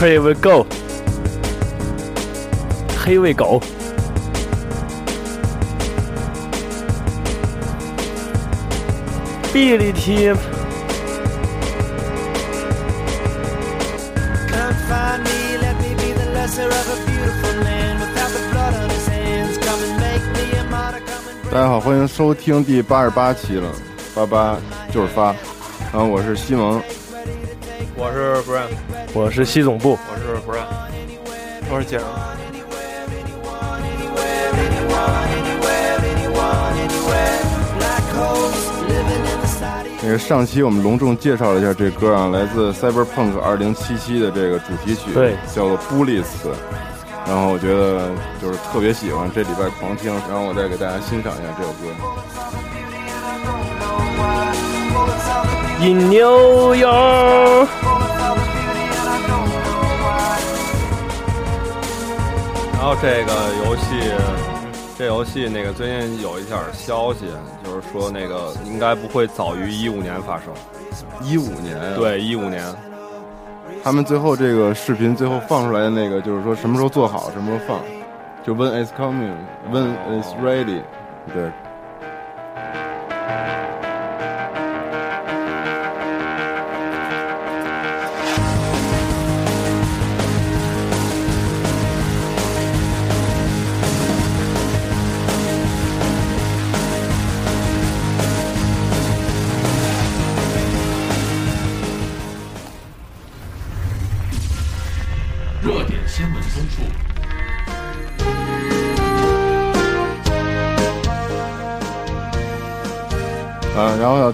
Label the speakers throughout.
Speaker 1: Here we go，黑喂狗。臂力踢，
Speaker 2: Come find me, let me be the lesser of a beautiful man without the blood on his hands. Come and make me a martyr, come and
Speaker 3: 大家好，欢迎收听第八十八期了，八八就是发。然后我是西蒙，
Speaker 4: 我是 Brian，
Speaker 1: 我是西总部，
Speaker 4: 我是 Brian，我是姐儿。
Speaker 3: 那个上期我们隆重介绍了一下这歌啊，来自 Cyberpunk 二零七七的这个主题曲，
Speaker 1: 对
Speaker 3: 叫做《布利斯》。然后我觉得就是特别喜欢，这礼拜狂听，然后我再给大家欣赏一下这首歌。
Speaker 1: In New York。
Speaker 4: 然后这个游戏，这游戏那个最近有一点消息，就是说那个应该不会早于一五年发售。
Speaker 3: 一五年、啊，，
Speaker 4: 对，一五年。
Speaker 3: 他们最后这个视频最后放出来的那个，就是说什么时候做好，什么时候放，就 When is coming, When is ready，对，
Speaker 5: 热点新闻综述。
Speaker 3: 啊，然后呢，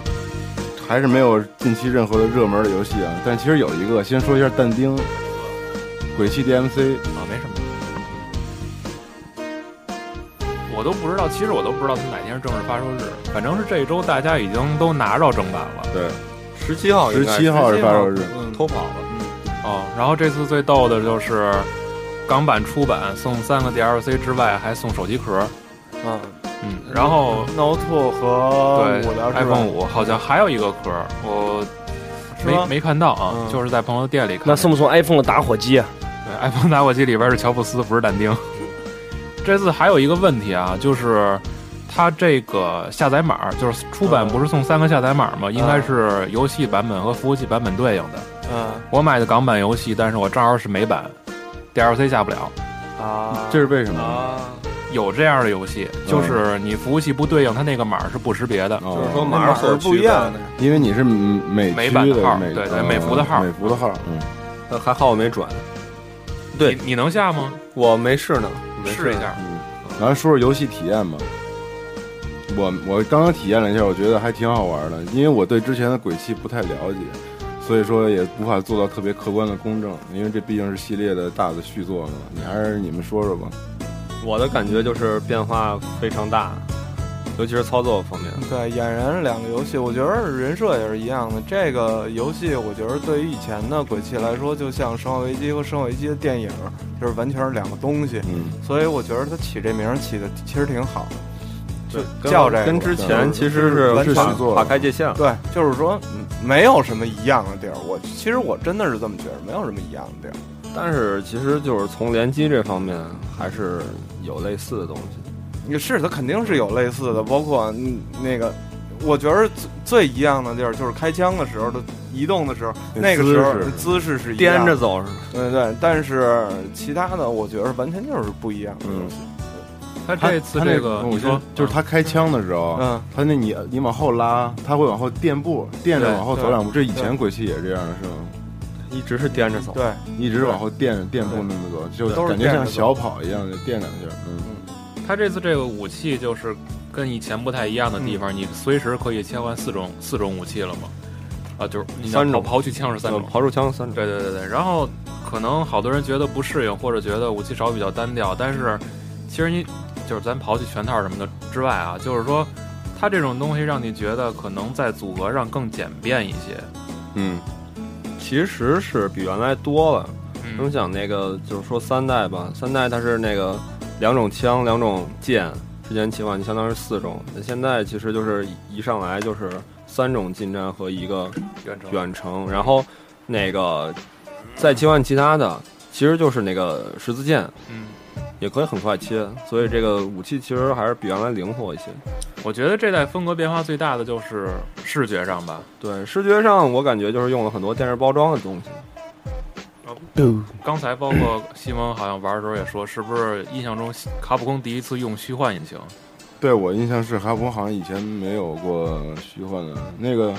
Speaker 3: 还是没有近期任何的热门的游戏啊，但其实有一个，先说一下但丁，《鬼泣 DMC》
Speaker 6: 啊，没什么。我都不知道，其实我都不知道它哪天是正式发售日，反正是这一周大家已经都拿着正版了
Speaker 3: 对，
Speaker 4: 十七号应该
Speaker 3: 17号是发售日
Speaker 4: 嗯偷跑了。
Speaker 6: 哦。然后这次最逗的就是港版出版送三个 DLC 之外，还送手机壳，
Speaker 4: 嗯，
Speaker 6: 嗯，然后
Speaker 7: No Two 和
Speaker 6: 对
Speaker 7: 五聊是吧
Speaker 6: iPhone 五好像还有一个壳，我
Speaker 7: 是
Speaker 6: 没
Speaker 7: 吗？
Speaker 6: 没看到啊，
Speaker 7: 嗯
Speaker 6: 就是在朋友店里看的。
Speaker 1: 那送不送 iPhone 的打火机啊？
Speaker 6: 对 iPhone 打火机里边是乔布斯，不是但丁。 这次还有一个问题啊，就是它这个下载码，就是出版不是送三个下载码吗？应该是游戏版本和服务器版本对应的。
Speaker 7: 嗯
Speaker 6: 我买的港版游戏，但是我账号是美版，DLC 下不了。
Speaker 7: 啊，
Speaker 3: 这是为什么？嗯
Speaker 4: 啊，
Speaker 6: 有这样的游戏，就是你服务器不对应，它那个码是不识别的。
Speaker 3: 就
Speaker 4: 就是说马上
Speaker 7: 是不一样的，
Speaker 3: 哦因为你是美
Speaker 6: 美
Speaker 3: 美
Speaker 6: 版
Speaker 3: 区
Speaker 6: 的号
Speaker 3: 美
Speaker 6: 对对
Speaker 3: 呃
Speaker 6: 美服的号
Speaker 3: 美服的号，嗯，
Speaker 4: 那还好我没转，对
Speaker 6: 你你能下吗？
Speaker 4: 我没试呢，没
Speaker 6: 试一
Speaker 4: 呢。
Speaker 6: 下。
Speaker 3: 然后说说游戏体验吧。我我刚刚体验了一下，我觉得还挺好玩的，因为我对之前的鬼泣不太了解，所以说也无法做到特别客观的公正，因为这毕竟是系列的大的续作嘛。你还是你们说说吧。
Speaker 4: 我的感觉就是变化非常大，尤其是操作方面。
Speaker 7: 对，俨然两个游戏，我觉得人设也是一样的。这个游戏我觉得对于以前的鬼泣来说，就像《生化危机》和《生化危机》的电影，就是完全是两个东西。
Speaker 3: 嗯，
Speaker 7: 所以我觉得它起这名儿起的其实挺好的。
Speaker 4: 对，
Speaker 7: 就叫这个
Speaker 4: 跟之前其实
Speaker 7: 完
Speaker 4: 是
Speaker 7: 全
Speaker 4: 划
Speaker 3: 续作了
Speaker 4: 划开界限了。
Speaker 7: 对，就是说嗯没有什么一样的地儿。我其实我真的是这么觉得，没有什么一样的地儿。
Speaker 4: 但是其实就是从联机这方面，还是有类似的东西。
Speaker 7: 也是，它肯定是有类似的，包括嗯那个，我觉得最最一样的地儿就是开枪的时候的移动的时候，那个时候
Speaker 3: 姿势
Speaker 7: 姿势是一
Speaker 4: 颠
Speaker 7: 样
Speaker 4: 着
Speaker 7: 的，
Speaker 4: 走是
Speaker 7: 对对。但是其他的，我觉得完全就是不一样的东西。
Speaker 6: 它
Speaker 3: 他
Speaker 6: 这次
Speaker 3: 他那
Speaker 6: 这个，
Speaker 3: 我
Speaker 6: 你
Speaker 3: 先
Speaker 6: 说
Speaker 3: 就是他开枪的时候，
Speaker 7: 嗯，
Speaker 3: 他那你你往后拉，他会往后垫步，垫着
Speaker 4: 对
Speaker 3: 往后走
Speaker 7: 对
Speaker 3: 两步。这以
Speaker 7: 对
Speaker 3: 前鬼泣也是这样的，是吗？
Speaker 4: 一直是颠着走。
Speaker 7: 对，
Speaker 3: 一直往后垫着垫步那么走，就
Speaker 7: 都是
Speaker 3: 感觉
Speaker 7: 垫
Speaker 3: 像
Speaker 7: 着走
Speaker 3: 小跑一样，就垫两下。嗯，
Speaker 6: 它这次这个武器
Speaker 3: 嗯
Speaker 6: 就是跟以前不太一样的地方，你随时可以切换四种四种武器了嘛。啊，就是
Speaker 4: 三种
Speaker 6: 刨刨去枪是三
Speaker 4: 呃
Speaker 6: 种，
Speaker 4: 刨出枪三种，
Speaker 6: 对对对对，然后可能好多人觉得不适应，或者觉得武器少比较单调，但
Speaker 3: 嗯
Speaker 6: 是其实你就是咱刨去全套什么的之外啊，就是说它这种东西让你觉得可能在组合上更简便一些。
Speaker 3: 嗯，
Speaker 4: 其实是比原来多了。我
Speaker 6: 嗯
Speaker 4: 想那个就是说三代吧，三代它是那个两种枪、两种剑之间切换，相当于是四种。那现在其实就是一上来就是三种近战和一个
Speaker 6: 远程
Speaker 4: 远程，然后那个再切换其他的，其实就是那个十字剑
Speaker 6: 嗯，
Speaker 4: 也可以很快切，所以这个武器其实还是比原来灵活一些。
Speaker 6: 我觉得这代风格变化最大的就是视觉上吧，
Speaker 4: 对，视觉上我感觉就是用了很多电视包装的东西。
Speaker 6: 刚才包括西蒙好像玩的时候也说，是不是印象中卡普空第一次用虚幻引擎？
Speaker 3: 对我印象是哈勃好像以前没有过虚幻的那个，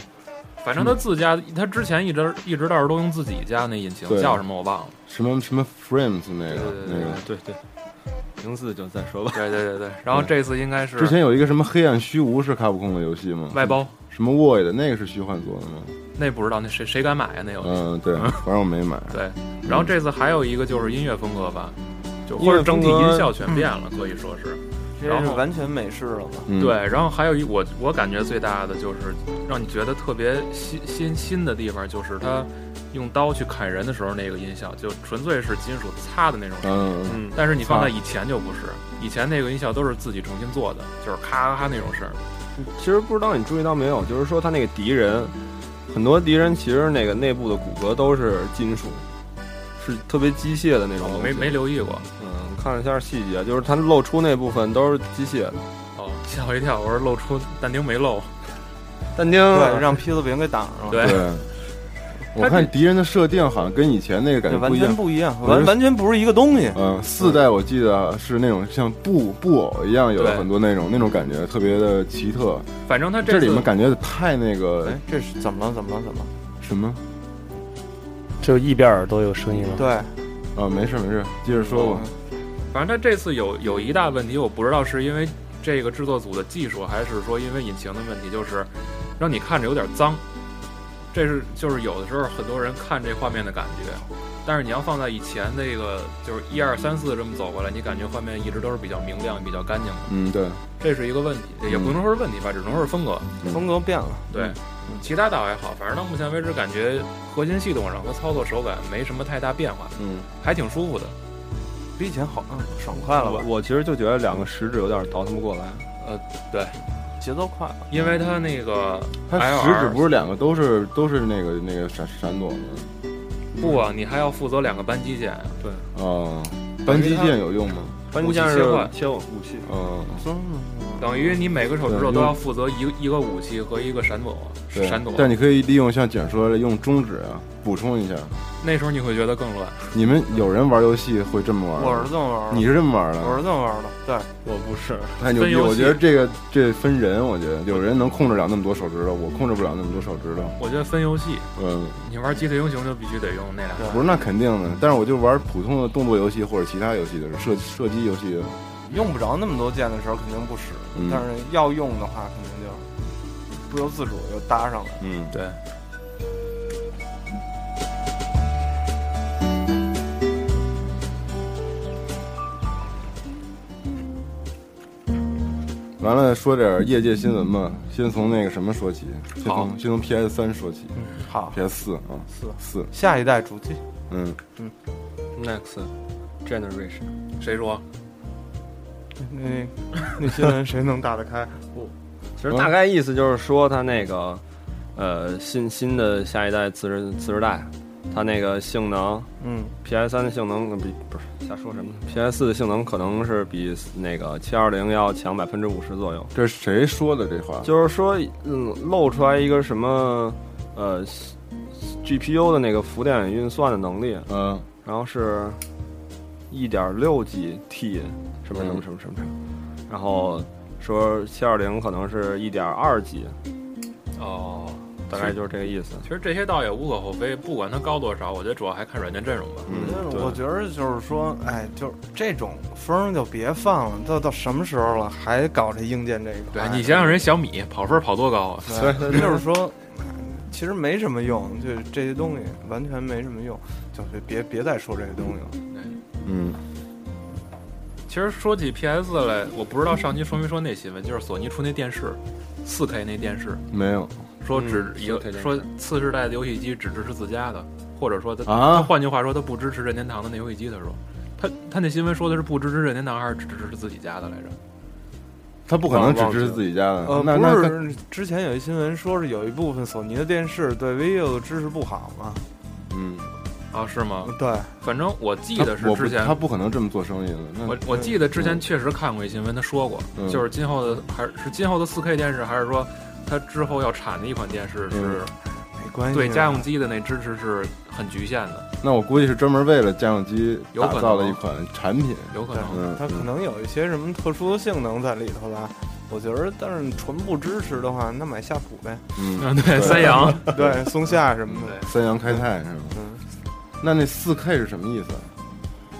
Speaker 6: 反
Speaker 3: 嗯
Speaker 6: 正他自家，他之前一直一直倒是都用自己家那引擎，
Speaker 3: 对
Speaker 6: 叫什么我忘了。
Speaker 3: 什么什么 frames 那
Speaker 6: 对对
Speaker 3: 个
Speaker 6: 对
Speaker 3: 那个，
Speaker 4: 对对，名字就再说吧。
Speaker 6: 对对对对，然后这次应该是
Speaker 3: 之前有一个什么黑暗虚无是卡普空的游戏吗？
Speaker 6: 外包，
Speaker 3: 什么 Void 那个是虚幻做的吗？
Speaker 6: 那不知道那谁谁敢买啊呀、那游戏、
Speaker 3: 嗯，对，反正我没买。
Speaker 6: 对，然后这次还有一个就是音乐风格吧，就或者整体
Speaker 4: 音乐风格嗯
Speaker 6: 音效全变了，可以说是、
Speaker 7: 这
Speaker 6: 然
Speaker 7: 是
Speaker 6: 后
Speaker 7: 完全美式了嘛？
Speaker 3: 嗯，
Speaker 6: 对。然后还有一我我感觉最大的就是让你觉得特别新新新的地方，就是他用刀去砍人的时候那个音效，就纯粹是金属擦的那种声音。
Speaker 3: 嗯，
Speaker 4: 嗯，
Speaker 6: 但是你放在以前就不是，以前那个音效都是自己重新做的，就是咔咔咔那种声儿。
Speaker 4: 其实不知道你注意到没有，就是说他那个敌人，很多敌人其实那个内部的骨骼都是金属，是特别机械的那种
Speaker 6: 我
Speaker 4: 东西。
Speaker 6: 哦没没留意过，
Speaker 4: 嗯，看了一下细节，就是它露出那部分都是机械的。
Speaker 6: 哦， 吓我一跳，我说露出但丁没露，
Speaker 4: 但丁啊
Speaker 7: 对，让皮子饼给挡上了。
Speaker 6: 对
Speaker 3: 对。我看敌人的设定好像跟以前那个感
Speaker 7: 这
Speaker 3: 觉
Speaker 7: 完
Speaker 3: 不一
Speaker 7: 全
Speaker 3: 样。
Speaker 7: 不一样，
Speaker 3: 我
Speaker 7: 完
Speaker 3: 是
Speaker 7: 完全不是一个东西。
Speaker 3: 嗯，四代我记得是那种像布布偶一样，有
Speaker 6: 对
Speaker 3: 很多那种那种感觉，特别的奇特。
Speaker 6: 反正他
Speaker 3: 这
Speaker 6: 这次
Speaker 3: 里面感觉太那个
Speaker 7: 哎，这是怎么了？怎么了？怎么了？
Speaker 3: 什么
Speaker 1: 只有一边耳朵有声音了。
Speaker 7: 对，哦
Speaker 3: 啊？没事没事，接着说吧。
Speaker 6: 反正他这次有有一大问题，我不知道是因为这个制作组的技术，还是说因为引擎的问题，就是让你看着有点脏。这是就是有的时候很多人看这画面的感觉，但是你要放在以前那个就是一二三四这么走过来，你感觉画面一直都是比较明亮、比较干净的，
Speaker 3: 嗯，对，
Speaker 6: 这是一个问题，也不能说是问题吧，只能说是风格。
Speaker 3: 嗯
Speaker 7: 风格变了。
Speaker 6: 对，其他倒还好，反正到目前为止感觉核心系统上和操作手感没什么太大变化，
Speaker 3: 嗯，
Speaker 6: 还挺舒服的。
Speaker 7: 比以前好，嗯，爽快了
Speaker 4: 我
Speaker 7: 吧？
Speaker 4: 我其实就觉得两个食指有点倒腾不过来。
Speaker 7: 节奏快了。
Speaker 6: 因为它那个
Speaker 3: 它
Speaker 6: IR
Speaker 3: 食指不是两个都是都是那个那个闪闪躲吗？
Speaker 6: 不啊，你还要负责两个扳机键啊。
Speaker 3: 啊，扳机键有用吗？
Speaker 4: 关
Speaker 6: 武器
Speaker 4: 键是
Speaker 6: 切换
Speaker 4: 切武器，
Speaker 3: 嗯，
Speaker 6: 等于你每个手指头都要负责一个一个武器和一个闪躲，
Speaker 3: 对
Speaker 6: 闪躲。
Speaker 3: 但你可以利用像卷说的，用中指啊补充一下。
Speaker 6: 那时候你会觉得更乱。
Speaker 3: 你们有人玩游戏会这么玩吗？
Speaker 7: 我是这么玩的，
Speaker 3: 你是这么玩
Speaker 7: 我
Speaker 3: 的？
Speaker 7: 是这么玩的。对，
Speaker 4: 我不是，
Speaker 3: 太牛逼！
Speaker 6: 分游戏
Speaker 3: 我觉得这个这分人，我觉得有人能控制了那么多手指头，我控制不了那么多手指头。
Speaker 6: 我觉得分游戏，
Speaker 3: 嗯，
Speaker 6: 你玩击退英雄就必须得用那俩。
Speaker 7: 对
Speaker 3: 不是那肯定的，但是我就玩普通的动作游戏或者其他游戏的时候射射击游戏的时候，
Speaker 7: 用不着那么多键的时候肯定不使，
Speaker 3: 嗯
Speaker 7: 但是要用的话，肯定就不由自主就搭上了。
Speaker 3: 嗯，
Speaker 6: 对，
Speaker 3: 完了说点业界新闻吧，先从那个什么说起，先
Speaker 6: 好
Speaker 3: 从先从 PS 三说起
Speaker 7: 嗯好，
Speaker 3: ，PS 四啊，
Speaker 7: 四
Speaker 3: 四，
Speaker 7: 下一代主机，
Speaker 3: 嗯，
Speaker 4: Next Generation
Speaker 6: 谁说？
Speaker 7: 那那新闻谁能打得开？
Speaker 4: 其实大概意思就是说，它那个呃新新的下一代次世次世代，它那个性能
Speaker 7: 嗯，
Speaker 4: PS 三的性能呃比不是瞎说什么，PS 四的性能可能是比那个七二零要强百分之五十左右。
Speaker 3: 这是谁说的这话？
Speaker 4: 就是说，嗯，露出来一个什么呃 GPU 的那个浮点运算的能力，
Speaker 3: 嗯，
Speaker 4: 然后是一点六 G T 什么什么什么什么什么，
Speaker 3: 嗯
Speaker 4: 然后说七二零可能是一点二 G，
Speaker 6: 哦，
Speaker 4: 大概就是这个意思。
Speaker 6: 其实这些倒也无可厚非，不管它高多少，我觉得主要还看软件阵容吧。
Speaker 3: 嗯
Speaker 7: 但是
Speaker 4: 对
Speaker 7: 我觉得就是说，哎，就是这种风就别放了，到到什么时候了还
Speaker 4: 哎
Speaker 3: 哎
Speaker 7: 搞这硬件这一块？哎
Speaker 6: 对你想想人小米跑分跑多高啊！
Speaker 7: 对，就是说，其实没什么用，就这些东西完全没什么用，就是别别再说这些东西了。
Speaker 3: 嗯，
Speaker 6: 其实说起 PS 来，我不知道上期说没说那新闻，就是索尼出那电视，4 K 那电视，
Speaker 3: 没有
Speaker 6: 说只
Speaker 4: 嗯
Speaker 6: 一个
Speaker 4: 4K 电视
Speaker 6: 说次世代的游戏机只支持自家的，或者说他
Speaker 3: 啊
Speaker 6: 他换句话说，他不支持任天堂的那游戏机。他说，他他那新闻说的是不支持任天堂，还是只支持自己家的来着？
Speaker 3: 他不可能只支持自己家的。
Speaker 7: 呃，
Speaker 3: 那
Speaker 7: 不
Speaker 3: 那
Speaker 7: 是，之前有一新闻说是有一部分索尼的电视对 VU 的支持不好嘛？
Speaker 3: 嗯，
Speaker 6: 啊，是吗？
Speaker 7: 对，
Speaker 6: 反正我记
Speaker 3: 他
Speaker 6: 得是
Speaker 3: 我不
Speaker 6: 之前
Speaker 3: 他不可能这么做生意的。那
Speaker 6: 我我记得之前确实看过一新闻，他说过，
Speaker 3: 嗯
Speaker 6: 就是今后的还是是今后的4 K 电视，还是说它之后要产的一款电视
Speaker 3: 嗯
Speaker 6: 是
Speaker 7: 没
Speaker 3: 啊
Speaker 7: 关系。
Speaker 6: 对家用机的那支持是很局限的，
Speaker 3: 那我估计是专门为了家用机
Speaker 6: 有可
Speaker 3: 打
Speaker 6: 能
Speaker 3: 造了一款产品。
Speaker 6: 有可能。
Speaker 3: 嗯，
Speaker 7: 它可能有一些什么特殊的性能在里头吧。我觉得，但是纯不支持的话，那买夏普呗，
Speaker 3: 嗯，
Speaker 6: 嗯，对， 三 洋，
Speaker 7: 对，松下什么的。
Speaker 6: 对，
Speaker 3: 三阳开泰是吗？
Speaker 7: 嗯，
Speaker 3: 那那四 K 是什么意思？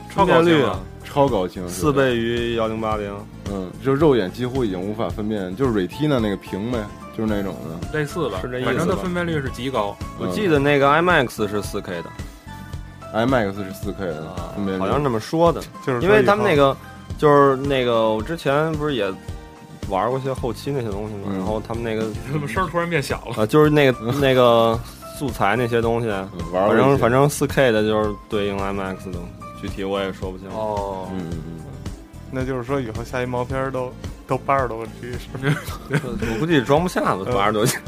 Speaker 6: 超高
Speaker 4: 辨率
Speaker 6: 清
Speaker 4: 啊
Speaker 6: 啊，
Speaker 3: 超高清，嗯是吧
Speaker 4: 四。倍于幺零八零，
Speaker 3: 嗯，就肉眼几乎已经无法分辨，就是 Retina 那个屏呗，就是那种的。
Speaker 6: 类似吧，
Speaker 4: 是这意思吧
Speaker 6: 反正它分辨率是极高。
Speaker 3: 嗯
Speaker 4: 我记得那个
Speaker 1: 哎
Speaker 4: IMAX 是四 K 的，
Speaker 3: IMAX 是四 K 的
Speaker 4: 啊，
Speaker 3: 分辨率
Speaker 4: 好像这么说的，
Speaker 7: 就是
Speaker 4: 因为他们那个就是那个我之前不是也玩过一些后期那些东西嘛，
Speaker 3: 嗯
Speaker 4: 然后他们那个
Speaker 6: 怎么声儿突然变小了？
Speaker 4: 啊就是那个那个素材那些东西，
Speaker 3: 嗯玩
Speaker 4: 反
Speaker 3: 了一
Speaker 4: 正
Speaker 3: 些
Speaker 4: 反正四 K 的就是对应 IMAX 的，具体我也说不清。
Speaker 6: 哦，
Speaker 3: 嗯嗯
Speaker 7: 那就是说以后下一毛片儿都都八十多个 G，是不是呃
Speaker 4: 我估计装不下 吧，八十多斤。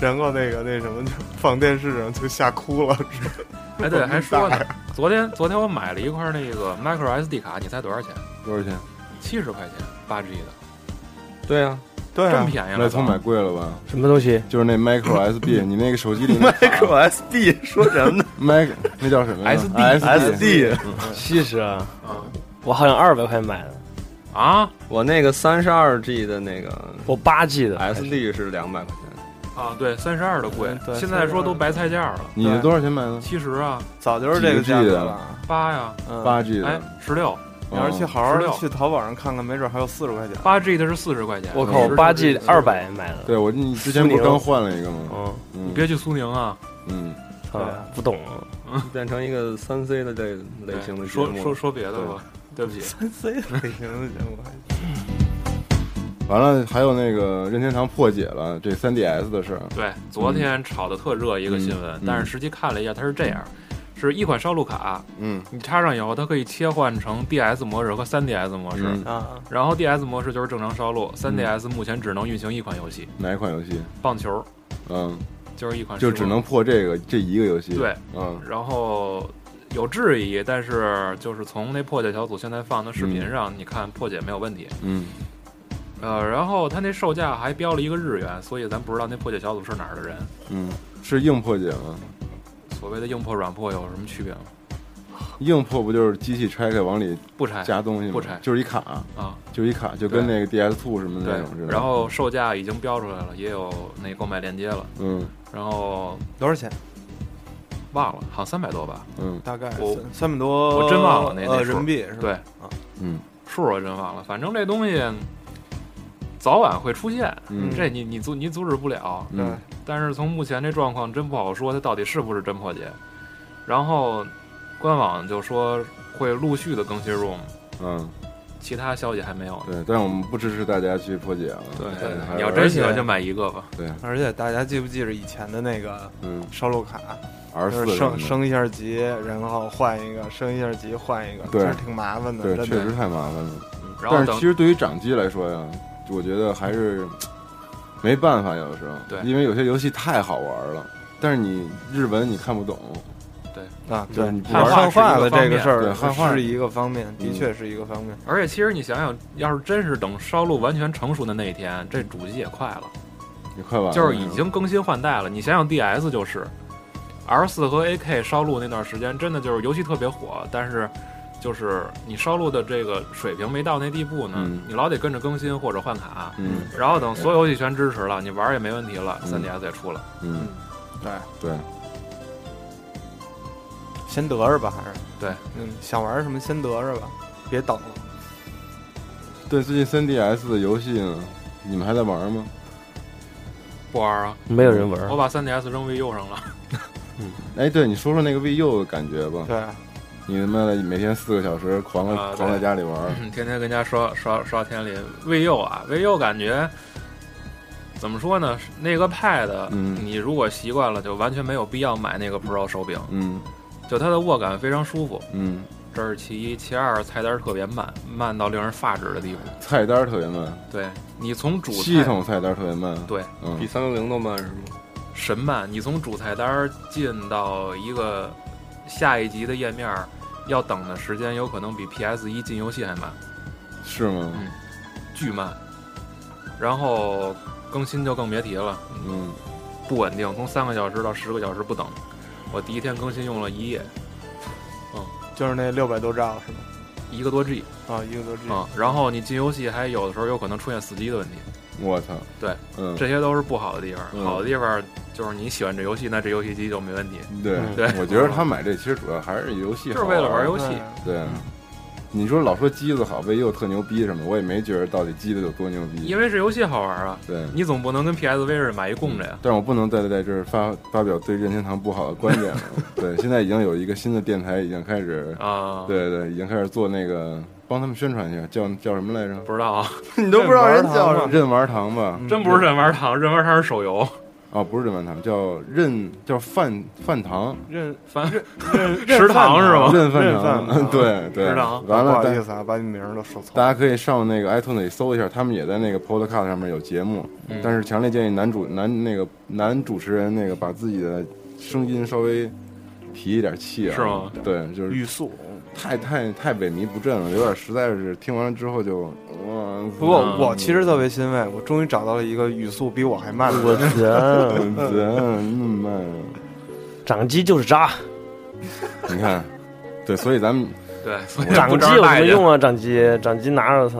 Speaker 7: 然后那个那什么就放电视上就吓哭了，是吧
Speaker 6: 哎，对，还 说呢，昨天昨天我买了一块那个 micro SD 卡，你猜多少钱？
Speaker 3: 嗯，多少钱？
Speaker 6: 七十块钱，八 G 的，
Speaker 4: 对啊，
Speaker 7: 对
Speaker 6: 这么
Speaker 7: 啊，
Speaker 6: 便宜了？
Speaker 3: 那葱买贵了吧？
Speaker 1: 什么东西？
Speaker 3: 就是 那 micro SB，你那个手机里 micro
Speaker 4: SB 说什 么呢？
Speaker 3: mic 那叫什么呀啊
Speaker 6: SD 嗯
Speaker 3: SD
Speaker 1: 七十啊！
Speaker 6: 啊
Speaker 1: 我好像二百块买的，
Speaker 6: 啊
Speaker 4: 我那个三十二 G 的那个
Speaker 1: 我八 G 的
Speaker 4: SD 是两百块钱，
Speaker 6: 啊！对，三十二的贵
Speaker 7: 嗯，对
Speaker 6: 现在说都白菜价了，
Speaker 3: 你是多少钱买的？
Speaker 6: 七十啊，
Speaker 7: 早就是这个价
Speaker 3: 几个 G
Speaker 7: 格
Speaker 3: 的
Speaker 7: 了。
Speaker 6: 八呀，
Speaker 7: 嗯，
Speaker 3: 八 G
Speaker 6: 哎
Speaker 3: 的，，
Speaker 6: 十六，
Speaker 7: 你要是去
Speaker 3: 哦
Speaker 7: 好好
Speaker 6: 16
Speaker 7: 去淘宝上看看，没准还有四十块钱。
Speaker 6: 八 G 的是四十块钱。
Speaker 1: 我靠，我八 G 二，百买的，
Speaker 3: 对我你之前不是刚换了一个吗？
Speaker 1: 嗯，
Speaker 3: 嗯，
Speaker 6: 你别去苏宁啊！
Speaker 3: 嗯，
Speaker 1: 操
Speaker 7: 对啊，
Speaker 1: 不懂，
Speaker 4: 变成一个三 C 的这类
Speaker 6: 对
Speaker 4: 型的节目
Speaker 6: 说说说别的吧，对不起，
Speaker 7: 类型的节目还行，
Speaker 3: 完了还有那个任天堂破解了这 3DS 的事儿，
Speaker 6: 对，昨
Speaker 7: 嗯
Speaker 6: 天炒的特热一个新闻
Speaker 3: 嗯，
Speaker 6: 但是实际看了一下，它是这样，是一款烧录卡，
Speaker 3: 嗯
Speaker 6: 你插上以后，它可以切换成 DS 模式和 3DS 模式。
Speaker 3: 嗯，
Speaker 7: 啊，
Speaker 6: 然后 DS 模式就是正常烧录，3DS 目前只能运行一款游戏，
Speaker 3: 哪一款游戏？
Speaker 6: 棒球
Speaker 3: 嗯，
Speaker 6: 就是一款，
Speaker 3: 就只能。破这个这一个游戏。
Speaker 6: 对，
Speaker 3: 嗯
Speaker 6: 然后有质疑，但是就是从那破解小组现在放的视频上，你看破解没有问题。
Speaker 3: 嗯，
Speaker 6: 呃，然后他那售价还标了一个日元，所以咱不知道那破解小组是哪儿的人。
Speaker 3: 嗯，是硬破解吗？
Speaker 6: 所谓的硬破软破有什么区别吗？
Speaker 3: 硬破不就是机器拆开往里
Speaker 6: 不拆
Speaker 3: 加东西吗？
Speaker 6: 不拆
Speaker 3: 就是一卡，
Speaker 6: 啊，
Speaker 3: 就是一卡，就跟那个 DS Two 什么那
Speaker 6: 对
Speaker 3: 种似的。。
Speaker 6: 然后售价已经标出来了，也有那购买链接了。
Speaker 3: 嗯
Speaker 6: 然后
Speaker 7: 多少钱？
Speaker 6: 忘了，好像三百多吧，
Speaker 3: 嗯
Speaker 7: 大概
Speaker 6: 我
Speaker 7: 三三百多，
Speaker 6: 我真忘了那那
Speaker 7: 呃
Speaker 6: 数
Speaker 7: 人民币是吧？
Speaker 6: 对
Speaker 7: 啊
Speaker 3: 嗯
Speaker 6: 数我真忘了。反正这东西早晚会出现，
Speaker 3: 嗯
Speaker 6: 这你你阻你阻止不了。
Speaker 3: 嗯
Speaker 6: 但是从目前这状况，真不好说它到底是不是真破解。然后官网就说会陆续的更新 ROM，
Speaker 3: 嗯，
Speaker 6: 其他消息还没有呢。
Speaker 3: 对，但是我们不支持大家去破解啊。还是
Speaker 6: 你要真喜欢就买一个吧。
Speaker 7: 而且大家记不记着以前的那个
Speaker 3: 嗯
Speaker 7: 烧录卡，
Speaker 3: ，R
Speaker 7: 就
Speaker 3: 四
Speaker 7: 是升升一下级，然后换一个，升一下级换一个，
Speaker 3: 对
Speaker 7: 其实挺麻烦的。
Speaker 3: 对，
Speaker 7: 真
Speaker 3: 确
Speaker 7: 的
Speaker 3: 实太麻烦了。嗯
Speaker 6: 嗯然后
Speaker 3: 但是
Speaker 6: 等
Speaker 3: 其实对于掌机来说呀，我觉得还是没办法，有的时候，
Speaker 6: 对
Speaker 3: 因为有些游戏太好玩了，但是你日文你看不懂，
Speaker 7: 啊，
Speaker 3: 就
Speaker 7: 对
Speaker 3: 是，你不
Speaker 6: 汉
Speaker 3: 玩
Speaker 6: 化
Speaker 7: 汉化的这
Speaker 6: 是一个方面嗯
Speaker 7: 个事
Speaker 3: 对
Speaker 7: 儿
Speaker 3: 汉化
Speaker 7: 是一个方面，的确是一个方面。
Speaker 6: 而且其实你想想，要是真是等烧录完全成熟的那一天，这主机也快了，
Speaker 3: 你快完了
Speaker 6: 就是已经更新换代了。你想想 DS 就是，R 四和 AK 烧录那段时间，真的就是游戏特别火，但是就是你烧录的这个水平没到那地步呢，
Speaker 3: 嗯
Speaker 6: 你老得跟着更新或者换卡。
Speaker 3: 嗯
Speaker 6: 然后等所有游戏全支持了，你玩儿也没问题了，
Speaker 3: 嗯
Speaker 6: 3 DS 也出了。
Speaker 3: 嗯，
Speaker 7: 对
Speaker 3: 对，
Speaker 7: 先得着吧，还是
Speaker 6: 对，
Speaker 7: 嗯，想玩什么先得着吧，别等了。
Speaker 3: 对，最近 3DS 的游戏呢，你们还在玩吗？
Speaker 6: 不玩啊，
Speaker 1: 没有人玩儿
Speaker 6: 我。把 3DS 扔 VU 上了。
Speaker 3: 哎，对，你说说那个 VU 的感觉吧。
Speaker 7: 对，
Speaker 3: 你他妈的每天四个小时狂
Speaker 6: 啊对嗯
Speaker 3: 了狂在家里玩儿，
Speaker 6: 天天跟家刷刷刷天林 VU 啊，VU 感觉怎么说呢？那个 Pad，、
Speaker 3: 嗯
Speaker 6: 你如果习惯了，就完全没有必要买那个 Pro 手柄，
Speaker 3: 嗯
Speaker 6: 就它的握感非常舒服，
Speaker 3: 嗯，
Speaker 6: 这是其一，其二菜单特别慢，慢到令人发指的地步。
Speaker 3: 菜单儿特别慢，
Speaker 6: 对你从主菜
Speaker 3: 系统菜单儿特别慢，
Speaker 6: 对
Speaker 4: 比
Speaker 3: 嗯，
Speaker 4: 三六零都慢是吗？
Speaker 6: 神慢，你从主菜单进到一个下一级的页面，要等的时间有可能比 PS 一进游戏还慢。
Speaker 3: 是吗？
Speaker 6: 嗯巨慢，然后更新就更别提了，
Speaker 3: 嗯，
Speaker 6: 不稳定，从三个小时到十个小时不等。我第一天更新用了一夜，
Speaker 7: 就是那六百多兆是吗？
Speaker 6: 一个多 G
Speaker 7: 啊，一个多
Speaker 3: 嗯
Speaker 7: G。
Speaker 6: 啊、然后你进游戏还有的时候有可能出现死机的问题，
Speaker 3: 我操，
Speaker 6: 对，
Speaker 3: 嗯，
Speaker 6: 这些都是不好的地方。
Speaker 3: 嗯
Speaker 6: 好的地方就是你喜欢这游戏，那这游戏机就没问题，
Speaker 3: 对
Speaker 1: 嗯
Speaker 6: 对
Speaker 3: 我觉得他买这其实主要还是游戏
Speaker 6: 就是
Speaker 3: 好玩，嗯
Speaker 6: 为了玩游戏。嗯
Speaker 7: 对
Speaker 3: 对，你说老说机子好，VU 特牛逼什么，我也没觉得到底机子有多牛逼，
Speaker 6: 因为是游戏好玩啊，
Speaker 3: 对。
Speaker 6: 你总不能跟 PSV 似的买一供着呀。
Speaker 3: 但是我不能再在这儿发发表对任天堂不好的观 点了。对，现在已经有一个新的电台已经开始，
Speaker 6: 啊，，
Speaker 3: 对对，已经开始做那个帮他们宣传一下，叫叫什么来着？
Speaker 6: 不知道啊，
Speaker 3: 你都
Speaker 7: 不知道人叫什么
Speaker 3: 任玩堂吧？
Speaker 6: 真不是任玩堂，任玩堂是手游，
Speaker 3: 啊，不是任玩堂，叫任叫饭饭堂，
Speaker 7: 任
Speaker 6: 反正
Speaker 7: 任
Speaker 6: 食堂是吗？
Speaker 3: 任饭
Speaker 7: 任啊饭
Speaker 3: 堂，
Speaker 7: 堂
Speaker 3: 对对。
Speaker 6: 食堂
Speaker 3: 完
Speaker 7: 不
Speaker 3: 了，
Speaker 7: 好
Speaker 3: 大
Speaker 7: 意思啊，把你名儿都说错
Speaker 3: 大
Speaker 7: 了。
Speaker 3: 家可以上那个 iTunes 里搜一下，他们也在那个 Podcast 上面有节目，
Speaker 6: 嗯
Speaker 3: 但是强烈建议男主男那个男主持人那个把自己的声音稍微提一点气啊，
Speaker 6: 是吗？
Speaker 3: 对，就是
Speaker 7: 语速，
Speaker 3: 太太太萎靡不振了，有点实在是听完了之后就，嗯，
Speaker 7: 不过我其实特别欣慰，我终于找到了一个语速比我还慢的。
Speaker 1: 我
Speaker 6: 啊
Speaker 1: 天，
Speaker 3: 嗯那么慢啊，
Speaker 1: 掌机就是渣，
Speaker 3: 你看，对，所以 咱们
Speaker 6: 对，所以
Speaker 1: 掌
Speaker 6: 不
Speaker 1: 机
Speaker 6: 招
Speaker 1: 有什
Speaker 6: 待
Speaker 1: 么
Speaker 6: 见
Speaker 1: 用啊？掌机，掌机拿着它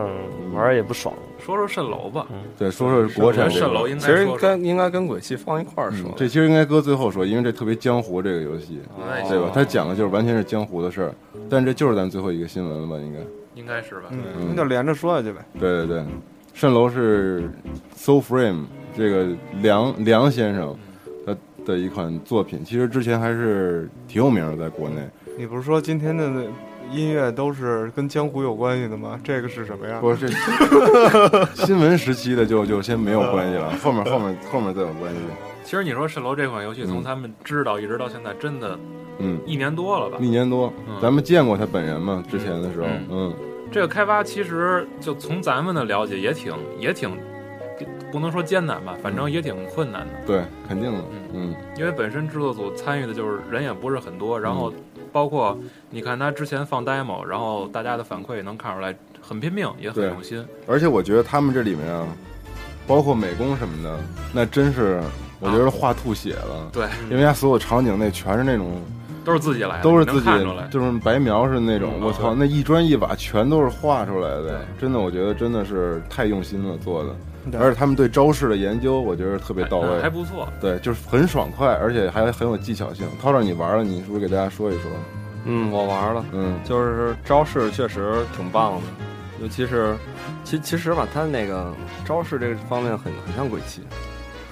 Speaker 1: 玩儿也不爽。
Speaker 6: 说说蜃楼吧，
Speaker 1: 嗯
Speaker 3: 对说说国产这
Speaker 6: 蜃楼
Speaker 3: 个，
Speaker 6: 应
Speaker 4: 其
Speaker 6: 该
Speaker 4: 实
Speaker 6: 说说。
Speaker 4: 该应该跟鬼泣放一块儿说
Speaker 3: 嗯，这其实应该搁最后说，因为这特别江湖这个游戏，
Speaker 6: 哎
Speaker 3: 对吧？它讲的就是完全是江湖的事儿，但这就是咱们最后一个新闻了吧？应该。
Speaker 6: 应该是吧？
Speaker 7: 嗯，那就连着说下去呗。
Speaker 3: 对对对，蜃楼是 So Frame 这个梁梁先生
Speaker 6: 嗯
Speaker 3: 他的一款作品，其实之前还是挺有名的，在国内。
Speaker 7: 你不是说今天的音乐都是跟江湖有关系的吗？这个是什么呀？
Speaker 3: 不 是这新闻时期的就就先没有关系了，后面后面后面再有关系。
Speaker 6: 其实你说蜃楼这款游戏，从
Speaker 3: 嗯
Speaker 6: 他们知道一直到现在，真的
Speaker 3: 嗯，
Speaker 6: 一年多了吧
Speaker 3: 一？年多
Speaker 6: 嗯，
Speaker 3: 咱们见过他本人嘛？之前的时候，嗯
Speaker 6: 这个开发其实就从咱们的了解，也挺也挺，不能说艰难
Speaker 3: 嗯
Speaker 6: 吧，反正也挺困难的。
Speaker 3: 对，肯定的，嗯
Speaker 6: 因为本身制作组参与的就是人也不是很多，然
Speaker 3: 嗯
Speaker 6: 后包括你看他之前放 demo，然后大家的反馈也能看出来，很拼命，也很
Speaker 3: 对
Speaker 6: 用心。
Speaker 3: 而且我觉得他们这里面啊，包括美工什么的，那真是我觉得画吐血了。
Speaker 6: 对，
Speaker 3: 因为他所有场景那全是那种
Speaker 6: 都是自己来的，
Speaker 3: 都是
Speaker 6: 你
Speaker 3: 自
Speaker 6: 能
Speaker 3: 己
Speaker 6: 看出来。
Speaker 3: 就是白描是那种，
Speaker 6: 嗯
Speaker 3: 我操，那一砖一瓦全都是画出来的，
Speaker 6: 对
Speaker 3: 真的，我觉得真的是太用心了做的，而且他们对招式的研究，我觉得特别到
Speaker 6: 哎嗯还还
Speaker 3: 位，
Speaker 6: 不错，
Speaker 3: 对，就是很爽快，而且还很有技巧性。涛涛，你玩了，你是不是给大家说一说？
Speaker 4: 嗯，我玩了，
Speaker 3: 嗯
Speaker 4: 就是招式确实挺棒的，尤其是其其实吧，它那个招式这个方面很很像鬼泣，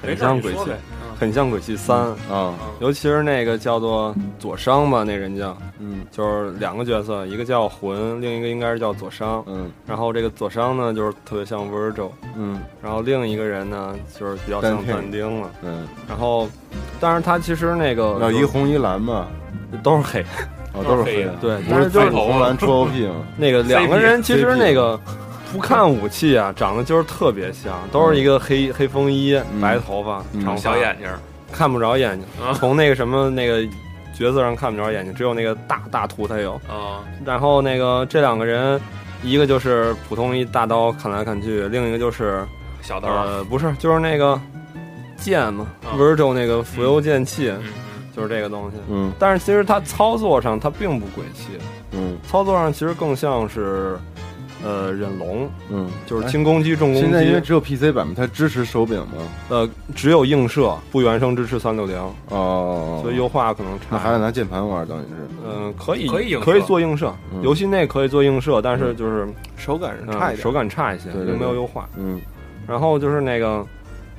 Speaker 6: 没
Speaker 4: 很
Speaker 6: 事，
Speaker 4: 像
Speaker 6: 你
Speaker 4: 鬼
Speaker 6: 说
Speaker 4: 泣
Speaker 6: 呗，。嗯
Speaker 4: 很像鬼泣三，
Speaker 3: 啊
Speaker 4: 尤其是那个叫做左商吧，那人叫
Speaker 3: 嗯
Speaker 4: 就是两个角色，一个叫魂，另一个应该是叫左商。
Speaker 3: 嗯
Speaker 4: 然后这个左商呢，就是特别像 Virgil，
Speaker 3: 嗯
Speaker 4: 然后另一个人呢，就是比较像
Speaker 3: 丹汀
Speaker 4: 但丁了。
Speaker 3: 嗯，
Speaker 4: 然后，但是他其实那个
Speaker 3: 要一红一蓝嘛，
Speaker 4: 都是黑，
Speaker 3: 啊，都是
Speaker 6: 黑
Speaker 3: 黑
Speaker 6: 的
Speaker 3: 的，
Speaker 4: 对，
Speaker 3: 不是
Speaker 4: 但
Speaker 3: 啊
Speaker 4: 是就是
Speaker 3: 彩虹蓝出 OP 嘛，
Speaker 4: 那个两个人
Speaker 6: CP
Speaker 4: 其实那个不看武器啊，长得就是特别像，都是一个黑黑风衣、
Speaker 3: 嗯
Speaker 4: 白头发、
Speaker 3: 嗯
Speaker 4: 长发
Speaker 6: 小，眼睛儿，
Speaker 4: 看不着眼睛
Speaker 6: 啊，
Speaker 4: 从那个什么那个角色上看不着眼睛，只有那个大大图才有。
Speaker 6: 啊，
Speaker 4: 然后那个这两个人，一个就是普通一大刀砍来砍去，另一个就是
Speaker 6: 小刀儿，
Speaker 4: 呃不是就是那个剑嘛
Speaker 6: 啊
Speaker 4: ，Virgil 那个浮游剑气，
Speaker 6: 嗯
Speaker 4: 就是这个东西。
Speaker 3: 嗯
Speaker 4: 但是其实它操作上它并不鬼气，
Speaker 3: 嗯
Speaker 4: 操作上其实更像是，呃，忍龙，
Speaker 3: 嗯，
Speaker 4: 就是轻攻击、重
Speaker 3: 哎。
Speaker 4: 攻
Speaker 3: 现在因为
Speaker 4: 击，
Speaker 3: 只有 PC 版嘛，它支持手柄嘛，
Speaker 4: 呃，只有映射，不原声支持三六零，
Speaker 3: 哦哦，哦
Speaker 4: 所以优化可能
Speaker 3: 那还得
Speaker 4: 差。
Speaker 3: 拿键盘玩，等于是，
Speaker 4: 嗯，可以，
Speaker 6: 可以映射
Speaker 4: 做映射，
Speaker 3: 嗯
Speaker 4: 游戏内可以做映射，但是就是
Speaker 7: 手感上
Speaker 4: 嗯
Speaker 7: 差一点，
Speaker 4: 手感差一些，
Speaker 3: 对对
Speaker 4: 就没有
Speaker 3: 对
Speaker 4: 优化。
Speaker 3: 嗯
Speaker 4: 然后就是那个，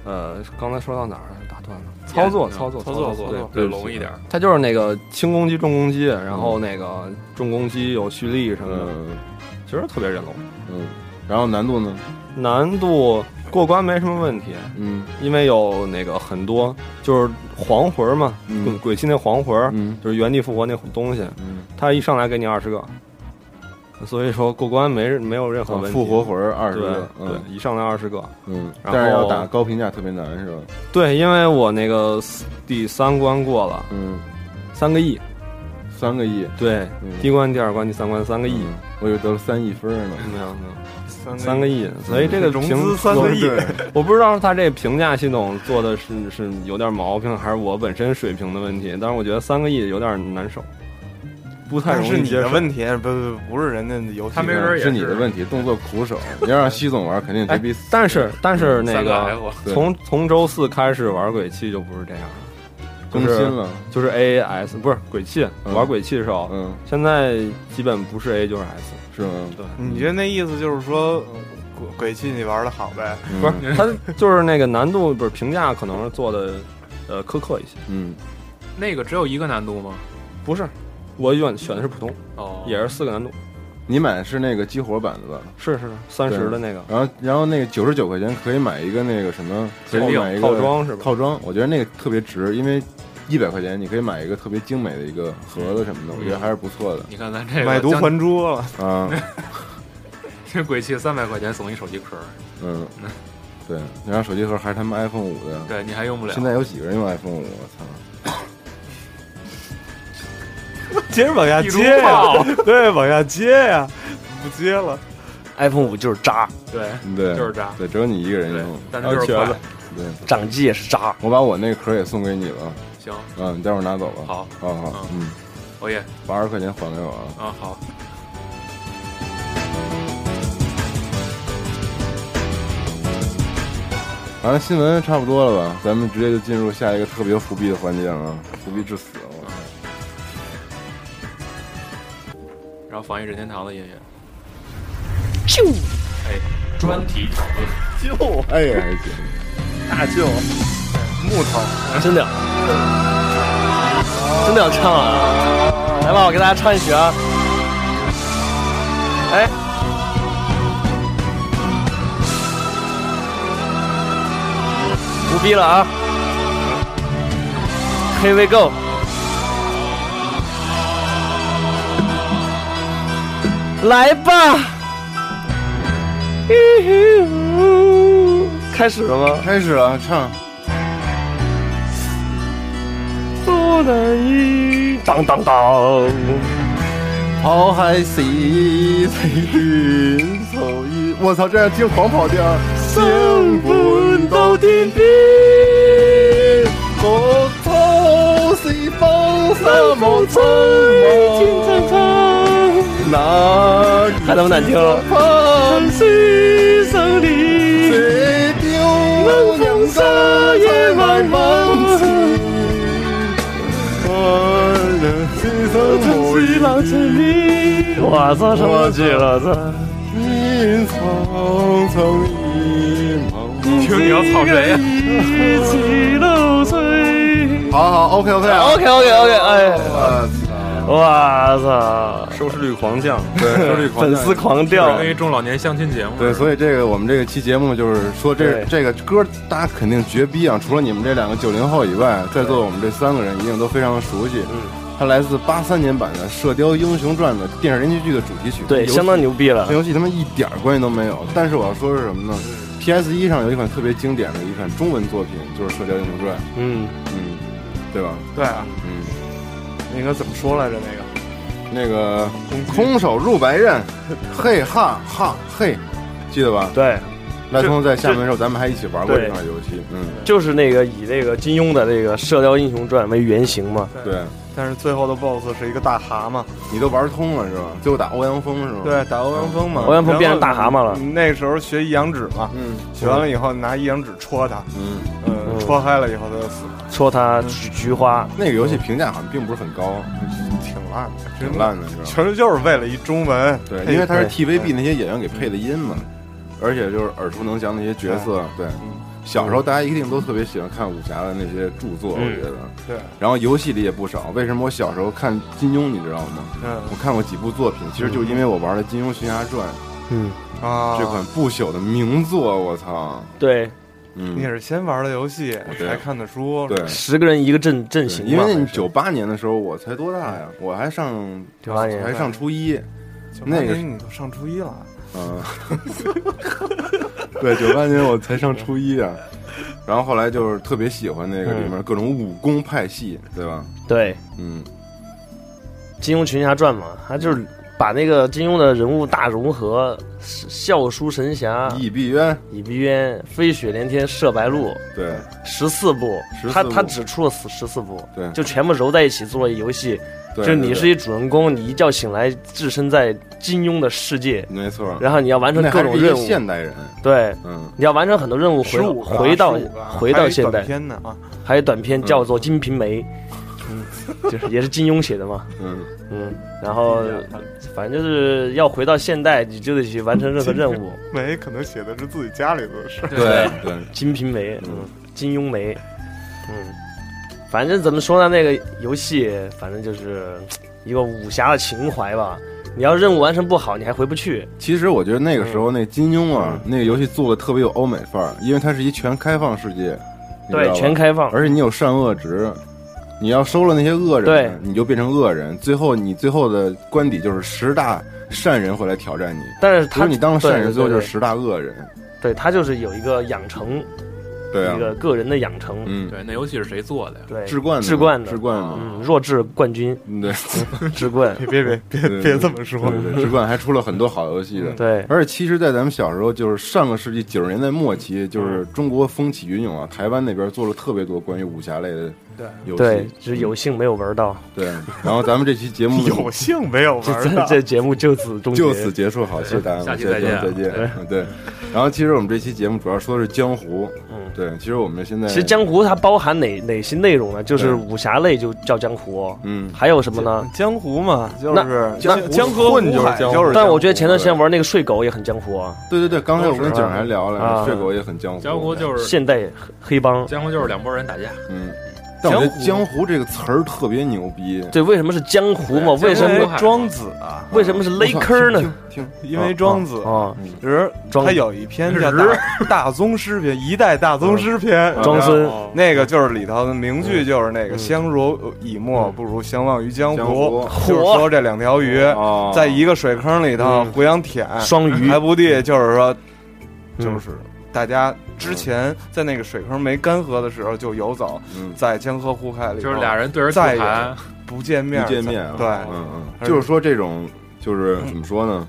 Speaker 4: 呃，刚才说到哪儿了？打断了。操作，操作，
Speaker 7: 操
Speaker 4: 作，
Speaker 7: 作操作
Speaker 4: 对
Speaker 6: 对
Speaker 4: 不起
Speaker 6: 拢一点儿。
Speaker 4: 它就是那个轻攻击、重攻击，然后那个重攻击有蓄力什么的，
Speaker 3: 嗯
Speaker 4: 其实特别忍龙。
Speaker 3: 嗯，然后难度呢？
Speaker 4: 难度过关没什么问题，
Speaker 3: 嗯
Speaker 4: 因为有那个很多就是黄魂儿嘛，
Speaker 3: 嗯
Speaker 4: 鬼鬼泣那黄魂儿，
Speaker 3: 嗯
Speaker 4: 就是原地复活那东西，
Speaker 3: 嗯，
Speaker 4: 它一上来给你二十个，所以说过关没没有任何问题。
Speaker 3: 啊复活魂儿二十
Speaker 4: 对
Speaker 3: 个，
Speaker 4: 对
Speaker 3: 嗯，
Speaker 4: 一上来二十个，
Speaker 3: 嗯，
Speaker 4: 然后
Speaker 3: 但是要打高评价特别难是吧？
Speaker 4: 对，因为我那个第三关过了
Speaker 3: 嗯，
Speaker 4: 三个亿，
Speaker 3: 三个亿，
Speaker 4: 对，
Speaker 3: 嗯
Speaker 4: 第一关、第二关、第三关三个亿，
Speaker 3: 嗯我以为得了三亿分儿呢。
Speaker 4: 没有没有
Speaker 7: 三
Speaker 4: 三个亿，所以这个
Speaker 7: 融
Speaker 4: 评
Speaker 7: 资三个亿，
Speaker 4: 我不知道是他这评价系统做的是是有点毛病，还是我本身水平的问题。但是我觉得三个亿有点难受，不太
Speaker 7: 那
Speaker 4: 容
Speaker 7: 是
Speaker 4: 易
Speaker 7: 你
Speaker 4: 接
Speaker 7: 的
Speaker 4: 受。
Speaker 7: 问题，不不不是人家的游戏。
Speaker 6: 他没准儿也
Speaker 3: 是你的问题，动作苦 手。你要让西总玩，肯定
Speaker 4: 哎
Speaker 3: 得比。，
Speaker 4: 但是但是那
Speaker 6: 三个 F
Speaker 4: 个从从周四开始玩鬼泣就不是这样了，
Speaker 3: 更新了，
Speaker 4: 就是 A S 不是鬼泣，
Speaker 3: 嗯
Speaker 4: 玩鬼泣的时候，
Speaker 3: 嗯，
Speaker 4: 现在基本不是 A 就是嗯 S，
Speaker 3: 是吗？
Speaker 7: 你觉得那意思就是说，呃鬼鬼泣你玩的好呗？
Speaker 3: 嗯
Speaker 4: 不 是它就是那个难度不是评价可能是做的呃苛刻一些，
Speaker 3: 嗯，
Speaker 6: 那个只有一个难度吗？
Speaker 4: 不是，我选选的是普通，
Speaker 6: 哦
Speaker 4: 也是四个难度，
Speaker 3: 你买的是那个激活版的吧？
Speaker 4: 是是三十的那个
Speaker 3: 然后，然后那个九十九块钱可以买一个那个什么，可以
Speaker 6: 定
Speaker 3: 买一个
Speaker 4: 套装是吧？
Speaker 3: 套装，我觉得那个特别值，因为一百块钱你可以买一个特别精美的一个盒子什么的，我觉得还是不错的
Speaker 6: 嗯你看咱这个
Speaker 7: 买椟
Speaker 6: 将
Speaker 7: 还珠了，
Speaker 3: 啊。
Speaker 6: 这 鬼泣三百块钱送一手机壳儿，
Speaker 3: 嗯，对，然后手机盒还是他们 iPhone 五的，
Speaker 6: 对你还用不了。
Speaker 3: 现在有几个人用 iPhone 五？我操！
Speaker 7: 接着往下
Speaker 6: 一 如
Speaker 7: 接呀、
Speaker 6: 炮
Speaker 7: 对，往下接呀、不接了。
Speaker 1: iPhone 五就是渣，
Speaker 6: 对，
Speaker 3: 对，
Speaker 6: 就是渣
Speaker 3: 对，只有你一个人
Speaker 6: 对
Speaker 3: 用，，
Speaker 6: 但是就是
Speaker 4: 然后
Speaker 6: 快
Speaker 4: 瘸。
Speaker 3: 对。
Speaker 1: 掌机也是渣。
Speaker 3: 我把我那个壳也送给你了，
Speaker 6: 行，
Speaker 3: 啊，你待会儿拿走吧。
Speaker 6: 好，
Speaker 3: 好好，嗯，
Speaker 6: 欧耶，
Speaker 3: 八十块钱还给我啊。
Speaker 6: 啊好，
Speaker 3: 完了，新闻差不多了吧？咱们直接就进入下一个特别有伏笔的环节了，啊，伏笔致死。我操
Speaker 6: 然后防御任天堂的音乐。啾，哎，专题讨论。
Speaker 3: 哎呀，还行
Speaker 1: 真的，真的要唱啊！来吧，我给大家唱一曲啊！哎，不逼了啊！Here we go。来吧，开始了吗？
Speaker 3: 开始了，唱。
Speaker 1: 不能一当当当，
Speaker 3: 跑海西最云走一，我操，这样听狂跑调。
Speaker 1: 生不到天边，
Speaker 3: 我操，西方什么苍
Speaker 1: 金灿灿，
Speaker 3: 茫？那
Speaker 1: 还那么难听了。
Speaker 3: 方
Speaker 1: 水手里，
Speaker 3: 最丢娘子也难忘记。我的西
Speaker 1: 我曾
Speaker 3: 藏某
Speaker 1: 是
Speaker 3: 一
Speaker 1: 浪城里，我操什么去了？操！
Speaker 3: 云层层一茫。
Speaker 6: 听你要操谁呀？
Speaker 1: 一起露水。
Speaker 3: 好好，OK OK 啊
Speaker 1: OK OK OK，哎，
Speaker 3: 我
Speaker 1: 我
Speaker 3: 啊
Speaker 1: 操！
Speaker 4: 收视率狂降，
Speaker 3: 操， 对，收 视狂
Speaker 1: 粉丝狂掉
Speaker 6: 跟，一中老年相亲节目。
Speaker 3: 对，所以这个我们这个期节目就是说这
Speaker 1: 对
Speaker 3: 这个歌大家肯定绝逼啊！除了你们这两个九零后以外，在座我们这三个人一定都非常的熟悉。
Speaker 1: 嗯
Speaker 3: 它来自八三年版的《射雕英雄传》的电视连续剧的主题曲，
Speaker 1: 对，
Speaker 3: 游戏
Speaker 1: 相当牛逼了
Speaker 3: 这。游戏他妈一点儿关系都没有。但是我要说的是什么呢？PS 一上有一款特别经典的一款中文作品，就是《射雕英雄传》，
Speaker 1: 嗯，
Speaker 3: 嗯，对吧？
Speaker 7: 对啊，
Speaker 3: 嗯，
Speaker 7: 那应该怎么说来着？那个
Speaker 3: 那个空手入白 刃，嘿哈哈嘿，记得吧？
Speaker 1: 对，
Speaker 3: 赖聪在厦门的时候，咱们还一起玩过这
Speaker 1: 对
Speaker 3: 款游戏，嗯，
Speaker 1: 就是那个以那个金庸的这个《射雕英雄传》为原型嘛。
Speaker 3: 对。
Speaker 7: 但是最后的 BOSS 是一个大蛤蟆，
Speaker 3: 你都玩通了是吧？最后打欧阳锋是吗？，
Speaker 7: 对，打欧阳锋嘛，
Speaker 1: 欧阳锋变成大蛤蟆
Speaker 7: 然后
Speaker 1: 了
Speaker 7: 那时候学一阳指嘛，
Speaker 3: 嗯
Speaker 7: 学完了以后拿一阳指戳他，
Speaker 3: 嗯，
Speaker 7: 嗯，戳嗨了以后他就死了，
Speaker 1: 戳他菊菊花，
Speaker 3: 那个游戏评价好像并不是很高，
Speaker 7: 挺烂的，真
Speaker 3: 挺，烂的是吧？
Speaker 7: 全就是为了一中文，
Speaker 3: 对，
Speaker 7: 配嗯
Speaker 3: 因为它是
Speaker 1: 对
Speaker 7: 嗯
Speaker 3: TVB 那些演员给配的音嘛，而且就是耳熟能详那些角色，对，小时候大家一定都特别喜欢看武侠的那些著作，我觉得。
Speaker 7: 嗯对。
Speaker 3: 然后游戏里也不少。为什么我小时候看金庸，你知道吗？
Speaker 7: 嗯
Speaker 3: 我看过几部作品，其实就因为我玩了《金庸群侠传
Speaker 1: 嗯，
Speaker 7: 啊，》
Speaker 3: 这款不朽的名作，我操！
Speaker 1: 对，
Speaker 3: 嗯，
Speaker 7: 你也是先玩的游戏，
Speaker 3: 对
Speaker 7: 才看的书，
Speaker 3: 对，
Speaker 1: 十个人一个阵阵型嘛，
Speaker 3: 因为
Speaker 1: 还
Speaker 3: 那
Speaker 1: 是
Speaker 3: 九八年的时候我才多大呀？我还上
Speaker 1: 九八年
Speaker 3: 还上初一，
Speaker 7: 九八
Speaker 3: 那个
Speaker 7: 年你都上初一了，
Speaker 3: 嗯， 对，九八年我才上初一啊。然后后来就是特别喜欢那个
Speaker 1: 嗯
Speaker 3: 里面各种武功派系，对吧？
Speaker 1: 对
Speaker 3: 嗯，
Speaker 1: 《金庸群侠传》嘛，他就是把那个金庸的人物大融合，笑书神侠、
Speaker 3: 倚碧鸳，
Speaker 1: 倚碧鸳、飞雪连天射白鹿，
Speaker 3: 对
Speaker 1: 十四部，
Speaker 3: 14
Speaker 1: 他
Speaker 3: 部
Speaker 1: 他只出了十十四部，
Speaker 3: 对
Speaker 1: 就全部揉在一起做了一游戏，
Speaker 3: 对，
Speaker 1: 就是你
Speaker 3: 对
Speaker 1: 是一主人公，你一觉醒来置身在金庸的世界，
Speaker 3: 没错，
Speaker 1: 然后你要完成
Speaker 3: 那
Speaker 1: 各
Speaker 3: 还
Speaker 1: 种
Speaker 3: 是一个
Speaker 1: 任务，
Speaker 3: 现代人，
Speaker 1: 对，
Speaker 3: 嗯，
Speaker 1: 你要完成很多任务回
Speaker 7: 15个
Speaker 1: 回到
Speaker 7: 15个
Speaker 1: 回到现
Speaker 7: 还有一短
Speaker 1: 代，
Speaker 7: 片呢啊，
Speaker 1: 还有短
Speaker 3: 嗯
Speaker 1: 片叫做《金瓶梅》，嗯，就是也是金庸写的嘛，
Speaker 3: 嗯，
Speaker 1: 嗯，然后反正就是要回到现代，你就得去完成任何任务，《
Speaker 7: 没可能写的是自己家里的事儿。
Speaker 3: 对对，
Speaker 1: 金瓶梅》，嗯，《金庸梅》，嗯，反正怎么说呢，那个游戏反正就是一个武侠的情怀吧。你要任务完成不好，你还回不去。
Speaker 3: 其实我觉得那个时
Speaker 1: 嗯
Speaker 3: 候那金庸啊，那个游戏做的特别有欧美范儿，因为它是一全开放世界，你知
Speaker 1: 对，
Speaker 3: 道吧
Speaker 1: 全开放。
Speaker 3: 而且你有善恶值，你要收了那些恶人，你就变成恶人，最后你最后的官邸就是十大善人会来挑战你。
Speaker 1: 但是
Speaker 3: 如
Speaker 1: 他
Speaker 3: 果你当了善人，
Speaker 1: 对对
Speaker 3: 最后就
Speaker 1: 对
Speaker 3: 是十大恶人。
Speaker 1: 对他就是有一个养成，
Speaker 3: 对啊
Speaker 1: 一，个个人的养成。
Speaker 3: 嗯，
Speaker 6: 对，那游戏是谁做的呀？
Speaker 1: 对，
Speaker 3: 志冠的
Speaker 1: 志冠的，
Speaker 3: 志冠的
Speaker 1: 嗯，弱智冠 军，
Speaker 3: 嗯对，
Speaker 1: 志冠，
Speaker 7: 别别别别
Speaker 3: 对
Speaker 7: 别这么说，
Speaker 3: 对对对，志冠还出了很多好游戏的。
Speaker 1: 对，
Speaker 3: 而且其实，在咱们小时候，就是上个世纪九十年代末期，
Speaker 1: 嗯
Speaker 3: 就是中国风起云涌啊，台湾那边做了特别多关于武侠类的游戏。嗯
Speaker 1: 对，只是有幸没有玩到，
Speaker 3: 对，然后咱们这期节目
Speaker 7: 有幸没有
Speaker 1: 就
Speaker 7: 玩
Speaker 1: 这
Speaker 7: 到。
Speaker 1: 这节目就此终结。
Speaker 3: 就此结束，好，谢谢大家，
Speaker 6: 下期
Speaker 3: 我们
Speaker 6: 再见啊
Speaker 3: 再见，嗯对。然后其实我们这期节目主要说的是江湖，
Speaker 1: 嗯
Speaker 3: 对，其实我们现在
Speaker 1: 其实江湖它包含哪哪些内容呢？就是武侠类就叫江湖，
Speaker 3: 嗯
Speaker 1: 还有什么呢？
Speaker 7: 江湖嘛，就
Speaker 1: 那
Speaker 7: 是
Speaker 3: 江湖
Speaker 7: 江河
Speaker 3: 混
Speaker 7: 湖
Speaker 3: 就是
Speaker 7: 海
Speaker 3: 江湖
Speaker 7: 就是，
Speaker 1: 但我觉得前段时间玩那个睡狗也很江湖啊，
Speaker 3: 对对对，刚才我跟景儿还聊了，
Speaker 1: 啊
Speaker 3: 血狗也很江湖，
Speaker 6: 江湖就是
Speaker 1: 现代黑黑帮。
Speaker 6: 江湖就是两拨人打架，
Speaker 3: 嗯。但我觉得“江湖”这个词儿特别牛逼，
Speaker 1: 对，为什么是江湖嘛？
Speaker 6: 对
Speaker 1: 为什
Speaker 7: 因
Speaker 6: 江
Speaker 1: 么
Speaker 6: 湖
Speaker 7: 为庄子啊，
Speaker 1: 为什么是勒坑呢？
Speaker 3: 听？听，
Speaker 7: 因为庄子
Speaker 1: 啊，
Speaker 7: 其实
Speaker 1: 庄
Speaker 7: 他有一篇叫大《大宗师篇》，一代大宗师篇，
Speaker 1: 啊庄孙
Speaker 7: 然后那个就是里头的名句，就是那个
Speaker 1: 嗯
Speaker 7: “相濡以沫，不如相忘于江
Speaker 3: 江湖
Speaker 7: 湖”，就是说这两条鱼
Speaker 3: 哦
Speaker 7: 在一个水坑里头
Speaker 1: 嗯
Speaker 7: 互相舔，
Speaker 1: 双鱼
Speaker 7: 还不地就是说，就
Speaker 1: 嗯
Speaker 7: 是大家之前在那个水坑没干涸的时候就游走，
Speaker 3: 嗯，
Speaker 7: 在江河湖海里头，
Speaker 6: 就是俩人对着吐
Speaker 7: 再也
Speaker 6: 痰，
Speaker 7: 不见
Speaker 3: 不
Speaker 7: 面，
Speaker 3: 见面啊，
Speaker 7: 对，
Speaker 3: 嗯嗯，
Speaker 7: 而
Speaker 3: 就是说这种，就是怎么说呢？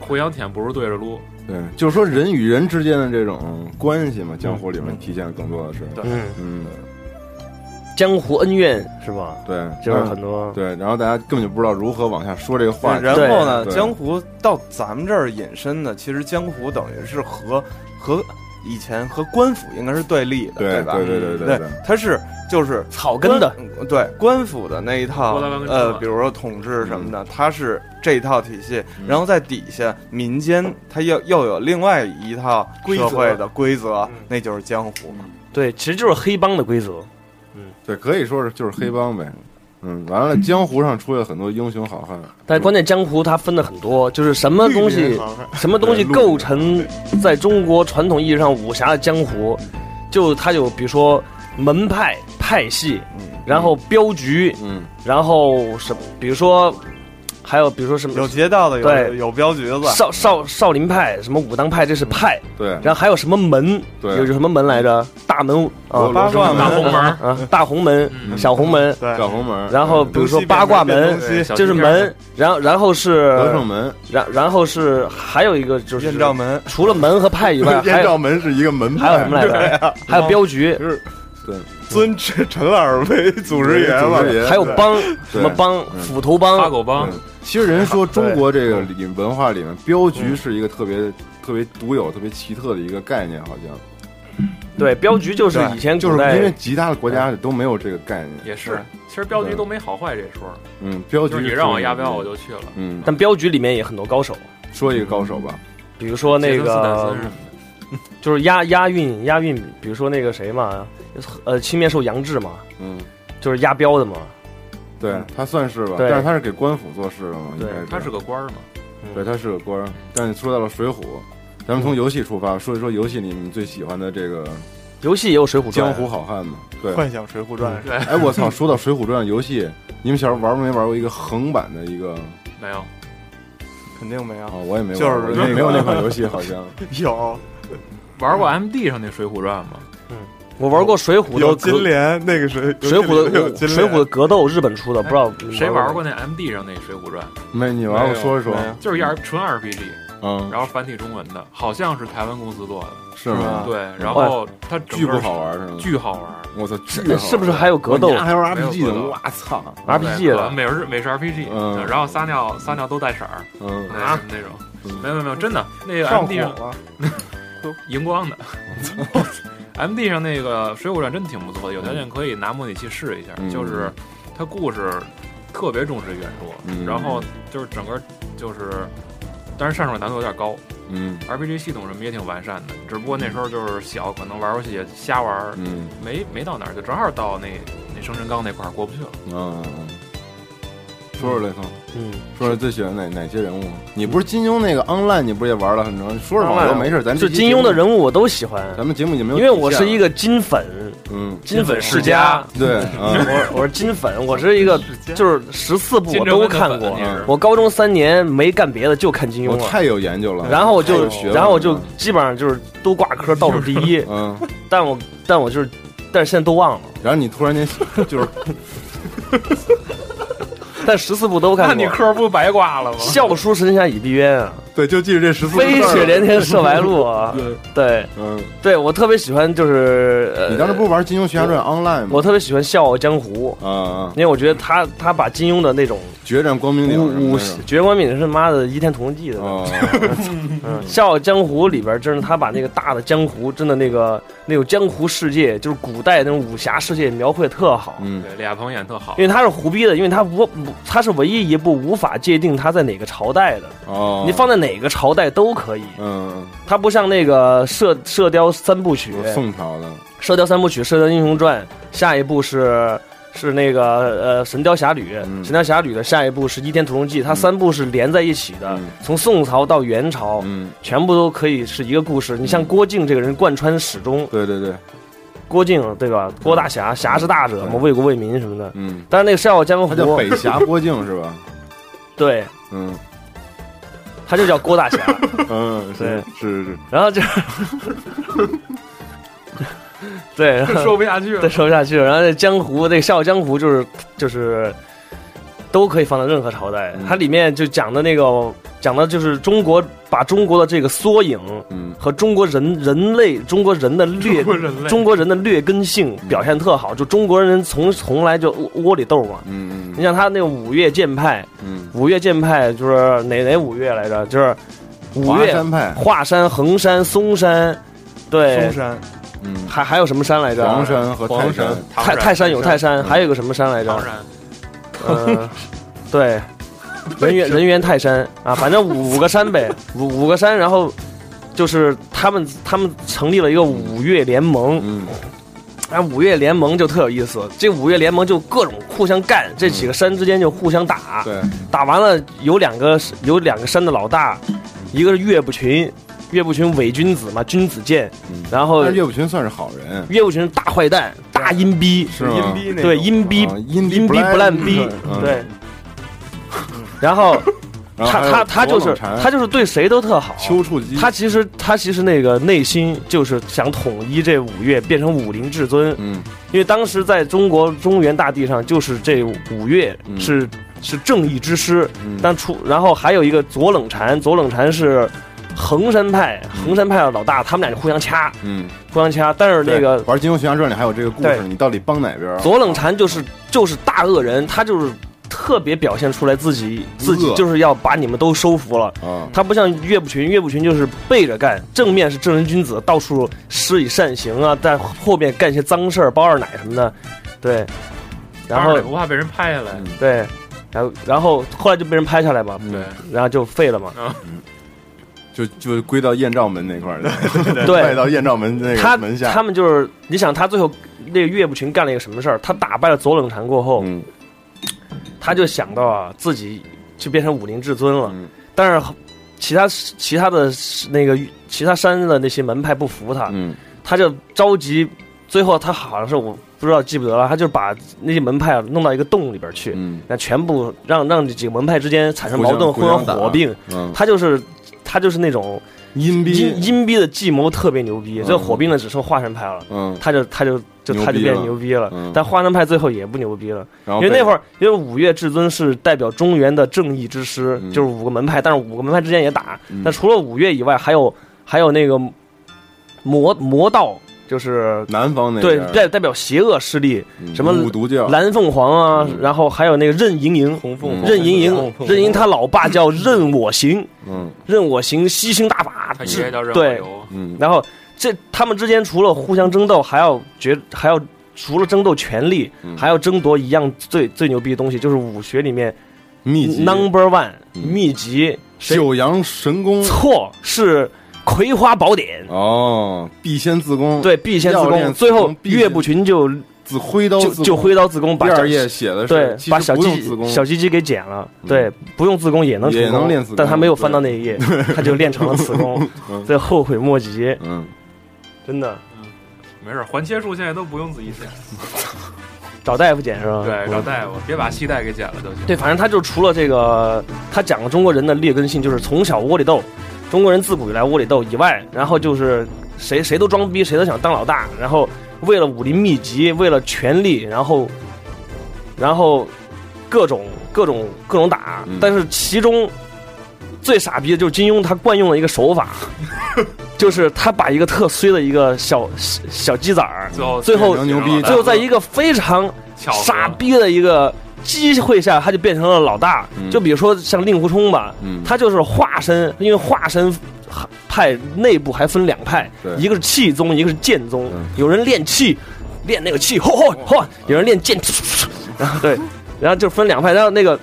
Speaker 6: 互相舔不如对着撸。
Speaker 3: 对，就是说人与人之间的这种关系嘛，江湖里面体现的更多的是，
Speaker 1: 嗯，
Speaker 3: 嗯，
Speaker 1: 江湖恩怨是吧？
Speaker 3: 对，
Speaker 1: 就是
Speaker 3: 嗯
Speaker 1: 很多
Speaker 3: 对，然后大家根本就不知道如何往下说这个话
Speaker 7: 对
Speaker 3: 题，
Speaker 7: 然后呢，
Speaker 3: 对
Speaker 7: 江湖到咱们这儿引申的，其实江湖等于是和和以前和官府应该是对立的，
Speaker 3: 对
Speaker 7: 吧？
Speaker 3: 对对对对，
Speaker 7: 它是就是
Speaker 1: 草根的，
Speaker 7: 官对官府的那一套
Speaker 6: 郭德纲跟
Speaker 7: 呃
Speaker 6: 赵，啊
Speaker 7: 比如说统治什么的，它是这一套体系，
Speaker 3: 嗯
Speaker 7: 然后在底下民间它又又有另外一套社会的规
Speaker 6: 嗯
Speaker 7: 则，那就是江湖嘛。
Speaker 1: 对，其实就是黑帮的规则。
Speaker 3: 对，可以说是就是黑帮呗。嗯，完了，江湖上出来很多英雄好汉，
Speaker 1: 但关键江湖它分了很多，就是什么东西，什么东西构成在中国传统意义上武侠的江湖，就它有比如说门派派系，
Speaker 7: 嗯
Speaker 1: 然后镖局，
Speaker 3: 嗯，
Speaker 1: 然后什么，比如说还有比如说什
Speaker 7: 有
Speaker 1: 么
Speaker 7: 劫道的，有
Speaker 1: 对
Speaker 7: 有镖局的，嗯
Speaker 1: 少少少林派，什么武当派，这是派，
Speaker 3: 对，
Speaker 1: 然后还有什么门，
Speaker 3: 对
Speaker 1: 有有什么门来着？大门啊
Speaker 7: 八卦
Speaker 6: 大
Speaker 7: 门
Speaker 6: 红门，
Speaker 1: 啊，大红门、小红门，
Speaker 7: 对
Speaker 3: 小红门，
Speaker 1: 然后比如说八卦门
Speaker 7: 东。西
Speaker 6: 小
Speaker 1: 就是
Speaker 6: 金链儿
Speaker 1: 门，然后然后是
Speaker 3: 德胜门、
Speaker 1: 然然后是还有一个就是
Speaker 7: 艳照，门。
Speaker 1: 除了门和派以 外，还
Speaker 3: 燕
Speaker 1: 有
Speaker 3: 赵门是一个门
Speaker 1: 还
Speaker 3: 派，啊
Speaker 1: 有什么来着？还有镖局，
Speaker 3: 就是对，
Speaker 7: 尊陈陈老师为祖师爷
Speaker 3: 祖
Speaker 7: 了
Speaker 3: 师。爷
Speaker 1: 还有帮什么帮
Speaker 3: 嗯
Speaker 1: 斧头
Speaker 6: 八
Speaker 1: 帮，
Speaker 6: 狗帮
Speaker 3: 嗯，其实人说中国这个
Speaker 1: 嗯
Speaker 3: 里文化里面，镖局是一个特别特别独有、特别奇特的一个概念，好像嗯
Speaker 1: 对镖局就是
Speaker 7: 对
Speaker 1: 以前
Speaker 3: 就是
Speaker 1: 古代
Speaker 3: 因为其他的国家里都没有这个概念。
Speaker 6: 也是。其实镖局都没好坏这说，
Speaker 3: 嗯，镖
Speaker 6: 就是
Speaker 3: 局
Speaker 6: 你让我押镖，我就去了。
Speaker 3: 嗯，
Speaker 1: 但镖局里面也很多高手，
Speaker 3: 说一个高手吧，
Speaker 1: 比如说那
Speaker 6: 杰森斯坦森
Speaker 1: 个
Speaker 6: 什么的
Speaker 1: 就是押押韵押韵，比如说那个谁嘛，呃，青面兽杨志嘛，
Speaker 3: 嗯，
Speaker 1: 就是押标的嘛，
Speaker 3: 对他算是吧，
Speaker 1: 对
Speaker 3: 但是他是给官府做事的嘛，应
Speaker 1: 对
Speaker 3: 该
Speaker 6: 他是个官儿嘛，
Speaker 1: 嗯
Speaker 3: 对，他是个官儿。但你说到了《水浒》，咱们从游戏出发，说一说游戏里你们最喜欢的这个
Speaker 1: 游戏也有《水浒传嗯
Speaker 3: 江》，湖好汉嘛？对，
Speaker 7: 幻想《水浒传》
Speaker 3: 哎，我操！说到《水浒传》游戏，你们小时候玩没玩过一个横版的一个
Speaker 6: 没有。
Speaker 7: 肯定没
Speaker 3: 啊？
Speaker 7: 有，
Speaker 3: 我也没玩
Speaker 7: 就
Speaker 3: 过，
Speaker 7: 是
Speaker 3: 因为
Speaker 7: 那
Speaker 3: 没有
Speaker 7: 个
Speaker 3: 那款游戏，好 像
Speaker 7: 有
Speaker 6: 玩过 M D 上那《水浒传》吗？
Speaker 1: 我玩过《水浒》
Speaker 7: 有
Speaker 1: 的格
Speaker 7: 金莲那个水
Speaker 1: 水浒
Speaker 7: 有
Speaker 1: 的
Speaker 7: 金
Speaker 1: 水浒的格斗，日本出的，不知道你
Speaker 6: 哎谁
Speaker 1: 玩
Speaker 6: 玩过那 M D 上那《水浒传》？
Speaker 3: 没你玩过，
Speaker 4: 没有
Speaker 3: 说一说，
Speaker 7: 没有
Speaker 6: 就是一 R 纯 R P G，
Speaker 3: 嗯，
Speaker 6: 然后繁体中文的，好像是台湾公司做的。
Speaker 3: 是吗？
Speaker 7: 啊
Speaker 6: 对，
Speaker 1: 嗯
Speaker 6: 然
Speaker 1: 哦
Speaker 6: 后它整
Speaker 3: 巨
Speaker 6: 个
Speaker 3: 不好，玩是吗？
Speaker 6: 巨好玩。
Speaker 3: 我操，巨
Speaker 1: 哎
Speaker 3: 好玩
Speaker 1: 是不是还有格斗
Speaker 3: 我家还玩
Speaker 6: 没有
Speaker 3: RPG
Speaker 6: 格
Speaker 3: 呢？
Speaker 6: 斗
Speaker 3: 我操！
Speaker 1: RPG
Speaker 6: 对
Speaker 1: 的？
Speaker 6: 美式美式 R P G，
Speaker 3: 嗯
Speaker 6: 然后撒尿撒尿都带色儿，
Speaker 3: 嗯，
Speaker 1: 啊
Speaker 6: 那那种
Speaker 3: 嗯。啊
Speaker 6: 没有没有没有，真的那个
Speaker 7: 上
Speaker 6: M
Speaker 7: 火
Speaker 6: D 上
Speaker 7: 了，
Speaker 6: 荧光的。M D 上那个《水浒传》真的挺不错的，有条件可以拿模拟器试一下。
Speaker 3: 嗯
Speaker 6: 就是它故事特别重视原著，
Speaker 3: 嗯
Speaker 6: 然后就是整个就是，但是上手难度有点高
Speaker 3: 嗯
Speaker 6: ，RPG 系统什么也挺完善的，只不过那时候就是小，可能玩游戏也瞎玩儿，
Speaker 3: 嗯
Speaker 6: 没没到哪儿，就正好到那那生辰纲那块儿过不去了。
Speaker 3: 嗯嗯嗯，说说雷锋，
Speaker 1: 嗯，
Speaker 3: 说说最喜欢哪哪些人物？你不是金庸那个 online，你不是也玩了很长？说说网游
Speaker 1: Online
Speaker 3: 没事，咱
Speaker 1: 就
Speaker 3: 这期节
Speaker 1: 金
Speaker 3: 目
Speaker 1: 庸的，人物我都喜欢，
Speaker 3: 咱们节目已经没有
Speaker 1: 因
Speaker 3: 底
Speaker 1: 为
Speaker 3: 线了，
Speaker 1: 我是一个金粉，
Speaker 3: 嗯，
Speaker 1: 金粉世
Speaker 6: 家
Speaker 1: 家。
Speaker 3: 对，嗯
Speaker 1: 我我是金粉，我是一个就是十四部我都看
Speaker 6: 金正
Speaker 1: 过
Speaker 6: 恩的粉你。是
Speaker 1: 我高中三年没干别的，就看金
Speaker 3: 我
Speaker 1: 庸了。
Speaker 3: 太有研究了。
Speaker 1: 然后我
Speaker 3: 太
Speaker 1: 就
Speaker 3: 有学问，了
Speaker 1: 然后我就基本上就是都挂科，倒数第一。
Speaker 3: 嗯，
Speaker 1: 但我但我就是，但是现在都忘了。
Speaker 3: 然后你突然间就是
Speaker 1: 但十四部都看
Speaker 6: 那
Speaker 1: 过。
Speaker 6: 你科不白挂了吗？
Speaker 1: 笑书十年下以避冤啊，
Speaker 3: 对，就记着这十四
Speaker 1: 飞雪连天射白鹿啊。对
Speaker 3: 嗯，
Speaker 1: 对，我特别喜欢就是呃，
Speaker 3: 你当时不是玩《金庸群侠传 Online》吗？
Speaker 1: 我特别喜欢《笑傲江湖》，
Speaker 3: 啊啊，
Speaker 1: 因为我觉得他他把金庸的那种
Speaker 3: 决战光明顶什
Speaker 1: 武
Speaker 3: 么
Speaker 1: 武
Speaker 3: 的是吧
Speaker 1: 绝光敏是妈的《倚天屠龙记》的那种。
Speaker 3: 哦，
Speaker 1: 嗯，《笑傲江湖》里边，真是他把那个大的江湖，真的那个那种江湖世界，就是古代那种武侠世界描绘得特好。
Speaker 3: 嗯
Speaker 6: 对，俩朋友演特好
Speaker 1: 因，为他是胡逼的，因为他不，不他是唯一一部无法界定他在哪个朝代的，
Speaker 3: 哦，
Speaker 1: 你放在哪个朝代都可以。
Speaker 3: 嗯，
Speaker 1: 他不像那个射《射雕三部曲》，
Speaker 3: 有
Speaker 1: 《
Speaker 3: 宋朝的，
Speaker 1: 射雕三部曲》《射雕英雄传》，下一部是是那个呃《神雕侠侣》
Speaker 3: 嗯
Speaker 1: 神雕侠侣》的下一部是《倚天屠龙记》，它
Speaker 3: 嗯
Speaker 1: 三部是连在一起的，
Speaker 3: 嗯
Speaker 1: 从宋朝到元朝，
Speaker 3: 嗯，
Speaker 1: 全部都可以是一个故事。你像郭靖这个人贯穿始终，
Speaker 3: 对对对，
Speaker 1: 郭靖对吧？郭大侠，侠是大者嘛，
Speaker 3: 嗯
Speaker 1: 为国为民什么的。
Speaker 3: 嗯，
Speaker 1: 但是那个《笑傲江湖
Speaker 3: 他叫》，北峡郭靖是吧？
Speaker 1: 对，
Speaker 3: 嗯
Speaker 1: 他就叫 郭大侠。
Speaker 3: 嗯，是
Speaker 1: 对
Speaker 3: 是是，
Speaker 1: 然后就，对，然后
Speaker 6: 说不下去了
Speaker 1: 对，。说不下去了。然后那江湖，那个《笑傲江湖》就是就是都可以放到任何朝代
Speaker 3: 嗯。
Speaker 1: 它里面就讲的那个讲的就是中国把中国的这个缩影
Speaker 3: 嗯
Speaker 1: 和中国人人类中国人的
Speaker 6: 中
Speaker 1: 劣
Speaker 6: 国人类
Speaker 1: 中国人的劣根性表现特好。就中国人从从来就窝窝里斗嘛。
Speaker 3: 嗯
Speaker 1: 你
Speaker 3: 嗯
Speaker 1: 像他那个五岳剑派，
Speaker 3: 嗯，
Speaker 1: 五岳剑派就是哪哪五岳来着？就是五
Speaker 3: 华
Speaker 1: 岳、
Speaker 3: 山派，
Speaker 1: 华山、衡山、嵩山，对
Speaker 7: 嵩，山
Speaker 3: 嗯，
Speaker 1: 还还有什么山来着？
Speaker 3: 黄山和泰
Speaker 6: 黄山
Speaker 3: 山，、
Speaker 1: 泰泰山有泰山，
Speaker 3: 嗯
Speaker 1: 还有一个什么山来
Speaker 6: 唐
Speaker 1: 着？
Speaker 6: 山，
Speaker 1: 嗯， 对，人猿人猿泰山啊，反正五五个山呗，五五个山，然后就是他们他们成立了一个五岳联盟，
Speaker 3: 嗯
Speaker 1: 哎，五岳联盟就特有意思，这五岳联盟就各种互相干，这几个山之间就互相打，
Speaker 3: 嗯对，
Speaker 1: 打完了有两个有两个山的老大，一个是岳不群，岳不群伪君子嘛，君子剑，
Speaker 3: 嗯
Speaker 1: 然后
Speaker 3: 但是岳不群算是好人，
Speaker 1: 岳不群是大坏蛋，大阴逼，
Speaker 3: 是
Speaker 7: 是阴
Speaker 3: 吗？
Speaker 7: 逼那
Speaker 1: 对
Speaker 7: 种
Speaker 1: 阴逼
Speaker 3: 啊阴
Speaker 1: 阴
Speaker 3: 不
Speaker 1: 逼不烂逼，
Speaker 3: 嗯
Speaker 1: 对。然后
Speaker 3: 然后
Speaker 1: 他
Speaker 3: 还有
Speaker 1: 他他就
Speaker 3: 左
Speaker 1: 是
Speaker 3: 冷禅
Speaker 1: 他就是对谁都特好，
Speaker 3: 丘处机，
Speaker 1: 他其实他其实那个内心就是想统一这五岳，变成武林至尊，
Speaker 3: 嗯
Speaker 1: 因为当时在中国中原大地上，就是这五岳
Speaker 3: 嗯
Speaker 1: 是是正义之师，
Speaker 3: 嗯，
Speaker 1: 但出然后还有一个左冷禅，左冷禅是衡山派，衡山派的老大，他们俩就互相掐，
Speaker 3: 嗯，
Speaker 1: 互相掐，但是那
Speaker 3: 对
Speaker 1: 个
Speaker 3: 玩《金庸群侠传》里还有这个故事，
Speaker 1: 对
Speaker 3: 你到底帮哪边儿？啊
Speaker 1: 左冷禅就是就是大恶人，他就是特别表现出来自己自己
Speaker 3: 恶
Speaker 1: 就是要把你们都收服了。
Speaker 3: 啊，
Speaker 1: 他不像岳不群，岳不群就是背着干，正面是正人君子，到处施以善行啊，在后面干一些脏事儿，包二奶什么的，对。然
Speaker 6: 当
Speaker 1: 后
Speaker 6: 然不怕被人拍下来。
Speaker 3: 嗯
Speaker 1: 对，然后然后后来就被人拍下来嘛，
Speaker 6: 对，
Speaker 1: 嗯然后就废了嘛
Speaker 6: 啊。
Speaker 3: 嗯就就归到艳照门那块儿去，卖
Speaker 1: 对
Speaker 3: 到艳照门那
Speaker 1: 他
Speaker 3: 个门下。
Speaker 1: 他们就是，你想他最后那个岳不群干了一个什么事儿？他打败了左冷禅过后，
Speaker 3: 嗯
Speaker 1: 他就想到啊，自己就变成武林至尊了。
Speaker 3: 嗯
Speaker 1: 但是其他其他的那个其他山的那些门派不服他，
Speaker 3: 嗯
Speaker 1: 他就着急。最后他好像是我不知道记不得了，他就把那些门派啊弄到一个洞里边去，
Speaker 3: 嗯
Speaker 1: 那全部让让这几个门派之间产生矛盾，
Speaker 3: 互
Speaker 1: 互
Speaker 3: 相
Speaker 1: 相
Speaker 3: 互相打
Speaker 1: 火并。
Speaker 3: 嗯，
Speaker 1: 他就是他就是那种
Speaker 3: 阴逼
Speaker 1: 阴，阴逼的计谋特别牛逼，
Speaker 3: 嗯
Speaker 1: 这火并了只剩华山派了。
Speaker 3: 嗯，
Speaker 1: 他就他就就
Speaker 3: 牛逼
Speaker 1: 他就变
Speaker 3: 了
Speaker 1: 牛逼了。
Speaker 3: 嗯
Speaker 1: 但华南派最后也不牛逼了，
Speaker 3: 然后
Speaker 1: 因为那会
Speaker 3: 儿
Speaker 1: 儿因为五岳至尊是代表中原的正义之师，
Speaker 3: 嗯
Speaker 1: 就是五个门派，但是五个门派之间也打。
Speaker 3: 嗯
Speaker 1: 但除了五岳以外，还有还有那个魔魔道，就是。
Speaker 3: 南方那
Speaker 1: 对
Speaker 3: 边，儿
Speaker 1: 代代表邪恶势力，
Speaker 3: 嗯
Speaker 1: 什么
Speaker 3: 五毒教
Speaker 1: 蓝凤凰啊，
Speaker 3: 嗯
Speaker 1: 然后还有那个任盈盈，
Speaker 4: 红凤凰
Speaker 1: 任盈盈
Speaker 4: 红凤，凰
Speaker 1: 任盈盈他老爸叫任我行，
Speaker 3: 嗯
Speaker 1: 任我行吸星大法，
Speaker 6: 他爷爷叫任我
Speaker 1: 对
Speaker 6: 游，
Speaker 3: 嗯
Speaker 1: 然后这他们之间除了互相争斗，还要决还要除了争斗权力，
Speaker 3: 嗯
Speaker 1: 还要争夺一样最最牛逼的东西，就是武学里面
Speaker 3: 秘籍
Speaker 1: number one
Speaker 3: 嗯
Speaker 1: 秘籍。谁
Speaker 3: 九阳神功
Speaker 1: 错是《葵花宝典》
Speaker 3: 哦，必先自宫，，
Speaker 1: 对，必先自
Speaker 3: 要练
Speaker 1: 宫。
Speaker 3: 自
Speaker 1: 最后
Speaker 3: 宫必先
Speaker 1: 岳不群就
Speaker 3: 自挥刀
Speaker 1: 就
Speaker 3: 自宫
Speaker 1: 就挥刀自宫，把
Speaker 3: 第
Speaker 1: 小
Speaker 3: 二页写的是
Speaker 1: 对
Speaker 3: 其，实
Speaker 1: 把小
Speaker 3: 不用自
Speaker 1: 鸡
Speaker 3: 宫
Speaker 1: 小鸡鸡给剪了。
Speaker 3: 嗯
Speaker 1: 对，不用自宫也能
Speaker 3: 也
Speaker 1: 成
Speaker 3: 能
Speaker 1: 功
Speaker 3: 练自宫
Speaker 1: 但他没有翻到那一页，他就练成了此 功，这后悔莫及，
Speaker 3: 嗯，
Speaker 1: 真的。
Speaker 6: 嗯没事，环切术现在都不用自己剪，
Speaker 3: 嗯
Speaker 1: 找大夫剪是吧？
Speaker 6: 对，
Speaker 1: 嗯
Speaker 6: 找大夫，别把系带给剪了就行。
Speaker 1: 对，反正他就除了这个，他讲了中国人的劣根性，就是从小窝里斗，中国人自古以来窝里斗以外，然后就是谁谁都装逼，谁都想当老大，然后为了武林秘籍，为了权力，然后，然后各种各种各种打，
Speaker 3: 嗯
Speaker 1: 但是其中最傻逼的就是金庸，他惯用了一个手法， 就是他把一个特衰的一个小小小鸡崽儿，
Speaker 6: 最后
Speaker 1: 最后
Speaker 3: 非常牛逼
Speaker 1: 最后在一个非常
Speaker 6: 巧合
Speaker 1: 傻逼的一个机会下，他就变成了老大。
Speaker 3: 嗯
Speaker 1: 就比如说像令狐冲吧，
Speaker 3: 嗯
Speaker 1: 他就是化身，因为化身派内部还分两派
Speaker 3: 对，
Speaker 1: 一个是气宗，一个是剑宗
Speaker 3: 嗯。哦
Speaker 1: 有人练气，练那个气，嚯嚯嚯；有人练剑， 然后对，然后就分两派。然后那个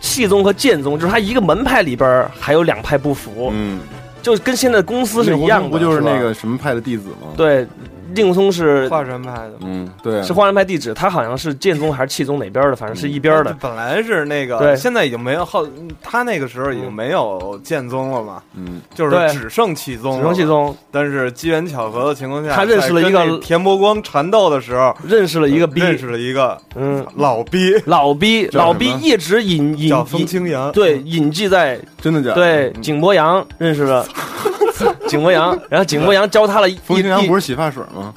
Speaker 1: 气宗和剑宗，就是他一个门派里边儿还有两派不服，
Speaker 3: 嗯，
Speaker 1: 就跟现在的公司是一样的，
Speaker 3: 那不就是
Speaker 1: 吧
Speaker 3: 那个什么派的弟子吗？，
Speaker 1: 对。令狐冲是
Speaker 7: 华山派的嘛。
Speaker 3: 嗯，对啊，
Speaker 1: 是华山派地址，他好像是剑宗还是气宗哪边儿的，反正是一边儿的。
Speaker 7: 嗯本来是
Speaker 1: 对
Speaker 7: 那个，现在已经没有后，他那个时候已经没有剑宗了嘛，
Speaker 3: 嗯，
Speaker 7: 就是
Speaker 1: 对
Speaker 7: 只剩气宗，
Speaker 1: 只剩气。宗
Speaker 7: 但是机缘巧合的情况下，
Speaker 1: 他认识了一个
Speaker 7: 在跟那田伯光缠斗的时候，
Speaker 1: 认识了一个逼，
Speaker 7: 认识了一个
Speaker 1: 嗯，
Speaker 7: 老逼，
Speaker 1: 老逼，
Speaker 3: 么
Speaker 1: 老逼一直隐隐
Speaker 7: 叫风
Speaker 1: 隐
Speaker 7: 清扬。
Speaker 1: 对隐迹在
Speaker 3: 真的假的？
Speaker 1: 对
Speaker 3: 嗯
Speaker 1: 井柏杨认识 了井柏杨，然后井柏杨教他了一
Speaker 3: 风清扬
Speaker 1: 一
Speaker 3: 不是洗发水吗？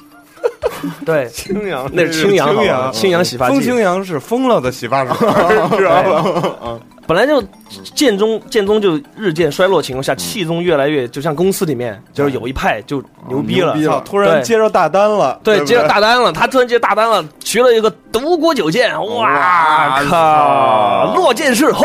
Speaker 1: 对，
Speaker 7: 清扬，
Speaker 1: 那是青阳，
Speaker 7: 清
Speaker 1: 好吧
Speaker 7: 扬，
Speaker 1: 青阳洗发
Speaker 7: 风
Speaker 1: 剂
Speaker 7: 清，扬是疯了的洗 发水，知道吧？
Speaker 1: 本来就剑宗剑宗就日渐衰落情况下，气宗越来越就像公司里面就是有一派就牛逼了
Speaker 3: 哦牛逼，了
Speaker 7: 操突然接着大单了，
Speaker 1: 对，
Speaker 7: 不
Speaker 1: 接着大单了，他突然接着大单了，学了一个独孤九剑，哇
Speaker 7: 啊
Speaker 3: 哇
Speaker 1: 啊靠，
Speaker 3: 操
Speaker 1: 落剑式，嘿，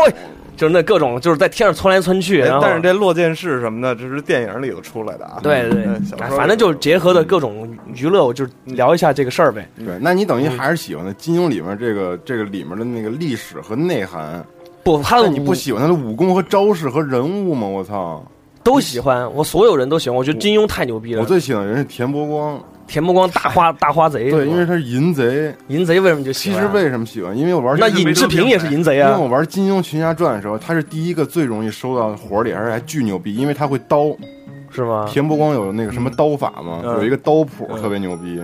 Speaker 1: 就是那各种就是在天上窜来窜去，
Speaker 7: 哎
Speaker 1: 然后
Speaker 7: 但是这落剑士什么的，这是电影里头出来的啊。
Speaker 1: 对对
Speaker 7: 嗯小
Speaker 1: 对，
Speaker 7: 说
Speaker 1: 哎
Speaker 7: 里
Speaker 1: 反正就是结合的各种娱乐，我就是聊一下这个事儿呗。嗯
Speaker 3: 对，那你等于还是喜欢的金庸里面这个这个里面的那个历史和内涵，
Speaker 1: 不，他
Speaker 3: 那
Speaker 1: 的
Speaker 3: 你不
Speaker 1: 武
Speaker 3: 喜欢他的武功和招式和人物吗？我操！
Speaker 1: 都喜欢，我所有人都喜欢，我觉得金庸太牛逼
Speaker 3: 我
Speaker 1: 了。
Speaker 3: 最喜欢的人是田伯光，
Speaker 1: 田伯光大花大花贼，
Speaker 3: 对，因为他是淫贼。
Speaker 1: 淫贼为什么就喜
Speaker 3: 其
Speaker 1: 欢
Speaker 3: 实为什么喜欢？因为我玩
Speaker 1: 那
Speaker 3: 因
Speaker 1: 尹志平也是淫贼
Speaker 3: 为
Speaker 1: 啊
Speaker 3: 我，玩《金庸群侠传》的时候，他是第一个最容易收到活里，而且还巨牛逼，因为他会刀。
Speaker 1: 是吗？
Speaker 3: 田伯光有那个什么刀法嘛，
Speaker 7: 嗯
Speaker 3: 有一个刀谱特别牛逼。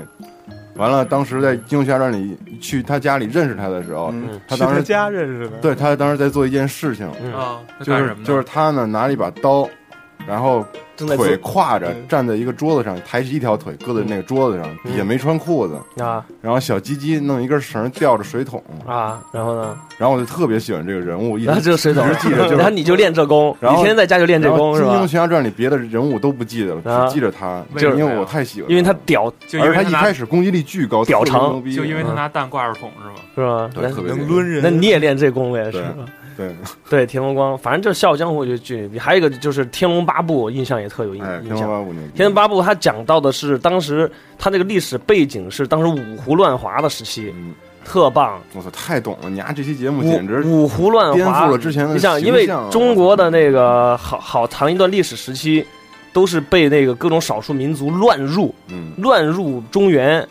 Speaker 3: 完了，当时在《金庸群侠传》里去他家里认识他的时候，
Speaker 7: 嗯，
Speaker 3: 他当时
Speaker 7: 是家认识的，
Speaker 3: 对他当时在做一件事情，
Speaker 1: 嗯
Speaker 6: 啊，那
Speaker 3: 就
Speaker 6: 干
Speaker 3: 是
Speaker 6: 什么呢
Speaker 3: 就是他呢拿了一把刀，然后
Speaker 1: 正在
Speaker 3: 腿
Speaker 1: 做
Speaker 3: 挎着
Speaker 7: 嗯
Speaker 3: 站在一个桌子上，抬起一条腿搁在那个桌子上，
Speaker 1: 嗯
Speaker 3: 底下没穿裤子，
Speaker 1: 啊
Speaker 3: 然后小鸡鸡弄一根绳吊着水桶，
Speaker 1: 啊，然后呢？
Speaker 3: 然后我就特别喜欢这个人物，一直
Speaker 1: 然后就是水桶
Speaker 3: 一直 记着就是
Speaker 1: 然后你就练这功，你
Speaker 3: 然后
Speaker 1: 天天在家就练这
Speaker 3: 然后
Speaker 1: 功
Speaker 3: 《
Speaker 1: 是
Speaker 3: 金庸
Speaker 1: 吧？
Speaker 3: 群侠传》里别的人物都不记得
Speaker 1: 啊
Speaker 3: 了，只记着他，
Speaker 6: 就是
Speaker 3: 因为我太喜欢，
Speaker 1: 因为他屌
Speaker 6: 就因
Speaker 3: 而
Speaker 6: 为
Speaker 3: 且他一开
Speaker 6: 拿
Speaker 3: 始攻击力巨高，
Speaker 1: 屌长
Speaker 3: 特别牛逼嗯
Speaker 6: 就因为他拿蛋挂着桶是吗？
Speaker 1: 是吧？
Speaker 3: 对
Speaker 1: 那
Speaker 3: 特别
Speaker 7: 能抡人。
Speaker 1: 那你也练这功呗，是
Speaker 3: 对
Speaker 1: 吧？
Speaker 3: 对，
Speaker 1: 对，田龙光，反正就是《笑傲江湖》就巨牛逼。还有一个就是《天龙八部》，我印象也特有印
Speaker 3: 哎，
Speaker 1: 印
Speaker 3: 天龙
Speaker 1: 象。
Speaker 3: 八部牛
Speaker 1: 《
Speaker 3: 逼，
Speaker 1: 天龙八部》它讲到的是当时它那个历史背景是当时五胡乱华的时期，
Speaker 3: 嗯
Speaker 1: 特棒，
Speaker 3: 我操，太懂了！你丫这期节目
Speaker 1: 五
Speaker 3: 简直
Speaker 1: 五胡乱华
Speaker 3: 颠覆了之前的
Speaker 1: 你想，
Speaker 3: 形
Speaker 1: 因为
Speaker 3: 象啊
Speaker 1: 中国的那个好好长一段历史时期，都是被那个各种少数民族乱入，
Speaker 3: 嗯，
Speaker 1: 乱入中原。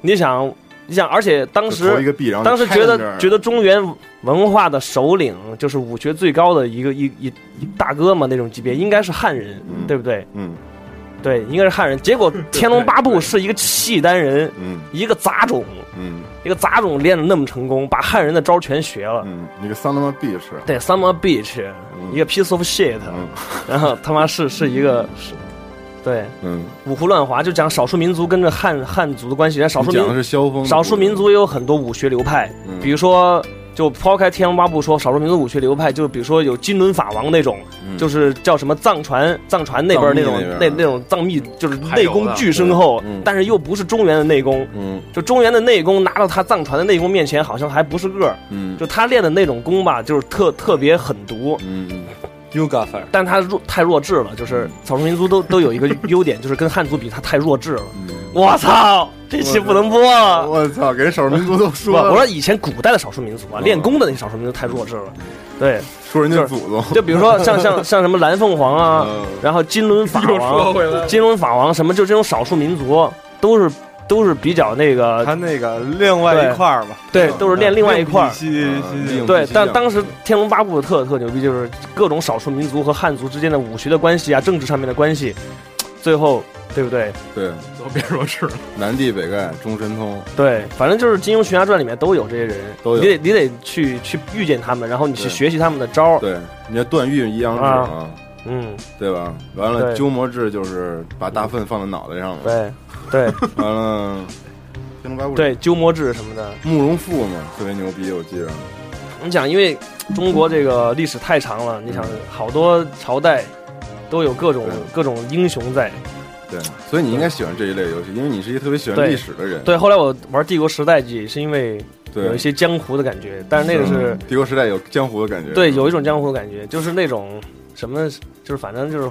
Speaker 1: 你想，你想，而且当
Speaker 3: 就头
Speaker 1: 时
Speaker 3: 一个币，然后
Speaker 1: 当时觉得觉
Speaker 3: 得
Speaker 1: 得中原文化的首领就是武学最高的一个一一一大哥嘛，那种级别应该是汉人，
Speaker 3: 嗯
Speaker 1: 对不对？
Speaker 3: 嗯
Speaker 1: 对，应该是汉人。结果《天龙八部》是一个契丹人，
Speaker 3: 嗯
Speaker 1: 一个杂种，
Speaker 3: 嗯
Speaker 1: 一个杂种练的那么成功，把汉人的招全学了。
Speaker 3: 嗯，你个 son of a bitch，
Speaker 1: 对，Summer Beach，、一个 piece of shit，、
Speaker 3: 嗯
Speaker 1: 然后他妈是是一个是，对，
Speaker 3: 嗯，
Speaker 1: 五胡乱华就讲少数民族跟着汉汉族的关系，但少
Speaker 3: 你
Speaker 1: 数
Speaker 3: 讲的
Speaker 1: 民
Speaker 3: 是萧峰的
Speaker 1: 少数
Speaker 3: 故事
Speaker 1: 民，族也有很多武学流派，
Speaker 3: 嗯
Speaker 1: 比如说就抛开《天龙八部》说，少数民族武学流派，就比如说有金轮法王那种，
Speaker 3: 嗯
Speaker 1: 就是叫什么藏传藏传那边儿
Speaker 3: 藏密
Speaker 1: 那种
Speaker 3: 那边儿
Speaker 1: 那那种藏密，就是
Speaker 6: 还
Speaker 1: 内
Speaker 6: 有
Speaker 1: 功
Speaker 6: 的
Speaker 1: 巨深厚，
Speaker 3: 嗯
Speaker 1: 但是又不是中原的内功，
Speaker 3: 嗯
Speaker 1: 就中原的内功拿到他藏传的内功面前，好像还不是个儿。
Speaker 3: 嗯
Speaker 1: 就他练的那种功吧，就是特特别狠毒，
Speaker 3: 嗯嗯
Speaker 4: Yoga Fire，
Speaker 1: 但他弱太弱智了，就是少数民族都都有一个优点，就是跟汉族比，他太弱智了。我操，这期不能播
Speaker 3: 嗯，
Speaker 1: 了。
Speaker 3: 我
Speaker 4: 啊
Speaker 3: 操，给少数民族都
Speaker 1: 不，
Speaker 3: 说
Speaker 1: 我
Speaker 3: 了
Speaker 1: 说以前古代的少数民族啊，
Speaker 3: 嗯
Speaker 1: 练功的那些少数民族太弱智了。对，
Speaker 3: 说人家祖宗，
Speaker 1: 就比如说 像像像什么蓝凤凰啊，
Speaker 3: 嗯
Speaker 1: 然后金轮法王、金轮法王什么，就这种少数民族都是都是比较那个，
Speaker 7: 他那个另外一块儿嗯吧，
Speaker 1: 对，都是练另外一块儿。
Speaker 7: 西西
Speaker 3: 嗯
Speaker 1: 对，但当时《
Speaker 3: 西
Speaker 1: 天龙八部》的特特牛逼，就是各种少数民族和汉族之间的武学的关系啊，政治上面的关系，最后对不对？
Speaker 3: 对
Speaker 6: 都别说是了，
Speaker 3: 南帝北丐中神通，
Speaker 1: 对，反正就是《金庸群侠传》里面都有这些人，
Speaker 3: 都有
Speaker 1: 你得你得去去遇见他们，然后你去
Speaker 3: 对
Speaker 1: 学习他们的招儿。
Speaker 3: 对，你看段誉一阳指啊，
Speaker 1: 嗯，
Speaker 3: 对吧？完了，
Speaker 1: 对
Speaker 3: 鸠摩智就是把大粪放在脑袋上了，
Speaker 1: 对，对
Speaker 3: 完了，天龙八部
Speaker 1: 对，鸠摩智什么的。
Speaker 3: 慕容复嘛，特别牛逼，我记着，
Speaker 1: 你想，因为中国这个历史太长了，你想好多朝代都有各种
Speaker 3: 嗯对
Speaker 1: 各种英雄在。
Speaker 3: 对，所以你应该喜欢这一类游戏，因为你是一个特别喜欢
Speaker 1: 对
Speaker 3: 历史的人，
Speaker 1: 对，后来我玩《帝国时代记》是因为
Speaker 3: 对，嗯
Speaker 1: 有一些江湖的感觉，但是那个是。
Speaker 3: 帝国时代有江湖的感觉，
Speaker 1: 对，有一种江湖的感觉，就是那种什么，就是反正就是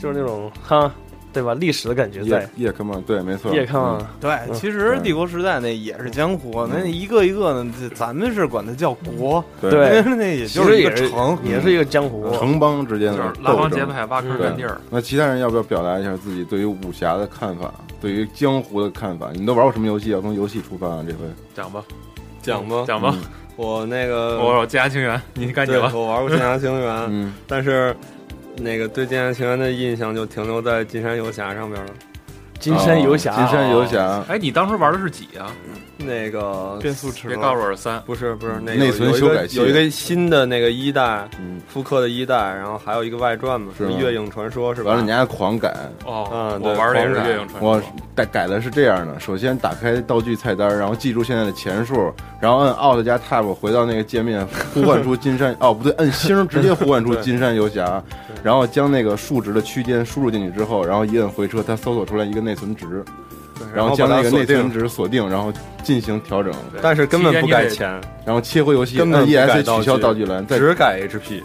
Speaker 1: 就是那种哈，对吧？历史的感觉在
Speaker 3: 叶。叶克曼，对，没错，
Speaker 1: 叶看
Speaker 3: 嗯
Speaker 1: 啊，
Speaker 7: 对，其实帝国时代那也是江湖，啊那一个一个呢，这咱们是管它叫国，
Speaker 3: 对，
Speaker 1: 对，
Speaker 7: 那那也
Speaker 1: 其
Speaker 7: 就
Speaker 1: 实
Speaker 7: 一个
Speaker 1: 也是
Speaker 7: 城，
Speaker 1: 也是一个江湖。啊
Speaker 3: 嗯城邦之间
Speaker 6: 就
Speaker 3: 的
Speaker 6: 是拉
Speaker 3: 斗
Speaker 6: 帮结
Speaker 3: 争。
Speaker 6: 派挖坑占地儿。
Speaker 3: 那其他人要不要表达一下自己对于武侠的看法，对于江湖的看法？你们都玩过什么游戏啊？从游戏出发啊，这回
Speaker 6: 讲吧，
Speaker 4: 讲吧，
Speaker 6: 讲吧，
Speaker 4: 嗯我那个
Speaker 6: 我我家清源，你赶紧
Speaker 4: 对，
Speaker 6: 吧。
Speaker 4: 我玩过《剑侠情 缘》
Speaker 3: 嗯，
Speaker 4: 但是那个对《剑侠情缘》的印象就停留在《金山游侠》上面了。
Speaker 1: 金山游
Speaker 3: 哦
Speaker 1: 侠，
Speaker 3: 金山游侠，
Speaker 6: 哎，你当时玩的是几啊？
Speaker 4: 那个
Speaker 7: 变速齿
Speaker 6: 别
Speaker 7: 轮
Speaker 6: 告。诉我是三，
Speaker 4: 不是不是那个
Speaker 3: 内存
Speaker 4: 有一
Speaker 3: 修
Speaker 4: 个
Speaker 3: 改器
Speaker 4: 有一个新的那个一代
Speaker 3: 嗯，
Speaker 4: 复刻的一代，然后还有一个外传嘛，
Speaker 3: 是
Speaker 4: 什
Speaker 3: 吗
Speaker 4: 么月影传说是吧？
Speaker 3: 完了你还狂改，
Speaker 6: 哦
Speaker 4: 嗯，对
Speaker 6: 我玩的也是
Speaker 3: 狂改
Speaker 6: 月影传说
Speaker 3: 我。改改的是这样的：首先打开道具菜单，然后记住现在的钱数，然后按 Alt 加 Tab 回到那个界面，呼唤出金山哦，不对，按星儿直接呼唤出金山游侠，然后将那个数值的区间输入进去之后，然后一摁回车，它搜索出来一个内存值，
Speaker 4: 对
Speaker 3: 然
Speaker 4: 然
Speaker 3: 后将
Speaker 4: 把
Speaker 3: 那
Speaker 4: 它
Speaker 3: 个内
Speaker 4: 锁
Speaker 3: 存，
Speaker 4: 定
Speaker 3: 值锁定，然后进行调整，
Speaker 6: 对
Speaker 4: 但是根本不改
Speaker 6: 期间
Speaker 4: 钱，
Speaker 3: 然后切回游戏，
Speaker 4: 根本
Speaker 3: 按
Speaker 4: 不改
Speaker 3: ES
Speaker 4: 道
Speaker 3: 取消
Speaker 4: 具
Speaker 3: 道具栏，再
Speaker 4: 只改 HP。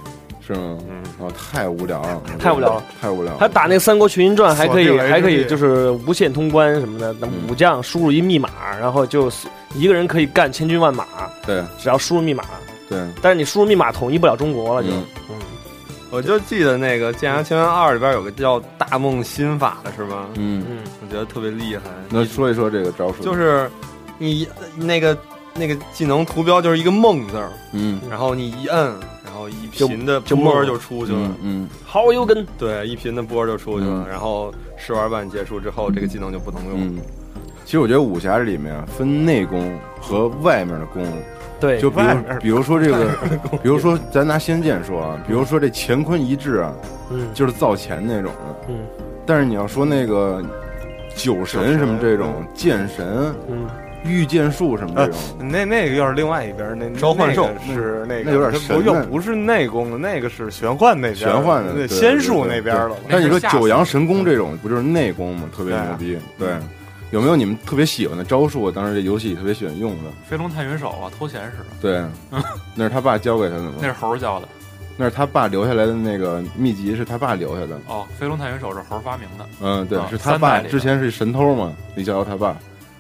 Speaker 3: 是吗？
Speaker 4: 嗯，
Speaker 3: 哦，太无聊了，
Speaker 1: 太无聊了，
Speaker 3: 太无聊了，
Speaker 1: 他打那《三国群英传》还可
Speaker 7: 锁
Speaker 1: 以，
Speaker 7: 定了
Speaker 1: 还可
Speaker 7: HP
Speaker 1: 以就是无限通关什么的。那
Speaker 3: 嗯
Speaker 1: 武将输入一密码，然后就是一个人可以干千军万马，
Speaker 3: 对
Speaker 1: 只要输入密码。
Speaker 3: 对，
Speaker 1: 但是你输入密码统一不了中国了，就
Speaker 3: 嗯
Speaker 4: 我就记得那个《剑侠情缘二》里边有个叫大梦心法的是吗？
Speaker 3: 嗯，
Speaker 1: 嗯，
Speaker 4: 我觉得特别厉害。
Speaker 3: 那说一说这个招数，
Speaker 4: 就是你那个那个技能图标就是一个梦字儿，
Speaker 3: 嗯。
Speaker 4: 然后你一摁，然后一
Speaker 1: 就
Speaker 4: 频的
Speaker 1: 就
Speaker 4: 波
Speaker 1: 梦
Speaker 4: 儿
Speaker 1: 了
Speaker 4: 就出去了
Speaker 3: 嗯。嗯，
Speaker 1: 好有根，
Speaker 4: 对，一频的波儿就出去了，
Speaker 3: 嗯
Speaker 4: 然后试玩版结束之后，这个技能就不能用了。
Speaker 3: 嗯，其实我觉得武侠这里面啊分内功和外面的功，
Speaker 1: 对，
Speaker 3: 就比如比如说这个，比如说咱拿《仙剑》说啊，比如说这乾坤一掷啊，
Speaker 1: 嗯
Speaker 3: 就是造钱那种的。
Speaker 1: 嗯
Speaker 3: 但是你要说那个酒神什么这种，剑神、
Speaker 1: 嗯，
Speaker 3: 御剑术什么这种，
Speaker 7: 呃那那个又是另外一边儿，那
Speaker 4: 召唤兽
Speaker 7: 那个是那
Speaker 3: 嗯
Speaker 7: 个，
Speaker 3: 那有点
Speaker 7: 它
Speaker 3: 神
Speaker 7: 不又
Speaker 3: 呢
Speaker 7: 不是内功的，那个是玄幻那边儿，
Speaker 3: 玄幻的
Speaker 7: 对
Speaker 3: 对
Speaker 7: 仙术
Speaker 3: 对对
Speaker 7: 那边儿了
Speaker 3: 对
Speaker 7: 吧。
Speaker 3: 但你说
Speaker 6: 那是吓死
Speaker 3: 九阳神功这种，不就是内功吗？特别牛逼。对，有没有你们特别喜欢的招数？当时这游戏里特别喜欢用的，
Speaker 6: 飞龙探云手啊，偷钱使的，
Speaker 3: 对，那是他爸教给他的吗？
Speaker 6: 那是猴儿教的。
Speaker 3: 那是他爸留下来的那个秘籍，是他爸留下的。
Speaker 6: 哦，飞龙探云手是猴儿发明的。
Speaker 3: 嗯，对
Speaker 6: 啊，
Speaker 3: 是他
Speaker 6: 三代
Speaker 3: 爸
Speaker 6: 里的
Speaker 3: 之前是神偷嘛，李逍遥他爸，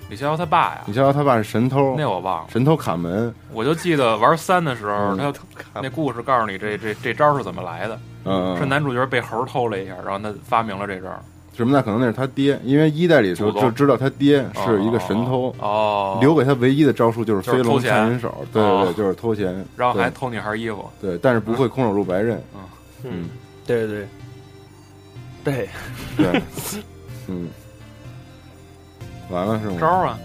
Speaker 6: 李逍遥他爸呀
Speaker 3: 你，逍遥他爸是神偷，
Speaker 6: 那我忘了，
Speaker 3: 神偷卡门，
Speaker 6: 我就记得玩三的时候，
Speaker 3: 嗯
Speaker 6: 他那故事告诉你这这这招是怎么来的，
Speaker 3: 嗯，
Speaker 6: 是男主角被猴偷了一下，然后他发明了这招，
Speaker 3: 什么？那可能那是他爹，因为一代里头
Speaker 6: 祖宗
Speaker 3: 就知道他爹是一个神偷，
Speaker 6: 哦，
Speaker 3: 留给他唯一的招数就是飞
Speaker 6: 就是偷
Speaker 3: 龙
Speaker 6: 钱
Speaker 3: 探云手，对对
Speaker 6: 哦
Speaker 3: 对，就是偷钱，
Speaker 6: 然后还偷女孩衣服，
Speaker 3: 对，对但是不会空手入白刃，
Speaker 1: 嗯，对对对，对，
Speaker 3: 对，嗯，完了是吗？
Speaker 6: 招啊，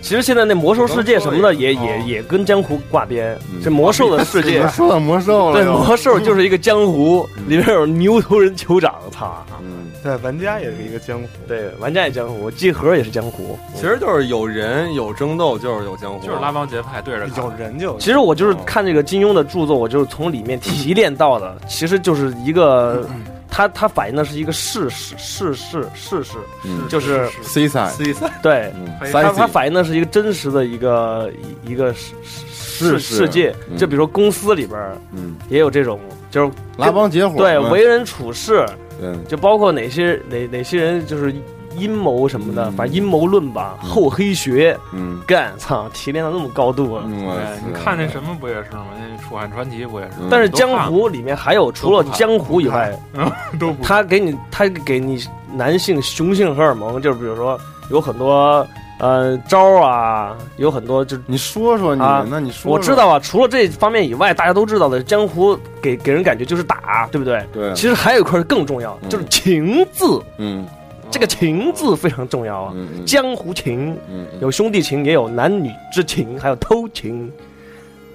Speaker 1: 其实现在那魔兽世界什么的也
Speaker 6: 哦
Speaker 1: 也也跟江湖挂边
Speaker 3: 嗯，
Speaker 1: 这魔兽的世
Speaker 3: 怎
Speaker 1: 界
Speaker 3: 么，说到魔兽了
Speaker 1: 对
Speaker 3: 又，
Speaker 1: 魔兽就是一个江湖，里面有牛头人酋长，操，
Speaker 3: 嗯，
Speaker 7: 对，玩家也是一个江湖，
Speaker 1: 对，玩家也江湖，集合也是江湖。
Speaker 3: 嗯
Speaker 4: 其实就是有人有争斗，就是有江湖，
Speaker 6: 就是拉帮结派对着干
Speaker 7: 有人就有
Speaker 1: 其实我
Speaker 3: 哦
Speaker 1: 就是看这个金庸的著作，我就是从里面提炼到的，
Speaker 3: 嗯
Speaker 1: 其实就是一个，它它反映的是一个事实事事事实，
Speaker 3: 嗯
Speaker 1: 就是
Speaker 3: ，C 赛，
Speaker 7: C 三
Speaker 1: 对，
Speaker 3: 嗯
Speaker 6: 可以
Speaker 3: 塞
Speaker 1: 它
Speaker 3: 西
Speaker 1: 它反映的是一个真实的一个一一个世世
Speaker 3: 事实
Speaker 1: 世界，
Speaker 3: 嗯
Speaker 1: 就比如说公司里边儿
Speaker 3: 嗯，
Speaker 1: 也有这种，就是
Speaker 3: 拉帮结伙嘛，
Speaker 1: 对为人处事，
Speaker 3: 对，
Speaker 1: 就包括哪些哪哪些人就是阴谋什么的，
Speaker 3: 嗯
Speaker 1: 反正阴谋论吧，厚黑学
Speaker 3: 嗯，
Speaker 1: 干，操，提炼到那么高度了。
Speaker 6: 哎
Speaker 3: 嗯我
Speaker 6: 你看那什么不也是吗？那《楚汉传奇》不也是？
Speaker 3: 嗯
Speaker 1: 但是
Speaker 6: 都
Speaker 1: 江
Speaker 6: 看
Speaker 1: 湖里面还有除了江湖以外，
Speaker 6: 都不
Speaker 1: 他给你他给你男性雄性荷尔蒙，就是比如说有很多呃招啊，有很多就
Speaker 3: 你说说你
Speaker 1: 啊，
Speaker 3: 那你说，
Speaker 1: 我知，道啊，除了这方面以外，大家都知道的江湖给给人感觉就是打，对不对？
Speaker 3: 对，
Speaker 1: 其实还有一块更重要，
Speaker 3: 嗯
Speaker 1: 就是情字，
Speaker 3: 嗯
Speaker 1: 这个情字非常重要啊。
Speaker 3: 嗯嗯
Speaker 1: 江湖情
Speaker 3: 嗯嗯
Speaker 1: 有兄弟情，也有男女之情，还有偷情。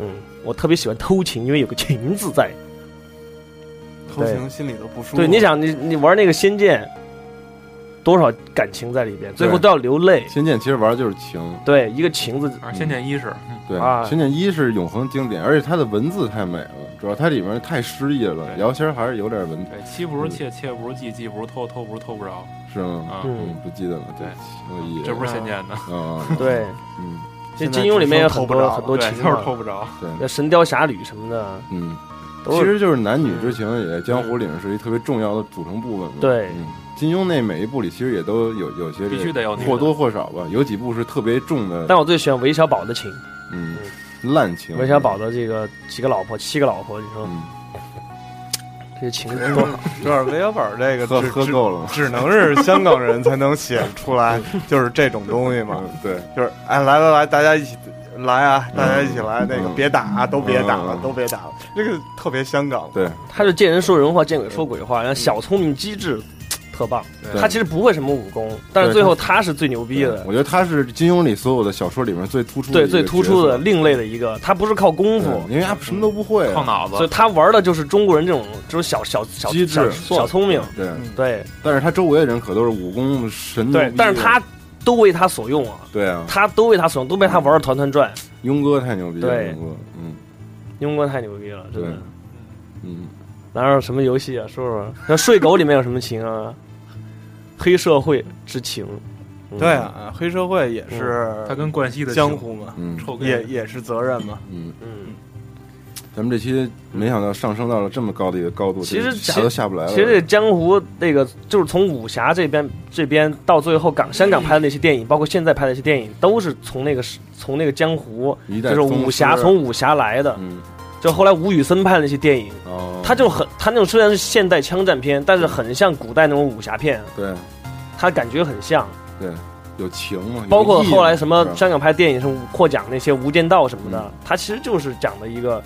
Speaker 1: 嗯，我特别喜欢偷情，因为有个情字在。
Speaker 7: 偷情心里头不舒服。
Speaker 1: 对，你想，你你玩那个《仙剑》，多少感情在里边，最后
Speaker 3: 对
Speaker 1: 都要流泪。
Speaker 3: 仙剑其实玩的就是情，
Speaker 1: 对，一个情字，
Speaker 6: 啊，《仙剑一》是，嗯
Speaker 3: 对，
Speaker 1: 啊
Speaker 3: 仙剑一》是永恒经典，而且它的文字太美了，主要它里面太诗意了，
Speaker 6: 对
Speaker 3: 聊天还是有点文，嗯
Speaker 6: 对，妻不如妾，妾不如妓，妓不如偷，偷不如偷不着
Speaker 3: 是吗？
Speaker 6: 啊。
Speaker 1: 嗯
Speaker 3: 嗯，，不记得了，对，我意
Speaker 6: 这不是仙剑的，
Speaker 3: 啊，
Speaker 1: 对。
Speaker 3: 嗯
Speaker 1: 这
Speaker 7: 现在
Speaker 1: 金庸里面有
Speaker 7: 只
Speaker 1: 很
Speaker 7: 剩
Speaker 1: 多
Speaker 7: 偷
Speaker 1: 很
Speaker 7: 不
Speaker 1: 多
Speaker 6: 对，
Speaker 1: 情
Speaker 6: 就是偷
Speaker 1: 嘛，
Speaker 6: 不着。
Speaker 3: 对
Speaker 1: 那《神雕侠侣》什么的，
Speaker 3: 嗯，
Speaker 1: 都
Speaker 3: 其
Speaker 1: 是
Speaker 3: 实就是男女之情也江湖里面是一特别重要的组成部分嘛。
Speaker 1: 对
Speaker 3: 嗯，金庸那每一部里其实也都有有些这个
Speaker 6: 必须得有女的
Speaker 3: 或多或少吧，有几部是特别重的，
Speaker 1: 但我最喜欢韦小宝的情，
Speaker 3: 嗯，滥情。啊
Speaker 1: 韦小宝的这个几个老婆，七个老婆，你说
Speaker 3: 嗯，
Speaker 1: 这些情 多好？
Speaker 7: 主要是韦小宝这个
Speaker 3: 喝
Speaker 7: 只
Speaker 3: 喝够了吗？
Speaker 7: 只，只能是香港人才能写 出来，就是这种东西嘛
Speaker 3: 嗯。，对，
Speaker 7: 就是哎，来来来，大家一起来啊，大家一起来，那个
Speaker 3: 嗯
Speaker 7: 别打啊，都别打了
Speaker 3: 嗯，
Speaker 7: 都别打了，这个特别香港。
Speaker 3: 对，
Speaker 1: 他是见人说人话，见鬼说鬼话，然后小聪明机智，特棒。
Speaker 3: 对
Speaker 1: 他其实不会什么武功，但是最后他是最牛逼的，
Speaker 3: 我觉得他是金庸里所有的小说里面最突出的
Speaker 1: 对
Speaker 3: 一个
Speaker 1: 最突出
Speaker 3: 角
Speaker 1: 的
Speaker 3: 色
Speaker 1: 另类的一个。他不是靠功夫
Speaker 3: 嗯，因为他什么都不会啊，
Speaker 6: 嗯靠脑
Speaker 1: 所以
Speaker 6: 子，
Speaker 1: 他玩的就是中国人这种这种小小小
Speaker 3: 机
Speaker 1: 小
Speaker 3: 智
Speaker 1: 小聪明。
Speaker 3: 对，
Speaker 7: 嗯
Speaker 1: 对
Speaker 3: 但是他周围的人可都是武功神
Speaker 1: 对
Speaker 3: 牛，逼
Speaker 1: 但是
Speaker 3: 的
Speaker 1: 他都为他所用啊，
Speaker 3: 对啊，
Speaker 1: 他都为他所用，都被他玩的团团转。
Speaker 3: 庸哥太牛逼了，
Speaker 1: 对
Speaker 3: 庸哥，嗯
Speaker 1: 庸哥太牛逼了，真的
Speaker 3: 对。嗯，
Speaker 1: 哪有什么游戏啊？说说， 那《睡狗》里面有什么情啊？黑社会之情，嗯
Speaker 7: 对，啊，黑社会也是
Speaker 6: 他跟冠希的
Speaker 7: 江湖嘛，
Speaker 3: 嗯
Speaker 6: 臭
Speaker 7: 也也是责任嘛。
Speaker 3: 嗯，
Speaker 1: 嗯，
Speaker 3: 咱们这期没想到上升到了这么高的一个高度，
Speaker 1: 其实
Speaker 3: 这下都下不来了。
Speaker 1: 其实这江湖那个就是从武侠这边这边到最后港香港拍的那些电影，包括现在拍的那些电影，都是从那个时从那个江湖，
Speaker 3: 一代
Speaker 1: 就是
Speaker 3: 宗
Speaker 1: 武侠
Speaker 3: 师
Speaker 1: 从武侠来的，
Speaker 3: 嗯
Speaker 1: 就后来吴宇森拍的那些电影。
Speaker 3: 哦，
Speaker 1: 他就很，他那种虽然是现代枪战片，但是很像古代那种武侠片，
Speaker 3: 对
Speaker 1: 他感觉很像。
Speaker 3: 对有情嘛，有
Speaker 1: 包括
Speaker 3: 义嘛
Speaker 1: 后来什么
Speaker 3: 是吧嗯
Speaker 1: 香港拍电影什么获奖那些《无间道》什么的，它其实就是讲的一个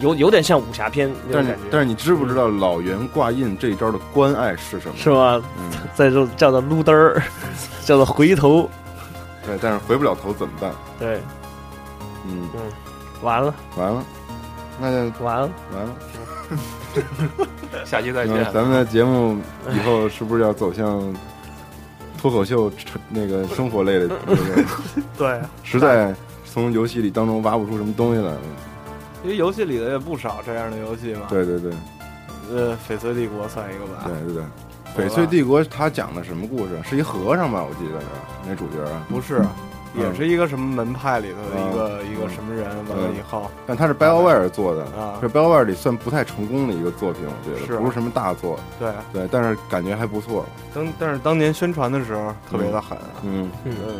Speaker 1: 有有点像武侠片那种
Speaker 3: 但是
Speaker 1: 感
Speaker 3: 你
Speaker 1: 觉，
Speaker 3: 但是你知不知道老袁挂印这一招的关爱是什么？
Speaker 1: 是吗？
Speaker 3: 嗯，
Speaker 1: 在这叫做撸嘚儿， 叫做回头，
Speaker 3: 对，但是回不了头怎么办？
Speaker 1: 对，
Speaker 3: 嗯，
Speaker 1: 完了
Speaker 3: 完了，那就
Speaker 1: 完了，
Speaker 3: 完 了。
Speaker 6: 下期再见
Speaker 3: 那。咱们的节目以后是不是要走向脱口秀那个生活 类的？那个
Speaker 1: 对，
Speaker 3: 实在从游戏里当中挖不出什么东西来了。
Speaker 7: 因为游戏里的也不少这样的游戏嘛。，
Speaker 3: 对对对
Speaker 7: 呃，翡翠帝国算一个吧。
Speaker 3: 对对对，翡翠帝国它讲的什么故事？是一和尚吧？我记得是那主角啊，
Speaker 7: 不是，也是一个什么门派里头的一个
Speaker 3: 嗯
Speaker 7: 一个什么人，完了以后
Speaker 3: 但他是 BioWare 做的，
Speaker 7: 啊
Speaker 3: 是，BioWare 里算不太成功的一个作品，我觉
Speaker 7: 是啊
Speaker 3: 得不是什么大作，
Speaker 7: 对，
Speaker 3: 对，但是感觉还不错。
Speaker 7: 当但是当年宣传的时候特别的狠啊，
Speaker 3: 嗯，
Speaker 1: 嗯，
Speaker 7: 嗯，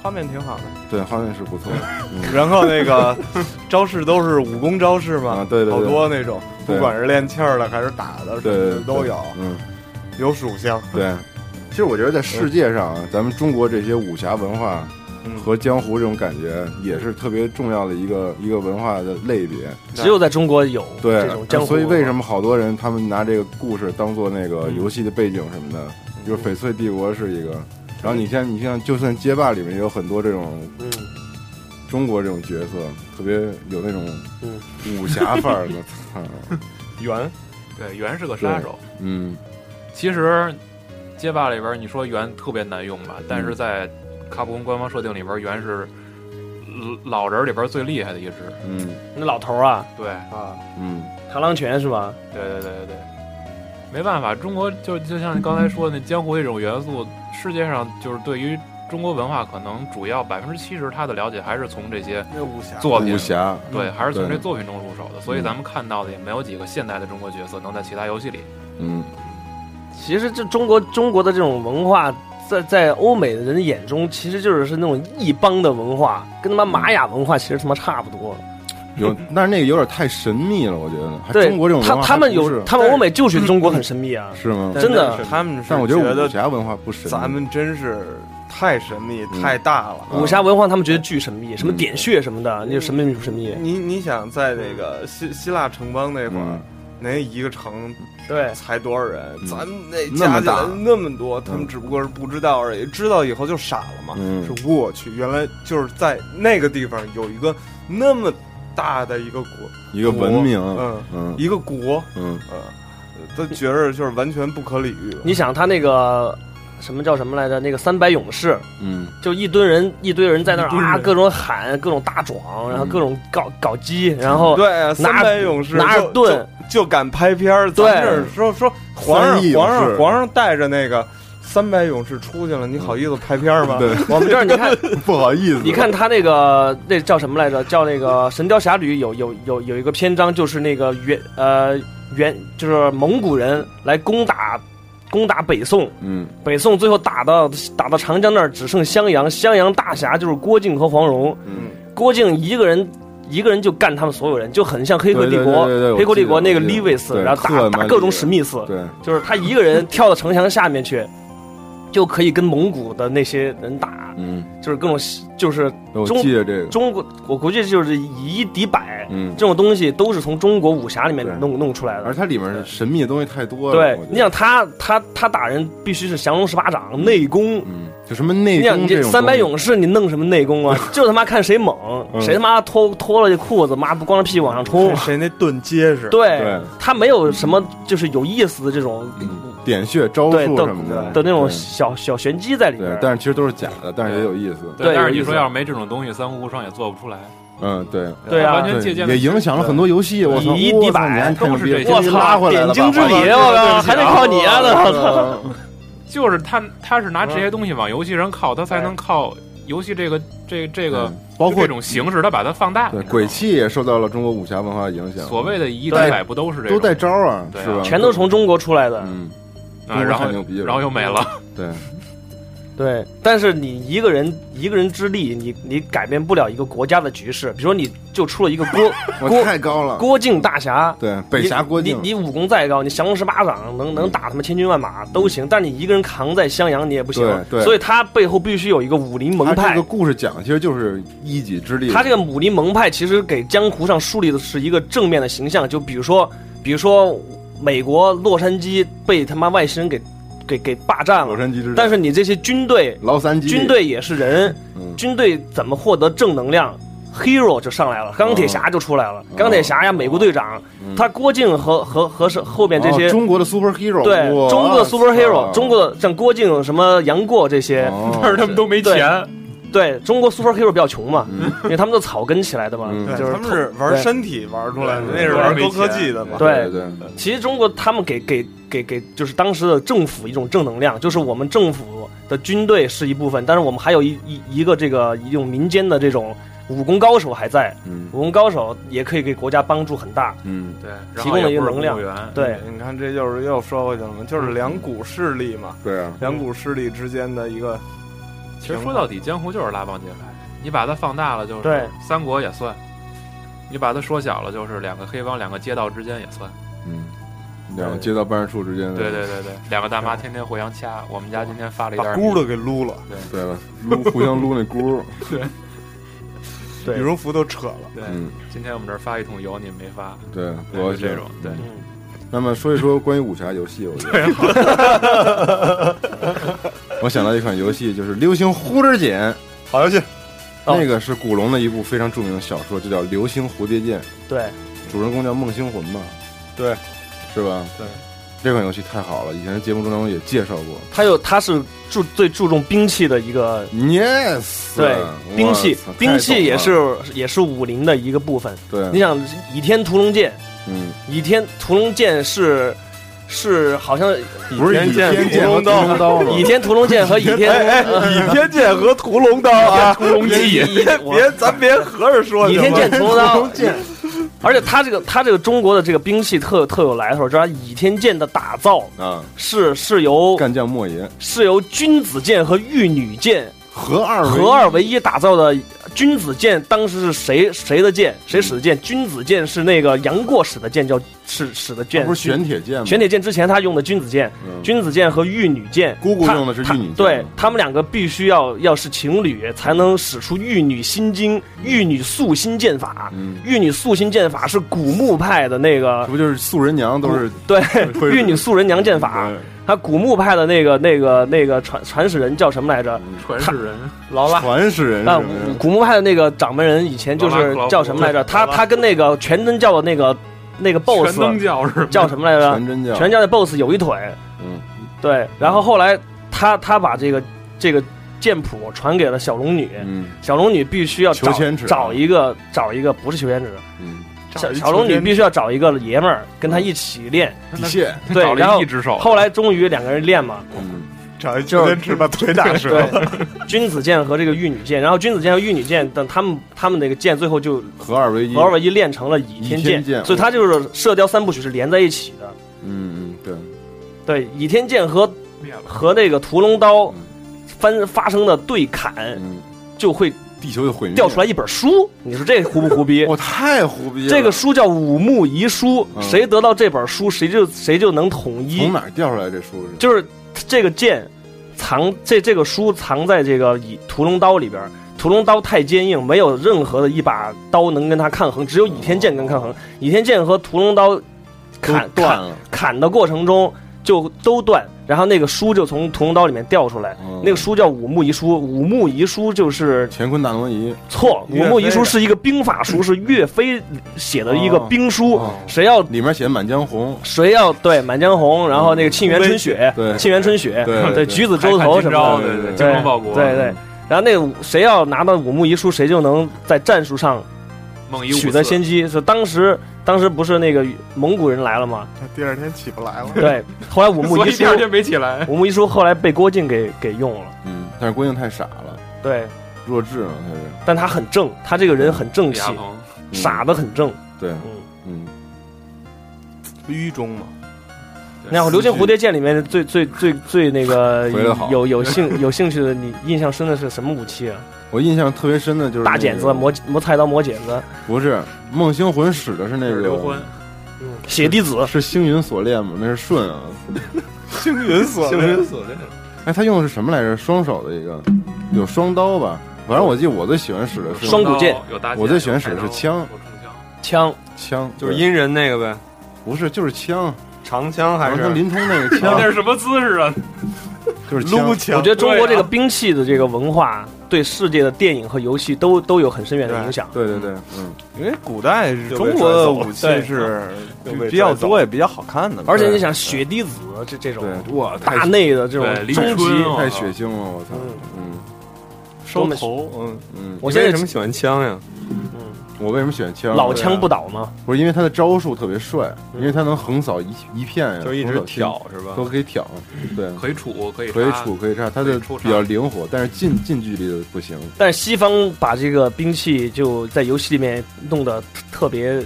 Speaker 7: 画面挺好的。
Speaker 3: 对，画面是不错的。嗯，
Speaker 7: 然后那个招式都是武功招式嘛，
Speaker 3: 啊对对对
Speaker 7: 好多那种，
Speaker 3: 对
Speaker 7: 不管是练气儿的还是打的，什
Speaker 3: 对
Speaker 7: 么
Speaker 3: 对
Speaker 7: 的
Speaker 3: 对
Speaker 7: 都有，
Speaker 3: 嗯，
Speaker 7: 有属性。
Speaker 3: 对。其实我觉得在世界上，咱们中国这些武侠文化
Speaker 7: 嗯
Speaker 3: 和江湖这种感觉，也是特别重要的一个一个文化的类别。
Speaker 7: 对
Speaker 1: 只有在中国有
Speaker 3: 对
Speaker 1: 这种江湖，
Speaker 3: 所以为什么好多人他们拿这个故事当做那个游戏的背景什么的，就是翡翠帝国是一个。然后你像你像，就算街霸里面也有很多这种
Speaker 1: 嗯
Speaker 3: 中国这种角色，特别有那种
Speaker 1: 嗯
Speaker 3: 武侠范儿的。操
Speaker 4: 圆
Speaker 6: 对，袁是个杀手。
Speaker 3: 嗯，
Speaker 6: 其实街霸里边你说袁特别难用吧，但
Speaker 7: 嗯
Speaker 6: 是在卡普空官方设定里边，袁是呃老人里边最厉害的一只。
Speaker 3: 嗯
Speaker 1: 那老头儿啊，
Speaker 6: 对，
Speaker 7: 啊，
Speaker 3: 嗯，
Speaker 1: 螳螂拳是吧？
Speaker 6: 对对对对对，没办法，中国就就像你刚才说的那江湖这种元素，世界上就是对于中国文化可能主要百分之七十他的了解还是从这些
Speaker 7: 那武侠嗯
Speaker 6: 作品
Speaker 3: 武。侠，
Speaker 6: 对，还是从
Speaker 3: 对
Speaker 6: 这作品中入手的，所以咱们看到的也没有几个现代的中国角色能在其他游戏里。
Speaker 3: 嗯，
Speaker 1: 其实这中国中国的这种文化，在在欧美的人眼中，其实就是是那种异邦的文化，跟他妈玛雅文化其实他妈差不多。
Speaker 3: 有，但是那个有点太神秘了，我觉得。还
Speaker 1: 对，
Speaker 3: 啊中国这种文
Speaker 1: 他
Speaker 3: 化
Speaker 1: 他们
Speaker 3: 还不
Speaker 1: 有
Speaker 3: 是
Speaker 1: 他们欧美就觉得中国很神秘啊。
Speaker 3: 是吗？
Speaker 7: 但
Speaker 1: 真的
Speaker 7: 是他们是
Speaker 3: 但我
Speaker 7: 觉
Speaker 3: 觉得武
Speaker 7: 得
Speaker 3: 侠文化不神秘。
Speaker 7: 嗯咱们真是太神秘、
Speaker 3: 嗯
Speaker 7: 太大了。嗯
Speaker 3: 嗯
Speaker 1: 武侠文化他们觉得巨神秘，什么点穴什么的，那就神秘不神秘？
Speaker 7: 你你想在那个希希腊城邦那会儿
Speaker 3: 嗯，
Speaker 7: 那一个城
Speaker 1: 对，
Speaker 7: 才多少人？
Speaker 3: 嗯
Speaker 7: 咱们那
Speaker 3: 那
Speaker 7: 加
Speaker 3: 么
Speaker 7: 起来
Speaker 3: 大
Speaker 7: 那么多，他们只不过是不知道而已，知道以后就傻了嘛。
Speaker 3: 嗯
Speaker 7: 是我去，原来就是在那个地方有一个那么大的一个国，
Speaker 3: 一个文明，
Speaker 7: 嗯
Speaker 3: 嗯
Speaker 7: 一个国，
Speaker 3: 嗯
Speaker 7: 嗯，都觉着就是完全不可理喻啊了。
Speaker 1: 你想他那个什么叫什么来着？那个三百勇士，
Speaker 3: 嗯
Speaker 1: 就一堆人一堆人在那儿
Speaker 6: 一堆人
Speaker 1: 啊，各种喊，各种大壮，然后
Speaker 3: 嗯
Speaker 1: 各种搞搞基，然后
Speaker 7: 对，三
Speaker 1: 拿
Speaker 7: 百勇士
Speaker 1: 拿着
Speaker 7: 就
Speaker 1: 盾
Speaker 7: 就就敢拍片儿。咱
Speaker 1: 对
Speaker 7: 这儿说说皇上
Speaker 3: 三亿勇士
Speaker 7: 皇上皇上带着那个三百勇士出去了，你好意思拍片儿吗？
Speaker 3: 对，
Speaker 1: 我们这儿你看，
Speaker 3: 不好意思，
Speaker 1: 你看他那个那叫什么来着？叫那个《神雕侠侣》有有有有一个篇章，就是那个元呃元就是蒙古人来攻打攻打北宋，
Speaker 3: 嗯，
Speaker 1: 北宋最后打到打到长江那儿只剩襄阳，襄阳大侠就是郭靖和黄蓉，
Speaker 3: 嗯
Speaker 1: 郭靖一个人。一个人就干他们所有人，就很像《黑客帝国
Speaker 3: 对对对对对》。我
Speaker 1: 黑客帝国
Speaker 3: 记
Speaker 1: 那
Speaker 3: 得
Speaker 1: 个
Speaker 3: 我记得
Speaker 1: Lewis，
Speaker 3: 对
Speaker 1: 然后
Speaker 3: 克
Speaker 1: 打
Speaker 3: 曼
Speaker 1: 打
Speaker 3: 利
Speaker 1: 各种
Speaker 3: 维
Speaker 1: 史密斯，
Speaker 3: 对，
Speaker 1: 就是他一个人跳到城墙下面去，就可以跟蒙古的那些人打，
Speaker 3: 嗯，
Speaker 1: 就是各种就是
Speaker 3: 我
Speaker 1: 中
Speaker 3: 记得这个，
Speaker 1: 中国，我估计就是以一敌百，
Speaker 3: 嗯
Speaker 1: 这，种东西都是从中国武侠里面
Speaker 3: 对
Speaker 1: 弄弄出来
Speaker 3: 而
Speaker 1: 的。
Speaker 3: 它里面神秘的东西太多了，
Speaker 1: 对
Speaker 3: 我觉，得
Speaker 1: 你想，他他他打人必须是降龙十八掌内功，
Speaker 3: 嗯，就什么内
Speaker 1: 你想
Speaker 3: 功
Speaker 1: 你
Speaker 3: 这
Speaker 1: 这
Speaker 3: 种
Speaker 1: 三百
Speaker 3: 东西，
Speaker 1: 勇士你弄什么内功 啊？就他妈看谁猛，
Speaker 3: 嗯
Speaker 1: 谁他妈脱脱了这裤子，妈不光着屁股往上冲。
Speaker 7: 谁那盾结实？
Speaker 1: 对
Speaker 3: 对，
Speaker 1: 他没有什么就是有意思的这种
Speaker 3: 嗯点穴招
Speaker 1: 对
Speaker 3: 数
Speaker 1: 都
Speaker 3: 什么的
Speaker 1: 的那种
Speaker 3: 对
Speaker 1: 小小玄机在里
Speaker 3: 对
Speaker 1: 边，。
Speaker 3: 但是其实都是假的，但是也有意思，
Speaker 1: 对
Speaker 6: 但
Speaker 1: 有
Speaker 6: 是
Speaker 1: 意
Speaker 6: 你
Speaker 1: 思
Speaker 6: 说要是没这种东西，三国无双也做不出来。
Speaker 3: 嗯，对。
Speaker 1: 对啊
Speaker 6: 完，全借鉴了
Speaker 3: 也影响了很多游戏，我操！
Speaker 1: 以一敌
Speaker 3: 我操
Speaker 1: 百
Speaker 3: 你还太牛逼了
Speaker 6: 都是这
Speaker 3: 终
Speaker 6: 些
Speaker 3: 于拉回来了
Speaker 1: 点
Speaker 3: 吧，
Speaker 1: 睛之笔，
Speaker 3: 把
Speaker 1: 我靠，还得靠你啊！我操，
Speaker 6: 就是他他是拿这些东西往游戏上靠，他才能靠游戏这个这这个
Speaker 3: 嗯包
Speaker 6: 就
Speaker 3: 括
Speaker 6: 这种形式，他把它放大。
Speaker 3: 对鬼泣也受到了中国武侠文化的影响，
Speaker 6: 所谓的一敌
Speaker 3: 对
Speaker 6: 百不都是这
Speaker 3: 都
Speaker 6: 种
Speaker 3: 带招啊，
Speaker 6: 对啊
Speaker 3: 是吧？
Speaker 1: 全都是从中国出来的。
Speaker 3: 嗯，
Speaker 6: 啊？然后
Speaker 3: 太牛逼了
Speaker 6: 然后又没了。
Speaker 3: 对，
Speaker 1: 对，但是你一个人一个人之力，你你改变不了一个国家的局势。比如说，你就出了一个郭
Speaker 3: 我
Speaker 1: 郭
Speaker 3: 太高了，
Speaker 1: 郭靖大侠，
Speaker 3: 对北峡郭靖，
Speaker 1: 你你你武功再高，你降龙十八掌能能打他妈千军万马都行，但你一个人扛在襄阳你也不行。
Speaker 3: 对对
Speaker 1: 所以他背后必须有一个武林
Speaker 3: 他
Speaker 1: 盟
Speaker 3: 这
Speaker 1: 派
Speaker 3: 个。故事讲的其实就是一己之力，
Speaker 1: 他这个武林盟派其实给江湖上树立的是一个正面的形象，就比如说，比如说美国洛杉矶被他妈外星人给给给霸占
Speaker 3: 洛
Speaker 1: 了，
Speaker 3: 杉矶之
Speaker 1: 但是你这些军队
Speaker 3: 劳三基
Speaker 1: 军，队也是人，
Speaker 3: 嗯
Speaker 1: 军队怎么获得正能量？Hero 就上来了，钢铁侠就出来
Speaker 3: 哦
Speaker 1: 了。钢铁侠呀，美国队长，他郭靖和和和是后面这些
Speaker 3: 嗯哦，中国的 super hero，
Speaker 1: 对
Speaker 3: 哇
Speaker 1: 中国的
Speaker 3: 塞
Speaker 1: superhero，中国的像郭靖、什么杨过这些，
Speaker 3: 哦
Speaker 6: 但是他们都没
Speaker 1: 对
Speaker 6: 钱，
Speaker 1: 对中国 superhero 比较穷嘛，因为他们都草根起来的嘛
Speaker 3: 嗯，
Speaker 7: 对，
Speaker 1: 就是
Speaker 7: 他们是玩身体玩出来的，那
Speaker 6: 对
Speaker 7: 是玩高科技的嘛。
Speaker 3: 对
Speaker 1: 对
Speaker 3: 对，
Speaker 1: 其实中国他们给给给给，就是当时的政府一种正能量，就是我们政府的军队是一部分，但是我们还有一一一个这个一种民间的这种武功高手还在，
Speaker 3: 嗯
Speaker 1: 武功高手也可以给国家帮助很大。
Speaker 3: 嗯
Speaker 6: 对，然
Speaker 1: 提
Speaker 6: 后
Speaker 1: 供了
Speaker 6: 也
Speaker 1: 一个
Speaker 6: 不是
Speaker 1: 能
Speaker 6: 公
Speaker 1: 量
Speaker 6: 务员。
Speaker 1: 对，
Speaker 7: 嗯
Speaker 1: 嗯
Speaker 7: 你看，这就是又说回去了嘛，就是两股势力嘛，
Speaker 3: 对啊，
Speaker 7: 两股势力之间的一个
Speaker 6: 其实说到底，江湖就是拉帮结派。你把它放大了，就
Speaker 1: 对
Speaker 6: 是三国也算；你把它缩小了，就是两个黑帮、两个街道之间也算。
Speaker 3: 嗯，两个街道办事处之间的
Speaker 6: 对对对对，两个大妈天天互相掐。我们家今天发了一
Speaker 7: 把
Speaker 6: 袋
Speaker 7: 箍都给撸了，
Speaker 3: 对吧？撸互相撸那 箍，
Speaker 1: 对
Speaker 7: 羽绒服都扯了。
Speaker 6: 对，
Speaker 3: 嗯，
Speaker 6: 今天我们这儿发一桶油，你们没发，
Speaker 3: 对，
Speaker 6: 对
Speaker 3: 我
Speaker 6: 就这种。对，
Speaker 3: 嗯
Speaker 7: 嗯
Speaker 3: 那么说一说关于武侠游戏，我 觉
Speaker 7: 哎
Speaker 3: 得， 我想到一款游戏，就是《流星蝴蝶剑》，
Speaker 7: 好游戏，
Speaker 1: 哦
Speaker 3: 那个是古龙的一部非常著名的小说，就叫《流星蝴蝶剑》，
Speaker 1: 对，
Speaker 3: 主人公叫孟星魂嘛，
Speaker 7: 对，
Speaker 3: 是吧？
Speaker 7: 对，
Speaker 3: 这款游戏太好了，以前节目中当中也介绍过。
Speaker 1: 他有他是注最注重兵器的一个
Speaker 3: Yes，
Speaker 1: 对兵器
Speaker 3: 哇塞，
Speaker 1: 兵器也
Speaker 3: 太懂了
Speaker 1: 是也是武林的一个部分。你
Speaker 3: 对，
Speaker 1: 想《倚天屠龙剑》，
Speaker 3: 嗯，
Speaker 1: 《倚天屠龙剑》是是好像《
Speaker 3: 不是倚天剑和屠龙刀吗？哎
Speaker 1: 倚天屠龙剑》和《倚 天》
Speaker 7: 倚天剑和屠龙刀啊，屠龙
Speaker 1: 记
Speaker 7: 别咱别合着说。
Speaker 1: 倚天剑、屠龙
Speaker 3: 屠
Speaker 1: 刀
Speaker 3: 龙，剑
Speaker 1: 而且他这个他这个中国的这个兵器特特有来头，就是他倚天剑的打造
Speaker 3: 啊，
Speaker 1: 是是由
Speaker 3: 干将莫邪
Speaker 1: 是由君子剑和玉女剑
Speaker 3: 合二为一
Speaker 1: 合二为一打造的。君子剑当时是谁谁的剑？谁使的剑？君子剑是那个杨过使的剑，叫是使的剑。
Speaker 3: 不是玄铁剑吗？
Speaker 1: 玄铁剑之前他用的君子剑，
Speaker 3: 嗯
Speaker 1: 君子剑和玉女剑，
Speaker 3: 姑姑
Speaker 1: 他
Speaker 3: 用的是
Speaker 1: 他
Speaker 3: 玉女剑
Speaker 1: 对他们两个必须要要是情侣，才能使出玉女心经、玉女素心剑法。
Speaker 3: 嗯
Speaker 1: 玉女素心剑法是古墓派的那个
Speaker 3: 这，不就是素人娘都是
Speaker 1: 对
Speaker 3: 会嗯
Speaker 1: 玉女素人娘剑法，他古墓派的那个那个那个传传使人叫什么来
Speaker 3: 嗯
Speaker 1: 着？
Speaker 6: 传世人
Speaker 1: 劳拉。
Speaker 3: 传世人是
Speaker 1: 啊
Speaker 3: 吧，
Speaker 1: 古墓派的那个掌门人以前就
Speaker 6: 劳拉
Speaker 1: 是
Speaker 6: 克劳
Speaker 1: 叫什么来着？他他跟那个全真教的那个那个 BOSS
Speaker 6: 全能教是吗？
Speaker 1: 叫什么来着？
Speaker 3: 全真教，
Speaker 1: 全教的 BOSS 有一腿，
Speaker 3: 嗯，
Speaker 1: 对，然后后来他他把这个这个剑谱传给了小龙女，
Speaker 3: 嗯
Speaker 1: 小龙女必须要找
Speaker 3: 裘千尺
Speaker 1: 找一个找一个不是裘千尺，
Speaker 3: 嗯，
Speaker 1: 小小龙女必须要找一个爷们儿跟她一起练，
Speaker 3: 底线，
Speaker 1: 对
Speaker 6: 找，
Speaker 1: 然
Speaker 6: 了
Speaker 1: 后
Speaker 6: 一只手，
Speaker 1: 后来终于两个人练嘛，
Speaker 3: 嗯，
Speaker 7: 找一九天池把腿打折
Speaker 1: 对， 君子剑和这个玉女剑，然后君子剑和玉女剑等他们他们那个剑最后就
Speaker 3: 合二为一，
Speaker 1: 合二为一练成了倚天
Speaker 3: 倚天剑
Speaker 1: 所以它就是《射雕三部曲》是连在一起的，
Speaker 3: 嗯嗯，对，
Speaker 1: 对，倚天剑和
Speaker 6: 灭了。
Speaker 1: 和那个屠龙刀
Speaker 3: 嗯
Speaker 1: 翻发生的对砍
Speaker 3: 嗯，
Speaker 1: 就会
Speaker 3: 地球就毁灭，
Speaker 1: 掉出来一本书，你说这胡不胡 逼？
Speaker 3: 我太胡逼了，
Speaker 1: 这个书叫《五木遗书
Speaker 3: 嗯》，
Speaker 1: 谁得到这本书，谁就谁就能统一
Speaker 3: 从。哪儿掉出来这书是？
Speaker 1: 就是这个剑藏这这个书藏在这个倚屠龙刀里边儿，屠龙刀太坚硬，没有任何的一把刀能跟它抗衡，只有倚天剑跟抗衡。倚天剑和屠龙刀砍
Speaker 3: 哦都断
Speaker 1: 砍
Speaker 3: 了，
Speaker 1: 砍的过程中就都断，然后那个书就从屠龙刀里面掉出来。
Speaker 3: 嗯
Speaker 1: 那个书叫《五木遗书》，《五木遗书》就是
Speaker 3: 乾坤大挪移，
Speaker 1: 错，《
Speaker 7: 岳
Speaker 1: 五木遗
Speaker 7: 飞
Speaker 1: 书》
Speaker 7: 的
Speaker 1: 是一个兵法 书，是岳飞写的一个
Speaker 3: 哦
Speaker 1: 兵书
Speaker 3: 哦，
Speaker 1: 谁要
Speaker 3: 里面写《满江红》，嗯
Speaker 1: 谁要对《满江红》，然后那个《沁园春雪》，
Speaker 3: 对
Speaker 1: 沱园春雪》，
Speaker 3: 对对
Speaker 1: 对，橘子洲头什么
Speaker 3: 的
Speaker 6: 对对，
Speaker 3: 对
Speaker 6: 精忠报国，嗯
Speaker 1: 的，对对。然后那个谁要拿到五木遗书，谁就能在战术上
Speaker 6: 梦一五
Speaker 1: 取
Speaker 6: 四
Speaker 1: 得先机。是当时，当时不是那个蒙古人来了吗？
Speaker 7: 第二天起不来了。
Speaker 1: 对，后来五木
Speaker 6: 所
Speaker 1: 遗
Speaker 6: 以
Speaker 1: 书
Speaker 6: 第，二天没起来。
Speaker 1: 五木遗书后来被郭靖给给用了。
Speaker 3: 嗯，但是郭靖太傻了，
Speaker 1: 对，
Speaker 3: 弱智了，他是
Speaker 1: 但他很正，他这个人很正
Speaker 6: 李
Speaker 1: 气
Speaker 6: 亚，鹏，
Speaker 3: 嗯
Speaker 1: 傻的很正。
Speaker 3: 对，
Speaker 1: 嗯，
Speaker 3: 嗯，
Speaker 7: 淤中嘛，
Speaker 1: 然后《流星蝴蝶剑》里面最最最最那个
Speaker 3: 回得好
Speaker 1: 有有兴有兴趣的，你印象深的是什么武器啊？
Speaker 3: 我印象特别深的就是
Speaker 1: 大
Speaker 3: 那
Speaker 1: 剪子、
Speaker 3: 个
Speaker 1: 磨磨菜刀、磨剪子、
Speaker 3: 不是孟星魂使的是那
Speaker 6: 刘欢
Speaker 3: 个，嗯
Speaker 1: 血滴子。
Speaker 3: 是星云锁链吗？那是舜啊，
Speaker 7: 星云锁链，
Speaker 6: 锁链，
Speaker 3: 哎，他用的是什么来着？双手的一个，有双刀吧？反正我记得我最喜欢使的是
Speaker 1: 双股剑
Speaker 6: 有搭箭，
Speaker 3: 我最喜欢使的是
Speaker 6: 有开刀
Speaker 3: 枪
Speaker 6: 有冲枪。
Speaker 1: 枪，
Speaker 3: 枪，
Speaker 4: 就是
Speaker 3: 对
Speaker 4: 阴人那个呗，
Speaker 3: 不是就是枪，
Speaker 4: 长枪还
Speaker 3: 反正
Speaker 4: 是
Speaker 3: 林冲那个
Speaker 6: 那
Speaker 3: 枪
Speaker 6: 是什么姿势啊？
Speaker 3: 就是
Speaker 7: 撸
Speaker 3: 枪，
Speaker 7: 枪。
Speaker 1: 我觉得中国这个兵器的这个文化，对世界的电影和游戏都都有很深远的影响。
Speaker 3: 对对对，嗯，
Speaker 7: 因为古代中国的武器是比较多也比较好看的嘛，
Speaker 1: 而且你想血滴子这这种
Speaker 3: 对，哇，
Speaker 1: 大
Speaker 3: 太
Speaker 1: 内的这
Speaker 6: 对
Speaker 1: 种
Speaker 6: 李
Speaker 1: 终极，
Speaker 6: 春
Speaker 3: 太血腥了，我操，嗯
Speaker 1: 多么
Speaker 7: 头，嗯，
Speaker 3: 嗯，
Speaker 1: 我
Speaker 4: 你为
Speaker 1: 现
Speaker 4: 什
Speaker 1: 在
Speaker 4: 么喜欢枪呀？嗯
Speaker 3: 我为什么喜欢枪？啊
Speaker 1: 老枪不倒嘛，
Speaker 3: 不是因为他的招数特别帅，因为他能横扫一一片呀，
Speaker 4: 嗯就是一直
Speaker 3: 横扫天
Speaker 4: 挑是吧
Speaker 3: 都？可以挑，对。
Speaker 6: 可以杵，可以
Speaker 3: 可以
Speaker 6: 插
Speaker 3: 杵，可以插，他
Speaker 6: 可
Speaker 3: 的
Speaker 6: 以出
Speaker 3: 比较灵活，但是近近距离的不行。
Speaker 1: 但是西方把这个兵器就在游戏里面弄得特别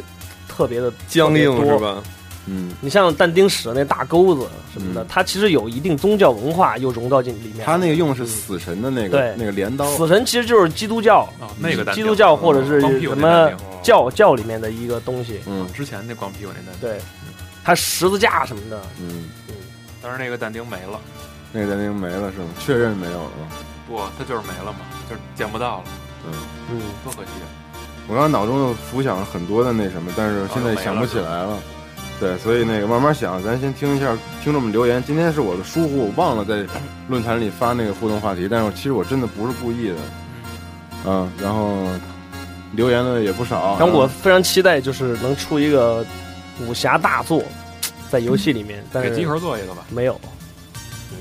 Speaker 1: 特别的
Speaker 4: 僵硬
Speaker 1: 特别多
Speaker 4: 是吧？
Speaker 3: 嗯，
Speaker 1: 你像但丁使的那大钩子什么的，
Speaker 3: 嗯
Speaker 1: 它其实有一定宗教文化又融到进里面。嗯
Speaker 3: 他那个用的是死神的那个
Speaker 1: 对
Speaker 3: 那个镰刀，
Speaker 1: 死神其实就是基督教嗯
Speaker 6: 啊，那个单哦
Speaker 1: 基督教或者是
Speaker 6: 光屁股
Speaker 1: 什
Speaker 6: 那单
Speaker 1: 么
Speaker 6: 丁
Speaker 1: 教教里面的一个东西，
Speaker 3: 嗯
Speaker 6: 之前那光屁股那嗯单丁，
Speaker 1: 对，它十字架什么的，
Speaker 3: 嗯，
Speaker 6: 但是那个但丁没了，
Speaker 3: 那个单丁没了是吗？确认没有了吗？
Speaker 6: 不，他就是没了嘛，就是见不到了，
Speaker 1: 嗯，
Speaker 6: 多可惜啊！
Speaker 3: 我刚才脑中浮想了很多的那什么，但是
Speaker 1: 哦
Speaker 3: 现在想不起来了。对，所以那个慢慢想，咱先听一下听众们留言。今天是我的疏忽，我忘了在论坛里发那个互动话题，但是我其实我真的不是故意的。嗯，然后留言的也不少。嗯
Speaker 1: 然后我非常期待就是能出一个武侠大作，在游戏里面，但
Speaker 6: 给集
Speaker 1: 是
Speaker 6: 合做一个吧，
Speaker 1: 没有。
Speaker 3: 嗯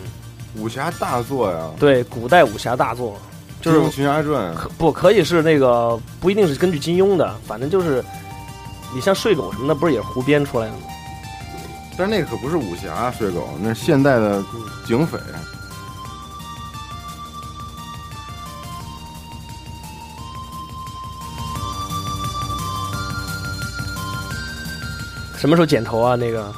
Speaker 3: 武侠大作呀，
Speaker 1: 对，古代武侠大作，就
Speaker 3: 就是《
Speaker 1: 是
Speaker 3: 群侠传》
Speaker 1: 可不可以是那个不一定是根据金庸的，反正就是你像睡狗什么的，不是也是胡编出来的吗？
Speaker 3: 但是那个可不是武侠水狗，那是现代的警匪。
Speaker 1: 什么时候剪头啊？那个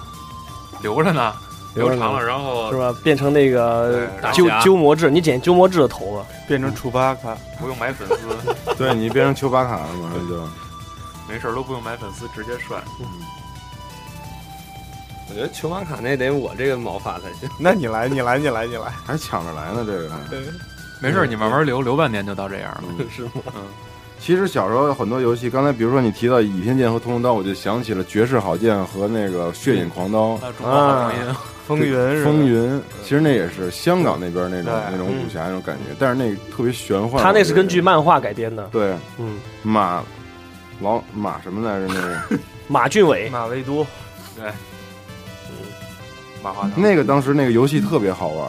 Speaker 6: 留着呢，留
Speaker 1: 着呢
Speaker 6: 长了，然后
Speaker 1: 是吧？变成那个
Speaker 6: 对
Speaker 1: 鸠
Speaker 6: 然后
Speaker 1: 鸠摩智，你剪鸠摩智的头嗯发，
Speaker 7: 变成楚巴卡，
Speaker 6: 不用买粉丝，
Speaker 3: 对你变成丘巴卡了嘛，那就。
Speaker 6: 没事儿都不用买粉丝，直接帅。
Speaker 3: 嗯
Speaker 4: 我觉得球马卡那得我这个毛发才行。
Speaker 7: 那哎你来，你来，你来，你来，
Speaker 3: 还抢着来呢，这个。
Speaker 6: 没事儿，你慢慢留，留半年就到这样了。
Speaker 3: 嗯
Speaker 6: 嗯
Speaker 3: 其实小时候有很多游戏，刚才比如说你提到《倚天剑》和《屠龙刀》，我就想起了《绝世好剑》和那个《血影狂刀》
Speaker 6: 那中国好声音，
Speaker 7: 风云是吧
Speaker 3: 啊风云。其实那也是香港那边那种
Speaker 7: 对
Speaker 3: 那种武侠那种感觉，但是那个特别玄幻。
Speaker 1: 他
Speaker 3: 我觉
Speaker 1: 那
Speaker 3: 得
Speaker 1: 是根据漫画改编的。
Speaker 3: 对
Speaker 1: 嗯，
Speaker 3: 马老马什么来着？那个
Speaker 1: 马俊伟，
Speaker 7: 马未都，
Speaker 3: 嗯
Speaker 6: 马化腾
Speaker 3: 那个当时那个游戏特别好玩，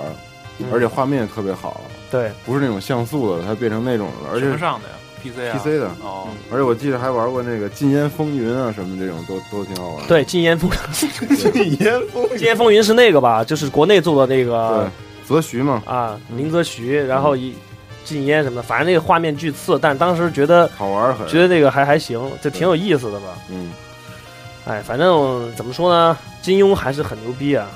Speaker 1: 嗯
Speaker 3: 而且画面也特别好，
Speaker 1: 对，
Speaker 3: 不是那种像素的，它变成那种了，而
Speaker 6: 什
Speaker 3: 且
Speaker 6: 么上的呀？PC 啊
Speaker 3: PC 的。
Speaker 6: 哦，
Speaker 3: 而且我记得还玩过那个《禁烟风云》啊，什么这种都都挺好玩。
Speaker 1: 对，禁烟风，
Speaker 3: 对
Speaker 1: 禁烟风云是那个吧？就是国内做的那个
Speaker 3: 对，泽徐嘛，嗯
Speaker 1: 啊，林则徐，然后一禁烟什么的，反正那个画面巨次，但当时觉得
Speaker 3: 好玩很。
Speaker 1: 觉得那个还还行，就挺有意思的吧。
Speaker 3: 嗯，
Speaker 1: 哎，反正怎么说呢，金庸还是很牛逼啊。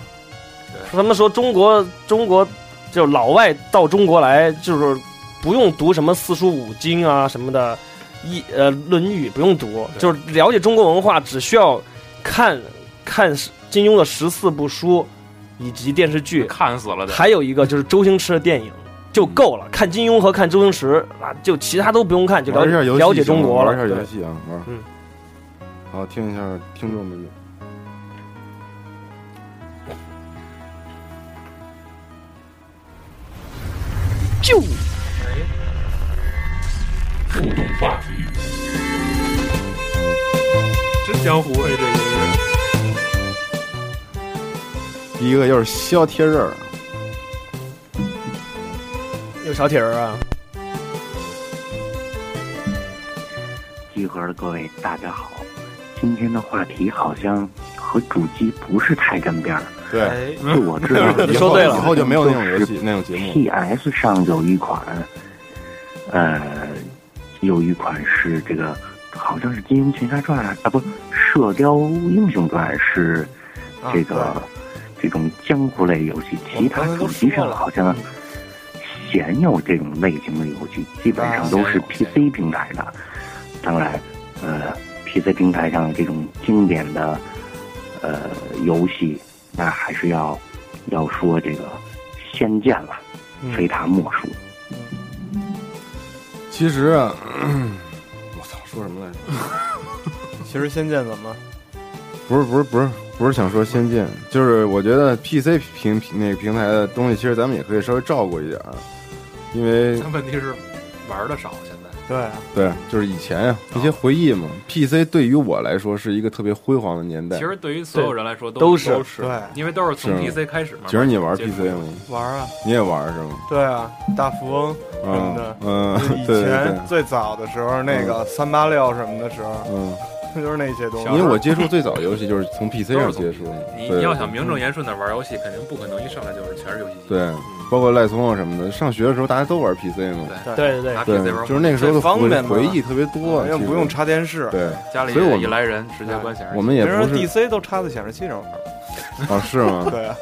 Speaker 6: 对
Speaker 1: 他们说中国中国就老外到中国来，就是不用读什么四书五经啊什么的，一呃《论语》不用读，
Speaker 6: 对
Speaker 1: 就是了解中国文化，只需要看看金庸的十四部书以及电视剧，
Speaker 6: 看死了的。
Speaker 1: 还有一个就是周星驰的电影。就够了，看金庸和看周星驰啊，就其他都不用看，就了
Speaker 3: 嗯玩一下游戏
Speaker 1: 了解中国了。
Speaker 3: 玩一下
Speaker 1: 对
Speaker 3: 游戏啊，玩。
Speaker 1: 嗯。
Speaker 3: 好，听一下听众们的。
Speaker 5: 哎
Speaker 8: 互动话题，
Speaker 6: 真江湖哎，这个是
Speaker 3: 第一个就是削铁人儿，啊
Speaker 1: 有小铁人啊，
Speaker 5: 集合的各位，大家好。今天的话题好像和主机不是太沾边儿。
Speaker 3: 对，，
Speaker 7: 哎，
Speaker 5: 据我 知道
Speaker 3: 以
Speaker 1: 说
Speaker 3: 后
Speaker 1: 对了
Speaker 3: 以后就没有那种游戏那种节目。
Speaker 5: PS 上有一款，呃，有一款是这个，好像是《金庸群侠传》啊，啊不，《射雕英雄传》是
Speaker 7: 啊
Speaker 5: 这个、这种江湖类游戏，
Speaker 7: 我
Speaker 5: 其
Speaker 7: 们刚
Speaker 5: 他
Speaker 7: 才都
Speaker 5: 主机
Speaker 7: 说
Speaker 5: 上
Speaker 7: 了嗯
Speaker 5: 好像鲜有这种类型的游戏，基本上都是
Speaker 7: 啊鲜有
Speaker 5: PC 平台的。当然，呃，PC 平台上这种经典的呃游戏，那还是要要说这个《仙剑》了，
Speaker 7: 嗯
Speaker 5: 非他莫属。
Speaker 3: 其实 啊，我操，说什么来着？
Speaker 7: 其实《仙剑》怎么？
Speaker 3: 不是不是不是不是想说《仙剑》，就是我觉得 PC 平那个平台的东西，其实咱们也可以稍微照顾一点儿，啊因 为
Speaker 6: 但问题是玩的少，现在
Speaker 7: 对啊，
Speaker 3: 对，就是以前呀、一些回忆嘛。PC 对于我来说是一个特别辉煌的年代。
Speaker 6: 其实对于所有人来说
Speaker 1: 都
Speaker 6: 是
Speaker 1: 是
Speaker 7: 对，
Speaker 6: 因为都是从
Speaker 3: 是
Speaker 6: PC 开始嘛。
Speaker 3: 其实你玩
Speaker 6: 接触
Speaker 3: PC 吗？
Speaker 7: 玩啊，
Speaker 3: 你也玩是吗？
Speaker 7: 对啊，大富翁什么
Speaker 3: 啊
Speaker 7: 的，
Speaker 3: 嗯，
Speaker 7: 以
Speaker 3: 对对对
Speaker 7: 前，最早的时候，那个三八六什么的时候，
Speaker 3: 嗯，
Speaker 7: 就是那些东
Speaker 6: 小
Speaker 3: 因为
Speaker 6: 时
Speaker 7: 西。
Speaker 6: 候
Speaker 3: 我接触最早的游 戏就是从 PC 上接触的，
Speaker 6: 你
Speaker 3: 对
Speaker 6: 你要想名正言顺的玩游戏，肯定不可能一上来就是全是游戏机。
Speaker 3: 对，包括赖松啊什么的。上学的时候大家都玩 PC 嘛，
Speaker 6: 对
Speaker 1: 对对对，
Speaker 6: 拿 PC 玩
Speaker 3: 对，就是那个时候的
Speaker 7: 最方
Speaker 3: 回
Speaker 7: 便嘛
Speaker 3: 回忆特别多，啊
Speaker 7: 又
Speaker 3: 其实
Speaker 7: 不用插电视，
Speaker 3: 对，
Speaker 6: 家里
Speaker 3: 所以我们
Speaker 6: 一来人直接关显示器。
Speaker 3: 我们也
Speaker 7: 别人
Speaker 3: 不是
Speaker 7: DC 都插在显示器上玩。
Speaker 3: 啊是吗？
Speaker 7: 对啊，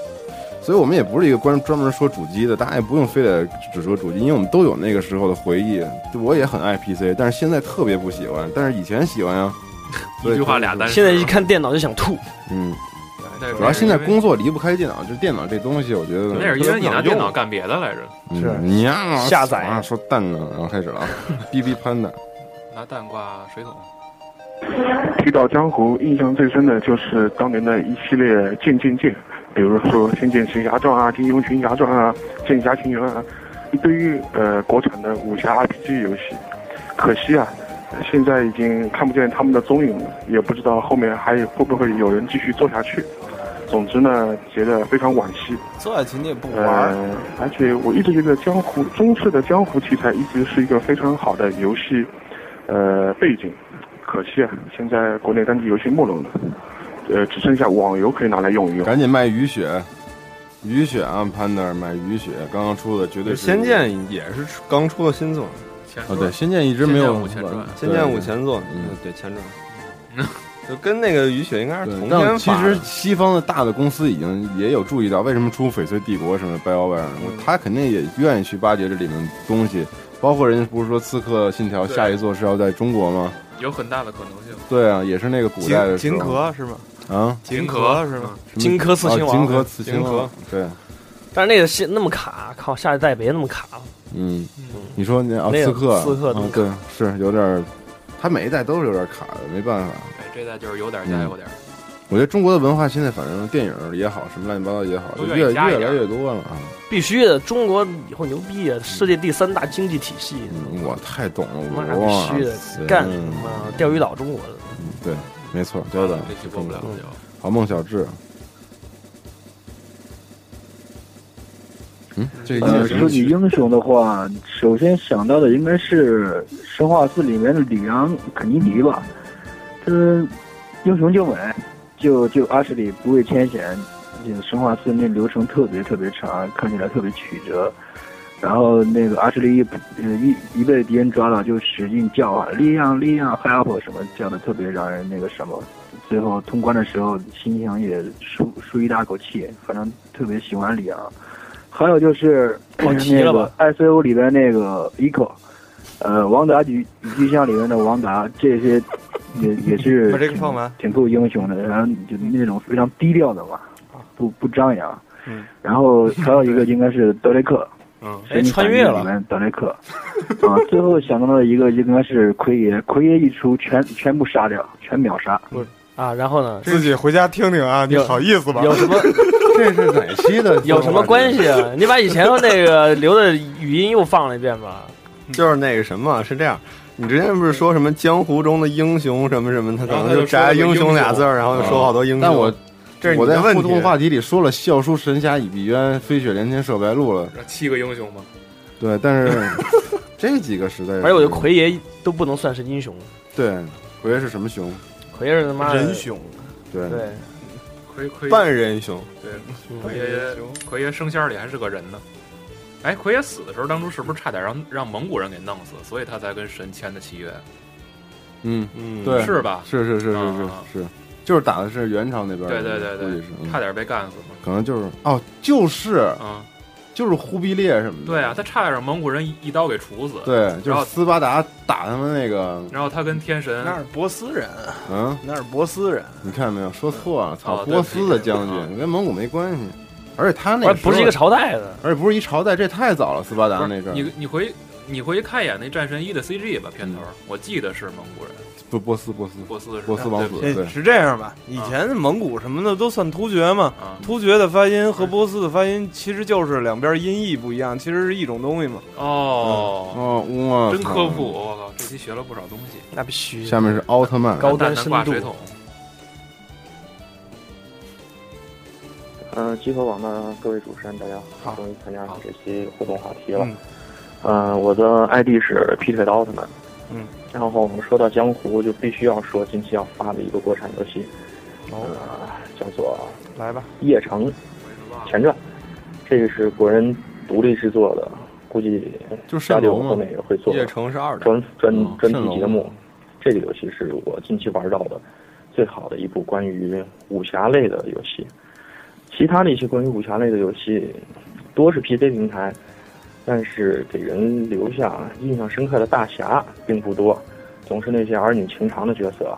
Speaker 3: 所以我们也不是一个专专门说主机的，大家也不用非得只说主机，因为我们都有那个时候的回忆。我也很爱 PC，但是现在特别不喜欢，但是以前喜欢呀。啊
Speaker 6: 一句话俩单。
Speaker 1: 现在一，看电脑就想吐，
Speaker 3: 嗯，
Speaker 6: 对
Speaker 3: 主要现在工作离不开电脑，就电脑这东西，我觉得
Speaker 6: 那是因为你拿电脑干别的来着，
Speaker 3: 嗯
Speaker 7: 是
Speaker 3: 你呀
Speaker 1: 下载
Speaker 3: 啊说蛋呢，然后开始了啊哔哔 panda，
Speaker 6: 拿蛋挂水桶。
Speaker 9: 提到江湖，印象最深的就是当年的一系列剑剑剑，比如说《仙剑奇侠传》啊，《金庸群侠传》啊，《剑侠情缘》啊，一堆呃国产的武侠 RPG 游戏。可惜啊，现在已经看不见他们的踪影了，也不知道后面还会不会有人继续做下去。总之呢，觉得非常惋惜。
Speaker 7: 坐下去你也不玩儿，
Speaker 9: 呃，而且我一直觉得江湖中式的江湖题材一直是一个非常好的游戏，呃，背景。可惜啊，现在国内单机游戏没落了，呃，只剩下网游可以拿来用一用。
Speaker 3: 赶紧卖雨雪，雨雪啊 panda 买雨雪，刚刚出的绝对是
Speaker 4: 仙剑也是刚出了新作，
Speaker 6: 前
Speaker 3: 啊，对，仙剑一直没有
Speaker 6: 仙剑五嗯前传
Speaker 4: 仙剑五
Speaker 3: 前。
Speaker 4: 前作，
Speaker 3: 嗯
Speaker 4: 嗯，对前传，就跟那个雨雪应该是
Speaker 3: 对
Speaker 4: 同，
Speaker 3: 但
Speaker 4: 天
Speaker 3: 其
Speaker 4: 发的
Speaker 3: 实西方的大的公司已经也有注意到，为什么出《翡翠帝国》什么的 BioWare，他
Speaker 6: 嗯
Speaker 3: 肯定也愿意去挖掘这里面的东西。包括人家不是说《刺客信条》
Speaker 6: 对
Speaker 3: 下一座是要在中国吗？
Speaker 6: 有很大的可能性。
Speaker 3: 对啊，也是那个古代的
Speaker 7: 金
Speaker 3: 时候
Speaker 7: 金壳是吗？
Speaker 3: 啊，
Speaker 7: 金
Speaker 6: 壳
Speaker 7: 是吗？
Speaker 3: 什么
Speaker 1: 荆轲刺秦
Speaker 3: 啊
Speaker 1: 王
Speaker 3: 荆轲刺秦
Speaker 4: 荆轲
Speaker 3: 王，对，
Speaker 1: 但是那个是那么卡，靠，下一代别那么卡了。
Speaker 3: 嗯，你说那啊，
Speaker 1: 那个
Speaker 3: 刺客，
Speaker 1: 刺客怎么
Speaker 3: 啊对，是有点儿，他每一代都是有点卡的，没办法。
Speaker 6: 哎，这代就是有
Speaker 3: 嗯
Speaker 6: 点加有点。
Speaker 3: 我觉得中国的文化现在反正电影也好，什么乱七八糟也好，
Speaker 6: 都
Speaker 3: 就
Speaker 6: 愿意
Speaker 3: 越越
Speaker 6: 加一点
Speaker 3: 来越多了啊。
Speaker 1: 必须的，中国以后牛逼啊！世界第三大经济体系，
Speaker 3: 嗯我太懂了，
Speaker 1: 妈
Speaker 3: 我哇
Speaker 1: 必须
Speaker 3: 塞
Speaker 1: 的，干什
Speaker 3: 嗯
Speaker 1: 么啊？钓鱼岛中国的，
Speaker 3: 对，没错，对的
Speaker 6: 啊这，期播不了了就。
Speaker 3: 好，孟小智。嗯，这个
Speaker 10: 呃，
Speaker 3: 音乐
Speaker 10: 说
Speaker 3: 是
Speaker 10: 起
Speaker 3: 什么
Speaker 10: 英雄的话，首先想到的应该是《生化四》里面的里昂肯尼迪吧，就是英雄救美，就就阿什里不畏艰险，那个《生化四》那流程特别特别长，看起来特别曲折。然后那个阿什利一呃一一被敌人抓到，就使劲叫啊，力量力量 help 什么，叫的特别让人那个什么。最后通关的时候，心情也舒舒一大口气，反正特别喜欢里昂。还有就是、
Speaker 1: 跑题了
Speaker 10: 那
Speaker 1: 吧
Speaker 10: 个 ICO 里边那个 Eco，呃，王达与与巨像里面的王达，这些也也是
Speaker 7: 把这个
Speaker 10: 挺
Speaker 7: 放完
Speaker 10: 挺够英雄的，然后就那种非常低调的嘛，不不张扬。
Speaker 7: 嗯。
Speaker 10: 然后还有一个应该是德雷克，
Speaker 6: 嗯，
Speaker 1: 哎，穿越
Speaker 10: 里
Speaker 1: 了，
Speaker 10: 面德雷克，啊，最后想到的一个应该是奎爷，奎爷一出全全部杀掉，全秒杀。
Speaker 1: 啊！然后呢？
Speaker 7: 自己回家听听啊，你
Speaker 1: 有
Speaker 7: 好意思吧？
Speaker 1: 有什 么
Speaker 3: 这是哪期的？
Speaker 1: 有什么关？系啊？你把以前那个留的语音又放了一遍吧。
Speaker 4: 就是那个什么，是这样。你之前不是说什么江湖中的英雄什么什么，他可
Speaker 6: 然后
Speaker 4: 能
Speaker 6: 他就
Speaker 4: 就摘
Speaker 6: 说了个
Speaker 4: 英
Speaker 6: 英雄
Speaker 4: 雄啊俩字儿，然后就说好多英
Speaker 3: 啊
Speaker 4: 雄。
Speaker 3: 但我
Speaker 4: 这是
Speaker 3: 我
Speaker 4: 你
Speaker 3: 在
Speaker 4: 的问
Speaker 3: 互动
Speaker 4: 题。
Speaker 3: 话题里说了“笑书神侠倚碧鸳，飞雪连天射白鹿”了，
Speaker 6: 七个英雄嘛，
Speaker 3: 对，但是这几个实在 是，
Speaker 1: 反正我觉得奎爷都不能算是英雄，
Speaker 3: 对奎爷是什么熊？
Speaker 1: 奎爷是他妈的
Speaker 7: 人熊，
Speaker 3: 对，
Speaker 1: 对，
Speaker 6: 奎奎
Speaker 4: 半人雄，
Speaker 6: 奎爷奎爷升仙儿里还是个人呢。哎，奎爷死的时候，当初是不是差点让让蒙古人给弄死，所以他才跟神签的契约，
Speaker 3: 嗯，
Speaker 4: 嗯，
Speaker 3: 对，
Speaker 6: 是吧？
Speaker 3: 是是是是是
Speaker 6: 啊
Speaker 3: 是，就是打的是元朝那边儿
Speaker 6: 对
Speaker 3: 的，
Speaker 6: 对对
Speaker 3: 估
Speaker 6: 对
Speaker 3: 计是，嗯
Speaker 6: 差点被干死嘛。
Speaker 3: 可能就是哦，就是
Speaker 6: 啊，
Speaker 3: 就是忽必烈什么的，
Speaker 6: 对啊，他差点让蒙古人一一刀给处死。，
Speaker 3: 嗯对，就
Speaker 6: 然
Speaker 3: 是
Speaker 6: 后
Speaker 3: 斯巴达打他们那个，
Speaker 6: 然后他跟天神
Speaker 7: 那是波斯人，
Speaker 3: 嗯，
Speaker 7: 那是波斯人。
Speaker 3: 你看没有？说错了，操，
Speaker 6: 哦对
Speaker 3: 波斯的将
Speaker 6: 对对
Speaker 3: 军跟蒙古没关系，而且他那
Speaker 1: 而
Speaker 3: 个
Speaker 1: 不是一个
Speaker 3: 时
Speaker 1: 朝代的。
Speaker 3: 候，而且不是一朝代，这太早了，斯巴达
Speaker 6: 不
Speaker 3: 啊那
Speaker 6: 是
Speaker 3: 阵儿
Speaker 6: 你你回你回去看一眼那《战神一》的 CG 吧，片头
Speaker 3: 嗯
Speaker 6: 儿我记得是蒙古人，
Speaker 3: 不波斯波斯
Speaker 6: 波斯是啊
Speaker 3: 波斯王子，
Speaker 7: 哎
Speaker 3: 对，啊
Speaker 7: 是这样吧？以前蒙古什么的都算突厥嘛，
Speaker 6: 啊
Speaker 7: 突厥的发音和波斯的发音其实就是两边音译不一样，其实是一种东西嘛。
Speaker 6: 哦，
Speaker 3: 哦哇，
Speaker 6: 真
Speaker 3: 操
Speaker 6: 科普，。我靠，这期学了不少东西。
Speaker 1: 那必须的。
Speaker 3: 下面是奥特曼，
Speaker 1: 高
Speaker 6: 蛋
Speaker 1: 端
Speaker 6: 蛋
Speaker 1: 深
Speaker 6: 挂
Speaker 1: 度
Speaker 6: 水桶，
Speaker 11: 嗯
Speaker 10: 呃，集合网的各位主持人，大家
Speaker 7: 好
Speaker 10: 好，终于参加
Speaker 6: 好
Speaker 10: 这期互动话题了
Speaker 7: 嗯。
Speaker 10: 呃，我的 ID 是劈腿的奥特曼。
Speaker 7: 嗯，
Speaker 11: 然后我们说到江湖，就必须要说近期要发的一个国产游戏，呃
Speaker 7: 哦，
Speaker 11: 叫做
Speaker 7: 来吧，
Speaker 11: 《夜城前传》，这个是国人独立制作的，估计
Speaker 4: 就
Speaker 11: 沙
Speaker 4: 蜃
Speaker 11: 雕
Speaker 4: 楼嘛
Speaker 11: 后面也会做。
Speaker 4: 夜城是二代
Speaker 11: 专专
Speaker 7: 哦
Speaker 4: 嗯
Speaker 11: 专
Speaker 4: 蜃
Speaker 11: 题
Speaker 4: 楼
Speaker 11: 节目，这个游戏是我近期玩到的最好的一部关于武侠类的游戏。其他的一些关于武侠类的游戏，多是 PC 平台，但是给人留下印象深刻的大侠并不多，总是那些儿女情长的角色，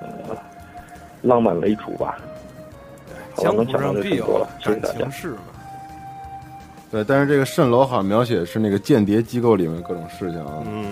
Speaker 11: 呃，浪漫为主吧。好吧
Speaker 7: 江湖
Speaker 11: 能想到
Speaker 7: 上
Speaker 11: 就
Speaker 7: 必
Speaker 11: 挺多
Speaker 7: 有
Speaker 11: 了，谢谢
Speaker 7: 感
Speaker 11: 大家
Speaker 7: 情。事嘛。
Speaker 3: 对，但是这个蜃楼好像描写的是那个间谍机构里面各种事情啊，
Speaker 4: 嗯，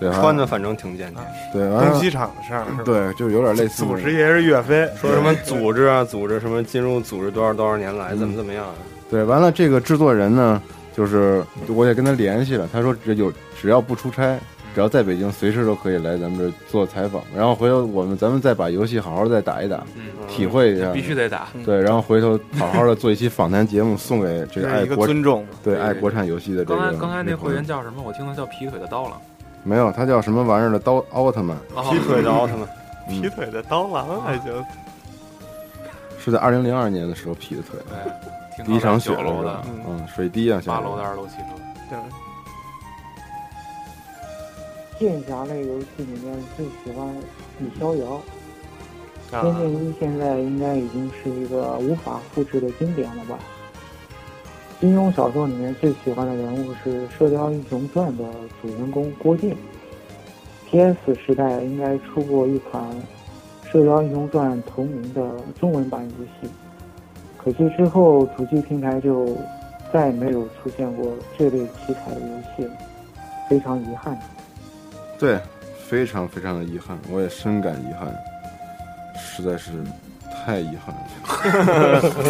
Speaker 3: 对，
Speaker 4: 穿的反正挺简单。
Speaker 3: 对，完了
Speaker 7: 登机场的事儿是吧？
Speaker 3: 对，就有点类似
Speaker 7: 祖师爷是岳飞，
Speaker 4: 说什么组织啊，组织什么进入组织多少多少年
Speaker 3: 嗯
Speaker 4: 来怎么怎么样啊，
Speaker 3: 对，完了这个制作人呢，就是我也跟他联系了，他说只有只要不出差，只要在北京，随时都可以来咱们这儿做采访。然后回头我们咱们再把游戏好好再打一打，体会一下，
Speaker 6: 嗯必须得打。
Speaker 3: 对，然后回头好好的做一期访谈节目，送给这个
Speaker 7: 这是
Speaker 3: 爱
Speaker 7: 一个
Speaker 3: 国
Speaker 7: 尊重
Speaker 3: 对
Speaker 6: 对
Speaker 3: 爱国产游戏的这
Speaker 6: 刚
Speaker 3: 个
Speaker 6: 才刚才那会
Speaker 3: 朋友
Speaker 6: 员叫什么？我听他叫劈腿的刀郎。
Speaker 3: 没有，他叫什么玩意儿的刀奥特曼，嗯
Speaker 6: 哦
Speaker 4: 劈腿的奥特曼。
Speaker 7: 劈腿的刀郎还
Speaker 3: 啊
Speaker 7: 行，
Speaker 3: 是在二零零二年的时候劈的腿，
Speaker 6: 听
Speaker 3: 第一场雪
Speaker 6: 九楼
Speaker 3: 是
Speaker 6: 哎的
Speaker 3: 吧，嗯，水滴啊，
Speaker 6: 八
Speaker 3: 小
Speaker 6: 楼的二楼汽车。
Speaker 7: 对，
Speaker 12: 剑侠类游戏里面最喜欢李逍遥，《
Speaker 4: 啊
Speaker 12: 仙剑一》现在应该已经是一个无法复制的经典了吧？金庸小说里面最喜欢的人物是《射雕英雄传》的主人公郭靖。PS 时代应该出过一款《射雕英雄传》同名的中文版游戏，可惜之后主机平台就再没有出现过这类题材的游戏了，非常遗憾。
Speaker 3: 对，非常非常的遗憾，我也深感遗憾，实在是太遗憾了。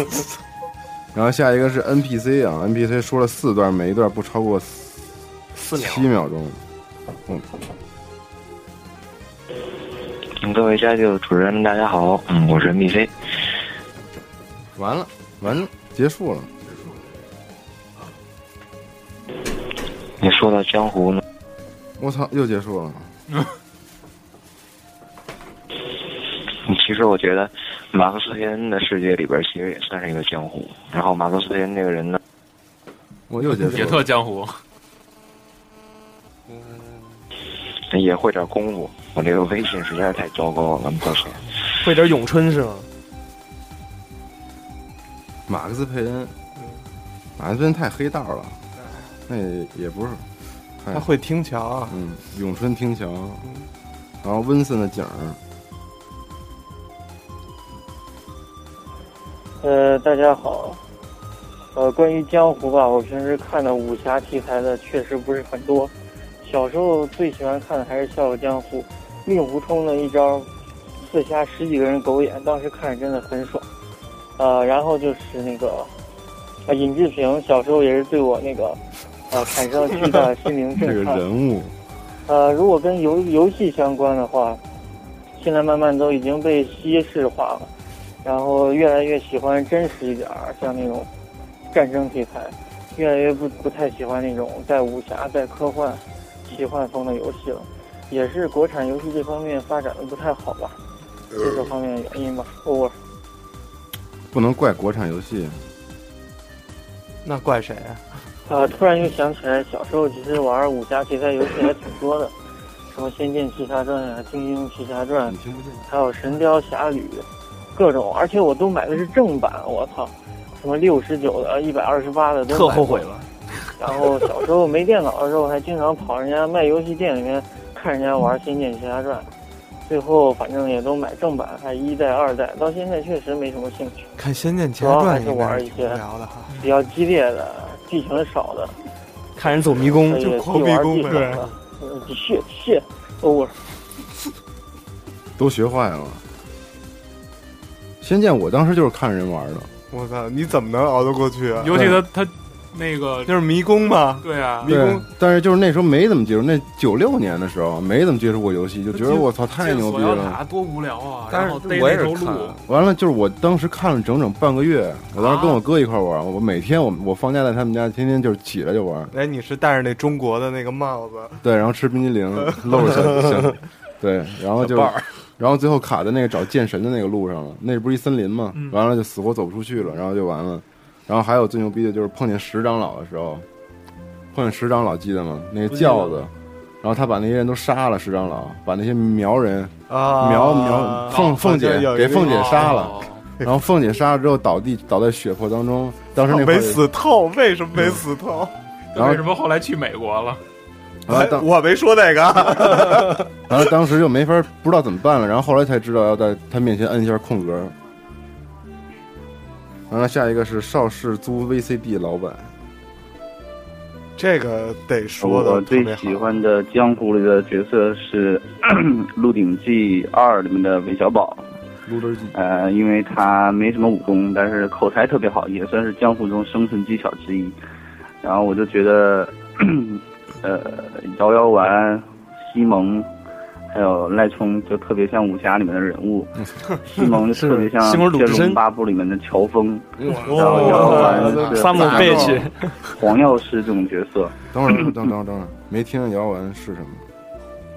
Speaker 3: 然后下一个是 NPC 啊，NPC 说了四段，每一段不超过
Speaker 4: 四
Speaker 3: 七秒钟。嗯，
Speaker 5: 嗯，各位家就主持人们，大家好，嗯，我是 NBC。
Speaker 3: 完了，完了，结束了。
Speaker 5: 你说到江湖呢，
Speaker 3: 我操，又结束了。
Speaker 5: 嗯其实我觉得马克思佩恩的世界里边其实也算是一个江湖。然后马克思佩恩这个人呢，
Speaker 3: 我又结束了。
Speaker 6: 也特江湖，
Speaker 5: 也会点功夫。我这个微信实在是太糟糕了，抱歉。
Speaker 1: 会点咏春是吗？
Speaker 3: 马克思佩恩，
Speaker 7: 嗯
Speaker 3: 马克思佩恩太黑道了，那也也不是。哎
Speaker 7: 哎他会听桥啊，嗯
Speaker 3: 嗯，咏春听桥，然后温森的景儿，
Speaker 13: 呃，大家好。呃，关于江湖吧，我平时看的武侠题材的确实不是很多。小时候最喜欢看的还是《笑傲江湖》，令狐冲的一招刺瞎十几个人狗眼，当时看着真的很爽。呃，然后就是那个啊，尹志平，小时候也是对我那个呃产生了巨大的心灵
Speaker 3: 这
Speaker 13: 震
Speaker 3: 个
Speaker 13: 撼。
Speaker 3: 人物，
Speaker 13: 呃，如果跟游游戏相关的话，现在慢慢都已经被西式化了，然后越来越喜欢真实一点儿，像那种战争题材，越来越不不太喜欢那种带武侠、带科幻、奇幻风的游戏了，也是国产游戏这方面发展的不太好吧，这个方面的原因吧。我
Speaker 3: 不能怪国产游戏。
Speaker 7: 那怪谁啊？
Speaker 13: 啊，突然又想起来，小时候其实玩武侠题材游戏还挺多的，什么《仙剑奇侠传》呀，《金庸奇侠传》，还有《神雕侠侣》，各种，而且我都买的是正版，我操，什么六十九的、一百二十八的都
Speaker 1: 特
Speaker 13: 买
Speaker 1: 后
Speaker 13: 过
Speaker 1: 悔。了。
Speaker 13: 然后小时候没电脑的时候，还经常跑人家卖游戏店里面看人家玩《仙剑奇侠传》，最后反正也都买正版，还一代、二代，到现在确实没什么兴趣。
Speaker 7: 看《仙剑奇
Speaker 13: 主
Speaker 7: 侠
Speaker 13: 要
Speaker 7: 传
Speaker 13: 还》
Speaker 7: 应
Speaker 13: 是
Speaker 7: 该
Speaker 13: 玩一
Speaker 7: 挺
Speaker 13: 些
Speaker 7: 无聊的哈。
Speaker 13: 比较激烈的、剧情少的。
Speaker 1: 看人走迷宫，
Speaker 13: 就狂迷宫呗。
Speaker 14: 呃
Speaker 13: 嗯，谢谢，我
Speaker 3: 都学坏了。仙剑我当时就是看人玩的，
Speaker 7: 我操，你怎么能熬得过去啊？
Speaker 6: 尤其他他那个
Speaker 7: 就是迷宫嘛，
Speaker 6: 对啊，
Speaker 7: 迷
Speaker 3: 对
Speaker 7: 宫，
Speaker 3: 但是就是那时候没怎么接触，那九六年的时候啊没怎么接触过游戏，
Speaker 6: 啊
Speaker 3: 就觉得我操太牛逼
Speaker 6: 索要
Speaker 3: 了
Speaker 6: 塔。多无聊啊！
Speaker 4: 但是
Speaker 6: 然后逮
Speaker 4: 我
Speaker 6: 那
Speaker 4: 也是
Speaker 6: 头鹿
Speaker 4: 看，
Speaker 3: 完了就是我当时看了整整半个月，我当时跟我哥一块玩，我每天我我放假在他们家，天天就是起来就玩，
Speaker 7: 哎，你是戴着那中国的那个帽子，
Speaker 3: 对，然后吃冰激 凌，露着小小，对，然后就
Speaker 7: 小伴儿，
Speaker 3: 然后最后卡在那个找剑神的那个路上了，那不是一森林吗？
Speaker 7: 嗯
Speaker 3: 完了就死活走不出去了，然后就完了。然后还有最牛逼的就是碰见石长老的时候，碰见石长老记得吗？那个
Speaker 7: 不记得
Speaker 3: 轿子，然后他把那些人都杀了，石长老把那些苗人
Speaker 7: 啊
Speaker 3: 苗苗凤
Speaker 7: 好
Speaker 3: 凤姐
Speaker 7: 像有一
Speaker 3: 给
Speaker 7: 个
Speaker 3: 凤姐杀了
Speaker 7: 哦，
Speaker 3: 然后凤姐杀了之后倒地倒在血泊当中，当时那会
Speaker 7: 哦没
Speaker 3: 儿
Speaker 7: 死透，为什么没死透？
Speaker 3: 嗯然后
Speaker 6: 为什么后来去美国了？
Speaker 3: 然后当
Speaker 7: 我没说那 个，
Speaker 3: 然后当时就没法不知道怎么办了，然后后来才知道要在他面前摁一下空格。完了，下一个是邵氏租 VCD 老板，
Speaker 7: 这个得说
Speaker 5: 我
Speaker 7: 的特
Speaker 5: 最
Speaker 7: 别好
Speaker 5: 喜。欢的江湖里的角色是 《鹿鼎记二》里面的韦小宝。
Speaker 3: 撸根筋。
Speaker 5: 呃，因为他没什么武功，但是口才特别好，也算是江湖中生存技巧之一。然后我就觉得， 呃，瑶瑶丸、西蒙，还有赖冲，就特别像武侠里面的人物。西蒙就特别像
Speaker 1: 西蒙鲁
Speaker 5: 《
Speaker 1: 智
Speaker 5: 天
Speaker 1: 深
Speaker 5: 龙八部》里面的乔峰，
Speaker 3: 然
Speaker 5: 后瑶瑶丸是
Speaker 1: 萨姆贝奇
Speaker 5: 黄药师这种角色。
Speaker 3: 等会儿，等等会儿等会儿，没听见姚文是什么？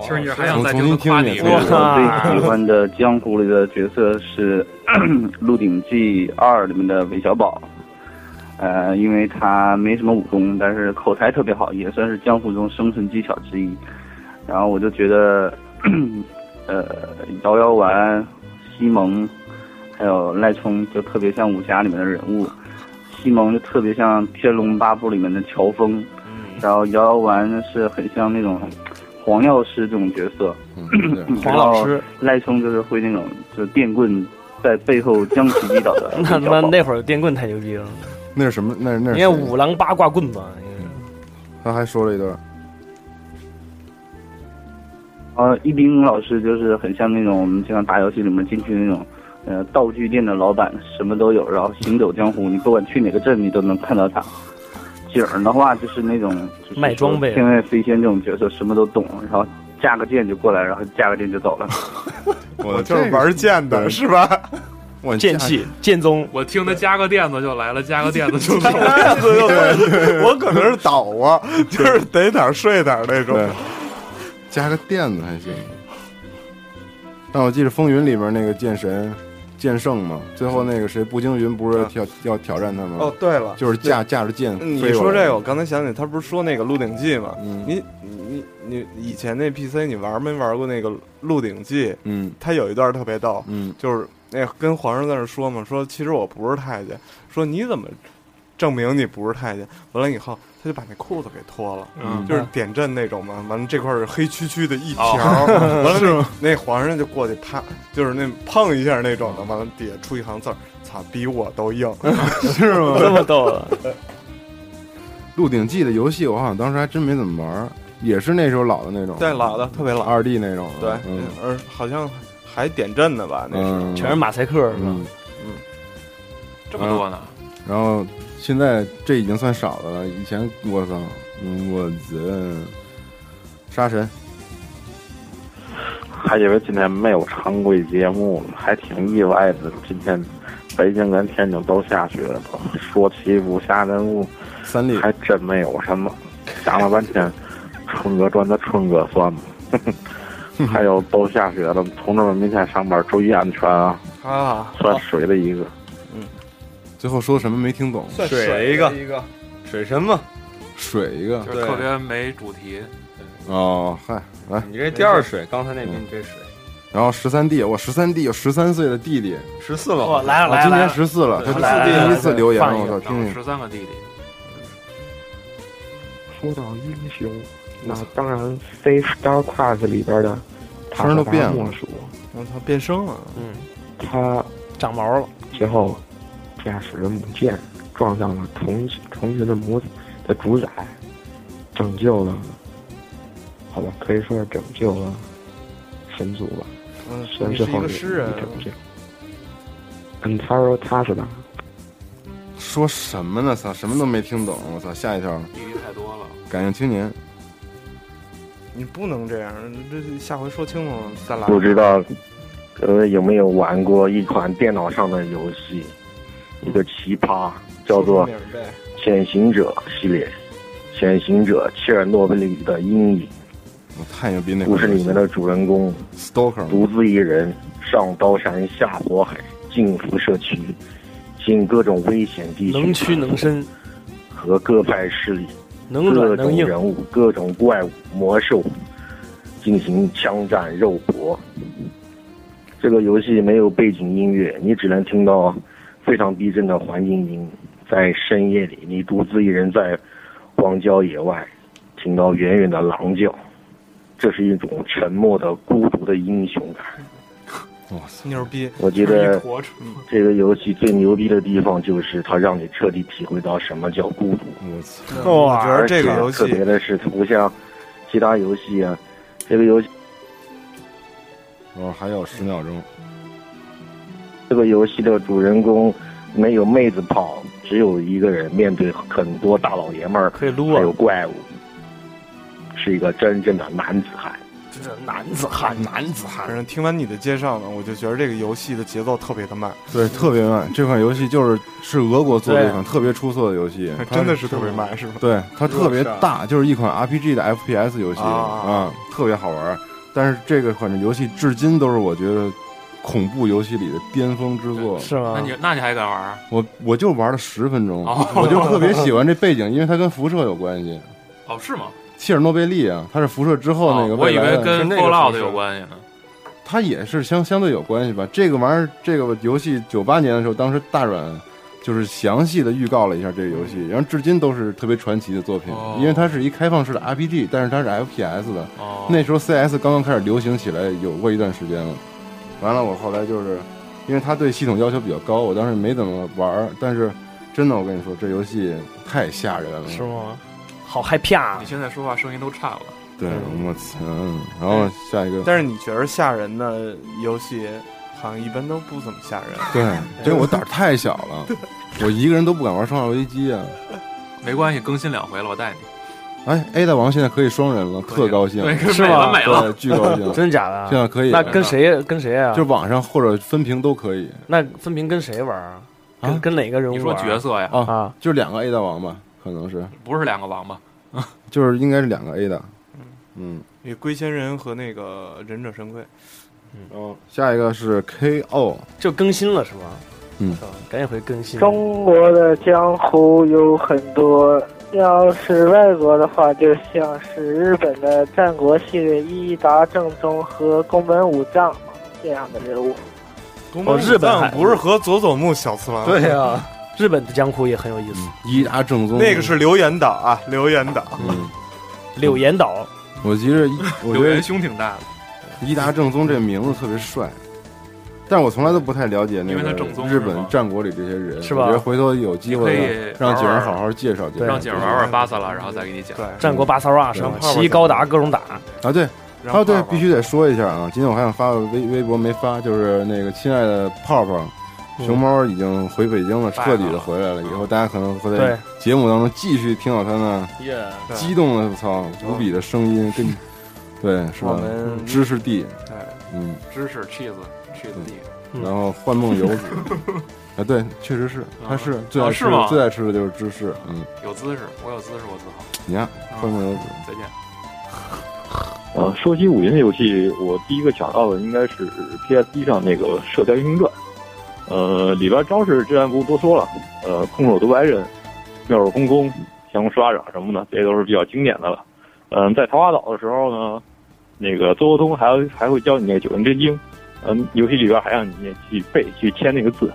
Speaker 6: 听你还想
Speaker 3: 重
Speaker 6: 再
Speaker 3: 重
Speaker 6: 听他
Speaker 3: 新听
Speaker 6: 夸
Speaker 3: 一
Speaker 6: 你一
Speaker 3: 遍。
Speaker 6: 遍，
Speaker 5: 我
Speaker 3: 啊
Speaker 5: 最喜欢的江湖里的角色是《鹿鼎记二》里面的韦小宝。呃，因为他没什么武功，但是口才特别好，也算是江湖中生存技巧之一。然后我就觉得， 呃，瑶瑶丸、西蒙，还有赖冲，就特别像武侠里面的人物。西蒙就特别像《天龙八部》里面的乔峰，然后瑶瑶丸是很像那种黄药师这种角色，
Speaker 1: 黄老师，
Speaker 5: 赖冲就是会那种就是电棍在背后将其击倒的
Speaker 1: 那那那会儿电棍太牛逼了，
Speaker 3: 那是什么？那是那
Speaker 1: 人
Speaker 3: 是
Speaker 1: 家
Speaker 3: 谁
Speaker 1: 五郎八卦棍哎嘛，
Speaker 3: 他还说了一段，
Speaker 5: 呃，一冰老师就是很像那种我们经常打游戏里面进去那种，呃，道具店的老板，什么都有，然后行走江湖，你不管去哪个镇，你都能看到他。景儿的话就是那种就是说
Speaker 1: 卖装备啊
Speaker 5: 天外飞仙这种角色，什么都懂，然后架个剑就过来，然后架个剑就走了。
Speaker 3: 我
Speaker 7: 就是玩剑的是吧？
Speaker 3: 我
Speaker 1: 剑气剑宗，
Speaker 6: 我听他加个垫子就来了，加个垫子就走了。
Speaker 7: 我可能是倒啊，就是 逮哪儿睡哪儿那种。
Speaker 3: 对，加个垫子还行。但我记得《风云》里面那个剑神剑圣嘛，最后那个谁步惊云不是挑要挑战他吗？
Speaker 7: 啊哦，对了，
Speaker 3: 就是架架着剑
Speaker 7: 嗯你
Speaker 3: 飞过
Speaker 7: 说
Speaker 3: 来嗯
Speaker 7: 这个，我刚才想起，他不是说那个《鹿鼎记》吗？你你你你以前那 PC 你玩没玩过那个《鹿鼎记》？
Speaker 3: 嗯，
Speaker 7: 他有一段特别逗，
Speaker 3: 嗯，
Speaker 7: 就是那跟皇上在那说嘛，说其实我不是太监，说你怎么证明你不是太监？完了以后。他就把那裤子给脱了，
Speaker 3: 嗯
Speaker 7: 就是点阵那种嘛。完了这块是黑黢黢的一条，
Speaker 3: 哦
Speaker 7: 完了
Speaker 3: 是
Speaker 7: 那
Speaker 3: 吗
Speaker 7: 那皇上就过去啪，就是那碰一下那种的。完了底下出一行字儿，操，比我都硬，
Speaker 3: 是吗
Speaker 7: 这么
Speaker 1: 逗啊！
Speaker 3: 《鹿鼎记》的游戏，我好像当时还真没怎么玩儿，也是那时候老的那种，
Speaker 7: 对老的特别老
Speaker 3: 二 D 那种，
Speaker 7: 对，
Speaker 3: 嗯
Speaker 7: 而好像还点阵呢吧？那
Speaker 3: 嗯
Speaker 7: 是
Speaker 3: 全是马赛克是吧嗯
Speaker 7: 嗯，
Speaker 6: 这么多呢？
Speaker 3: 然后现在这已经算少的了，以前我操，嗯，我的杀神，
Speaker 11: 还以为今天没有常规节目呢，还挺意外的。今天北京跟天津都下雪了，说起武侠人物，
Speaker 3: 三立
Speaker 11: 还真没有什么。想了半天，春哥转的春哥算吗？ 还有都下雪了，同志们明天上班注意安全啊！
Speaker 7: 啊，
Speaker 11: 算水的一个。
Speaker 3: 哦最后说什么没听懂，
Speaker 4: 算水水一个一
Speaker 7: 个
Speaker 4: 水神嘛，
Speaker 3: 水一
Speaker 4: 啊
Speaker 3: 个，
Speaker 6: 就是特别没主题。
Speaker 3: 哦，嗨，来，哎嗯
Speaker 4: 你这第二水，刚才那比你这水
Speaker 3: 然后十三弟，我十三弟有十三岁的弟弟，
Speaker 4: 十四了
Speaker 1: 哇
Speaker 4: 吗，
Speaker 1: 哦来了
Speaker 3: 我
Speaker 1: 来了
Speaker 3: 今
Speaker 1: 来
Speaker 3: 年
Speaker 1: 了
Speaker 3: 十四了，
Speaker 1: 对
Speaker 3: 他
Speaker 1: 来了来
Speaker 3: 第
Speaker 1: 了
Speaker 3: 一次留言，
Speaker 1: 放一
Speaker 3: 我
Speaker 1: 个
Speaker 3: 操，听听
Speaker 6: 十三个弟弟，
Speaker 12: 说到英雄，那当然非 Star Quest 里边的塔
Speaker 7: 声
Speaker 12: 克
Speaker 7: 都变
Speaker 12: 达
Speaker 7: 了
Speaker 12: 莫属。
Speaker 7: 我操，变声了，
Speaker 1: 嗯，
Speaker 12: 他
Speaker 1: 长毛了，
Speaker 12: 之后驾驶着母舰撞向了同同群的母的主宰，拯救了，好吧，可以说是拯救了神族吧。
Speaker 7: 嗯
Speaker 12: 虽然
Speaker 7: 你
Speaker 12: 最
Speaker 7: 是一
Speaker 12: 后
Speaker 7: 个
Speaker 12: 也
Speaker 7: 诗人
Speaker 12: 没拯救。Antaro t a s d a
Speaker 3: 说什么呢？操，什么都没听懂。我操，下一条，
Speaker 6: 地域太多了。
Speaker 3: 感应青年，
Speaker 7: 你不能这样，这这下回说清楚了再来。
Speaker 15: 不知道各位有没有玩过一款电脑上的游戏，一个奇葩叫做《潜行者》系列，《潜行者：切尔诺贝利的阴影》。
Speaker 3: 太牛逼！那
Speaker 15: 故事里面的主人公
Speaker 3: Stalker
Speaker 15: 独自一人上刀山下火海，进辐射区，进各种危险地区，
Speaker 1: 能屈能伸，
Speaker 15: 和各派势力、
Speaker 1: 能
Speaker 15: 各
Speaker 1: 软
Speaker 15: 种
Speaker 1: 能硬，啊
Speaker 15: 人物、各种怪物、魔兽进行枪战肉搏。这个游戏没有背景音乐，你只能听到非常逼真的环境音。在深夜里，你独自一人在荒郊野外，听到远远的狼叫，这是一种沉默的、孤独的英雄感。
Speaker 3: 哇
Speaker 7: 塞，牛逼！
Speaker 15: 我觉得
Speaker 7: 一坨嗯车
Speaker 15: 这个游戏最牛逼的地方就是它让你彻底体会到什么叫孤独。
Speaker 3: 我
Speaker 7: 嗯我觉得这个游戏
Speaker 15: 特别的是不像其他游戏啊，这个游戏
Speaker 3: 哦，还有十秒钟，
Speaker 15: 这个游戏的主人公没有妹子跑，只有一个人面对很多大老爷们儿，
Speaker 1: 可以撸
Speaker 15: 啊，还有怪物，是一个真正的男子汉。
Speaker 1: 这是男子汉，
Speaker 7: 男子汉。反正听完你的介绍呢，我就觉得这个游戏的节奏特别的慢，
Speaker 3: 对，特别慢。这款游戏就是是俄国做的
Speaker 7: 对
Speaker 3: 一款特别出色的游
Speaker 7: ，
Speaker 3: 戏
Speaker 7: 真的是特别慢，是吧？
Speaker 3: 对，它特别大，就是一款 RPG 的 FPS 游戏
Speaker 7: 啊
Speaker 3: 啊、特别好玩儿。但是这个款游戏至今都是我觉得恐怖游戏里的巅峰之作，
Speaker 6: 那你那你还敢玩啊？
Speaker 3: 我我就玩了十分钟，
Speaker 6: 哦
Speaker 3: 我就特别喜欢这背景，因为它跟辐射有关系。
Speaker 6: 哦，是吗？
Speaker 3: 切尔诺贝利啊，它是辐射之后那个
Speaker 6: 哦我
Speaker 3: 未
Speaker 6: 以
Speaker 3: 来的、
Speaker 6: 为跟 Fallout 有关系呢。
Speaker 3: 它也是相相对有关系吧。这个玩意儿，这个游戏九八年的时候，当时大软就是详细的预告了一下这个游戏，
Speaker 1: 嗯
Speaker 3: 然后至今都是特别传奇的作品，
Speaker 1: 哦
Speaker 3: 因为它是一开放式的 RPG，但是它是 FPS 的。
Speaker 6: 哦
Speaker 3: 那时候 CS 刚刚开始流行起来，有过一段时间了。完了，我后来就是因为它对系统要求比较高，我当时没怎么玩儿，但是真的，我跟你说，这游戏太吓人了。
Speaker 1: 是吗？好害怕！
Speaker 3: 啊
Speaker 6: 你现在说话声音都差了。
Speaker 3: 对，
Speaker 1: 嗯
Speaker 3: 我操！嗯然后下一个，
Speaker 7: 但是你觉得吓人的游戏，好像一般都不怎么吓人。
Speaker 3: 对，这我胆儿太小了，我一个人都不敢玩《生化危机》啊。
Speaker 6: 没关系，更新两回了，我带你。
Speaker 3: 哎，A 大王现在可以双人了，特高兴
Speaker 6: 对，
Speaker 1: 是吗
Speaker 3: 对，巨高兴，
Speaker 1: 真假的？
Speaker 3: 现在可以。啊
Speaker 1: 那跟？谁跟谁啊？
Speaker 3: 就网上或者分屏都可以。
Speaker 1: 那分屏跟谁玩啊？跟跟哪个人物？
Speaker 6: 你说角色呀？
Speaker 3: 啊，就是两个 A 大王吧，可能是，
Speaker 6: 不是两个王八，
Speaker 3: 就是应该是两个 A 的。嗯，
Speaker 7: 那龟仙人和那个忍者神龟，
Speaker 3: 哦，下一个是 KO，
Speaker 1: 就更新了是吗？
Speaker 3: 嗯，
Speaker 1: 赶紧回更新。
Speaker 14: 中国的江湖有很多，要是外国的话，就像是日本的战国系列伊达正宗和宫本武藏这样的人物。
Speaker 1: 哦，日本还
Speaker 7: 不是和佐佐木小次郎
Speaker 1: 对呀、日本的江湖也很有意思。
Speaker 3: 伊达正宗嗯
Speaker 7: 那个是留言岛啊，留言岛，
Speaker 1: 柳岩岛，
Speaker 3: 我觉得一，我觉
Speaker 6: 柳
Speaker 3: 得
Speaker 6: 岩胸挺大的，
Speaker 3: 伊达正宗这个名字特别帅，但是我从来都不太了解那
Speaker 6: 因为
Speaker 3: 个
Speaker 6: 他正宗
Speaker 3: 日本战国里这些人，
Speaker 6: 是吧
Speaker 3: 我觉得回头有机
Speaker 6: 可
Speaker 3: 会
Speaker 6: 以
Speaker 3: 让景儿
Speaker 6: 玩玩
Speaker 3: 好好介绍介绍，
Speaker 6: 让景儿玩玩巴萨拉，然后再给你讲。
Speaker 1: 战国巴萨拉啊是吧
Speaker 3: 对？
Speaker 1: 奇高达各种打，
Speaker 3: 啊，对，
Speaker 1: 让
Speaker 3: 还有对
Speaker 1: 泡，泡
Speaker 3: 必须得说一下啊！今天我还想发个微微博没发，就是那个亲爱的泡泡，
Speaker 1: 嗯
Speaker 3: 熊猫已经回北京了，
Speaker 1: 太
Speaker 3: 彻底的回来了。以后大家可能会
Speaker 1: 对
Speaker 3: 在节目当中继续听到他那
Speaker 1: 耶
Speaker 3: 激动的我操无比的声音，
Speaker 1: 嗯
Speaker 3: 跟对是
Speaker 6: 我
Speaker 3: 吧
Speaker 6: 们？
Speaker 3: 知识地，嗯，
Speaker 6: 芝士 cheese cheese 地。
Speaker 1: 嗯
Speaker 3: 然后幻梦游 子啊，对，确实是，
Speaker 1: 嗯
Speaker 3: 他是最
Speaker 1: 哦
Speaker 3: 爱
Speaker 6: 啊
Speaker 3: 吃
Speaker 6: 是吗
Speaker 3: 最爱吃的就是芝士，嗯，
Speaker 6: 有姿势，我有姿势，我自豪。嗯
Speaker 3: 你看幻梦游子，
Speaker 6: 再见。
Speaker 11: 呃，说起五云游戏，我第一个想到的应该是 PSP 上那个《射雕英雄传》，呃，里边招式自然不多说了，呃，空手夺白刃、妙手空空、降龙十八掌什么的，这都是比较经典的了。嗯、在桃花岛的时候呢，那个周国通还会还会教你那个九阴真经，嗯、游戏里边还让你去背去签那个字，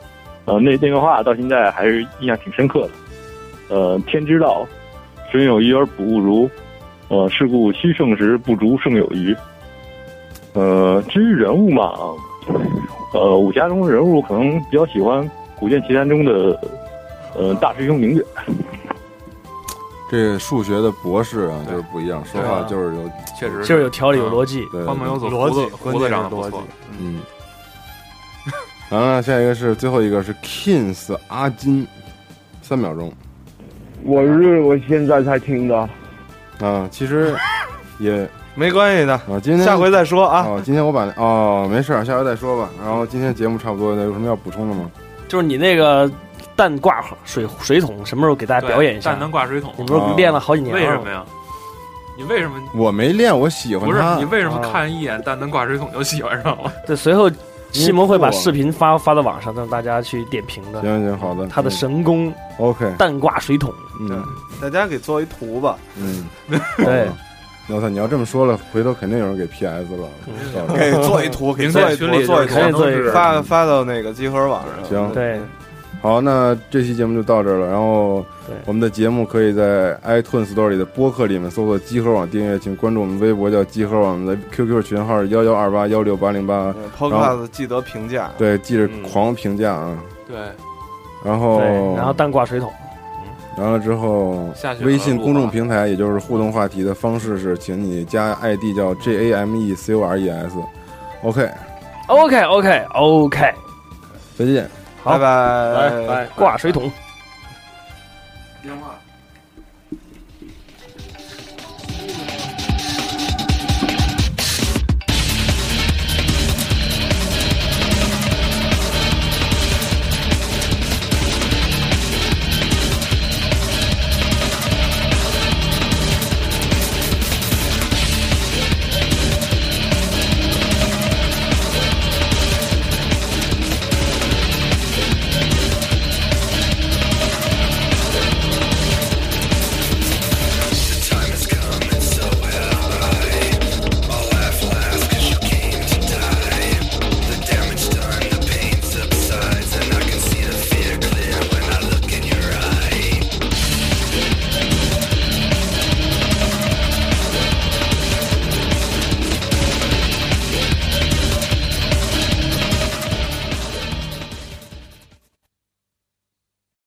Speaker 11: 呃，那那段话到现在还是印象挺深刻的。呃，天之道，损有余而补不足，呃，是故虚盛时不足胜有余。呃，至于人物嘛，呃，武侠中的人物可能比较喜欢《古剑奇谭》中的呃大师兄明月。
Speaker 3: 这数学的博士啊就是不一样，说话
Speaker 1: 对啊
Speaker 3: 就是有，嗯
Speaker 6: 确实
Speaker 1: 就是有条理有逻辑
Speaker 3: 对，
Speaker 6: 幻梦游走
Speaker 3: 逻辑
Speaker 6: 胡子胡
Speaker 3: 关键
Speaker 6: 子
Speaker 3: 是
Speaker 6: 长得不
Speaker 3: 逻
Speaker 6: 错
Speaker 3: 辑。嗯。完了，下一个是最后一个是 Kins 阿金，三秒钟
Speaker 16: 我是我现在才听的，
Speaker 3: 啊，其实也
Speaker 7: 没关系的
Speaker 3: 啊。今天
Speaker 7: 下回再说
Speaker 3: 啊。哦，今天我把哦没事儿，下回再说吧。然后今天节目差不多了，有什么要补充的吗？
Speaker 1: 就是你那个蛋挂水水桶，什么时候给大家表演一下？
Speaker 6: 对蛋能挂水桶
Speaker 1: 你不是练了好几年了
Speaker 6: 为
Speaker 1: 吗？
Speaker 6: 什么呀？你为什么
Speaker 3: 啊我没练，我喜欢
Speaker 6: 不是
Speaker 3: 它
Speaker 6: 你为什么
Speaker 1: 啊
Speaker 6: 看一眼蛋能挂水桶就喜欢上了？
Speaker 1: 对，随后西蒙会把视频发发到网上，让大家去点评的。
Speaker 3: 行行，好的。嗯
Speaker 1: 他的神功
Speaker 3: ，OK，
Speaker 1: 蛋挂水桶。
Speaker 3: 嗯
Speaker 7: 大家给做一图吧。
Speaker 3: 嗯，
Speaker 1: 对。
Speaker 3: 我操！你要这么说了，回头肯定有人给 PS 了。到时候
Speaker 7: 给做一图，给做一图，做一图，发发到那个集合网上。
Speaker 3: 行，，好，那这期节目就到这儿了。然后我们的节目可以在 iTunes Store 里的播客里面搜索“集合网”订阅，请关注我们微博叫“集合网”，我们的 QQ 群号幺幺二八幺六八零八。然后
Speaker 7: Podcast 记得评价。
Speaker 3: 对，记着狂哦评价啊。
Speaker 6: 对，
Speaker 3: 然后
Speaker 1: 嗯对，然后蛋挂水桶。
Speaker 3: 完了之后
Speaker 1: 下去，了
Speaker 3: 微信公众平台也就是互动话题的方式是，请你加 ID 叫 J A M E C O R E S。OK，
Speaker 1: OK OK OK，
Speaker 3: 再见，
Speaker 1: 好，
Speaker 3: 拜拜
Speaker 1: 挂水桶。
Speaker 7: 电话。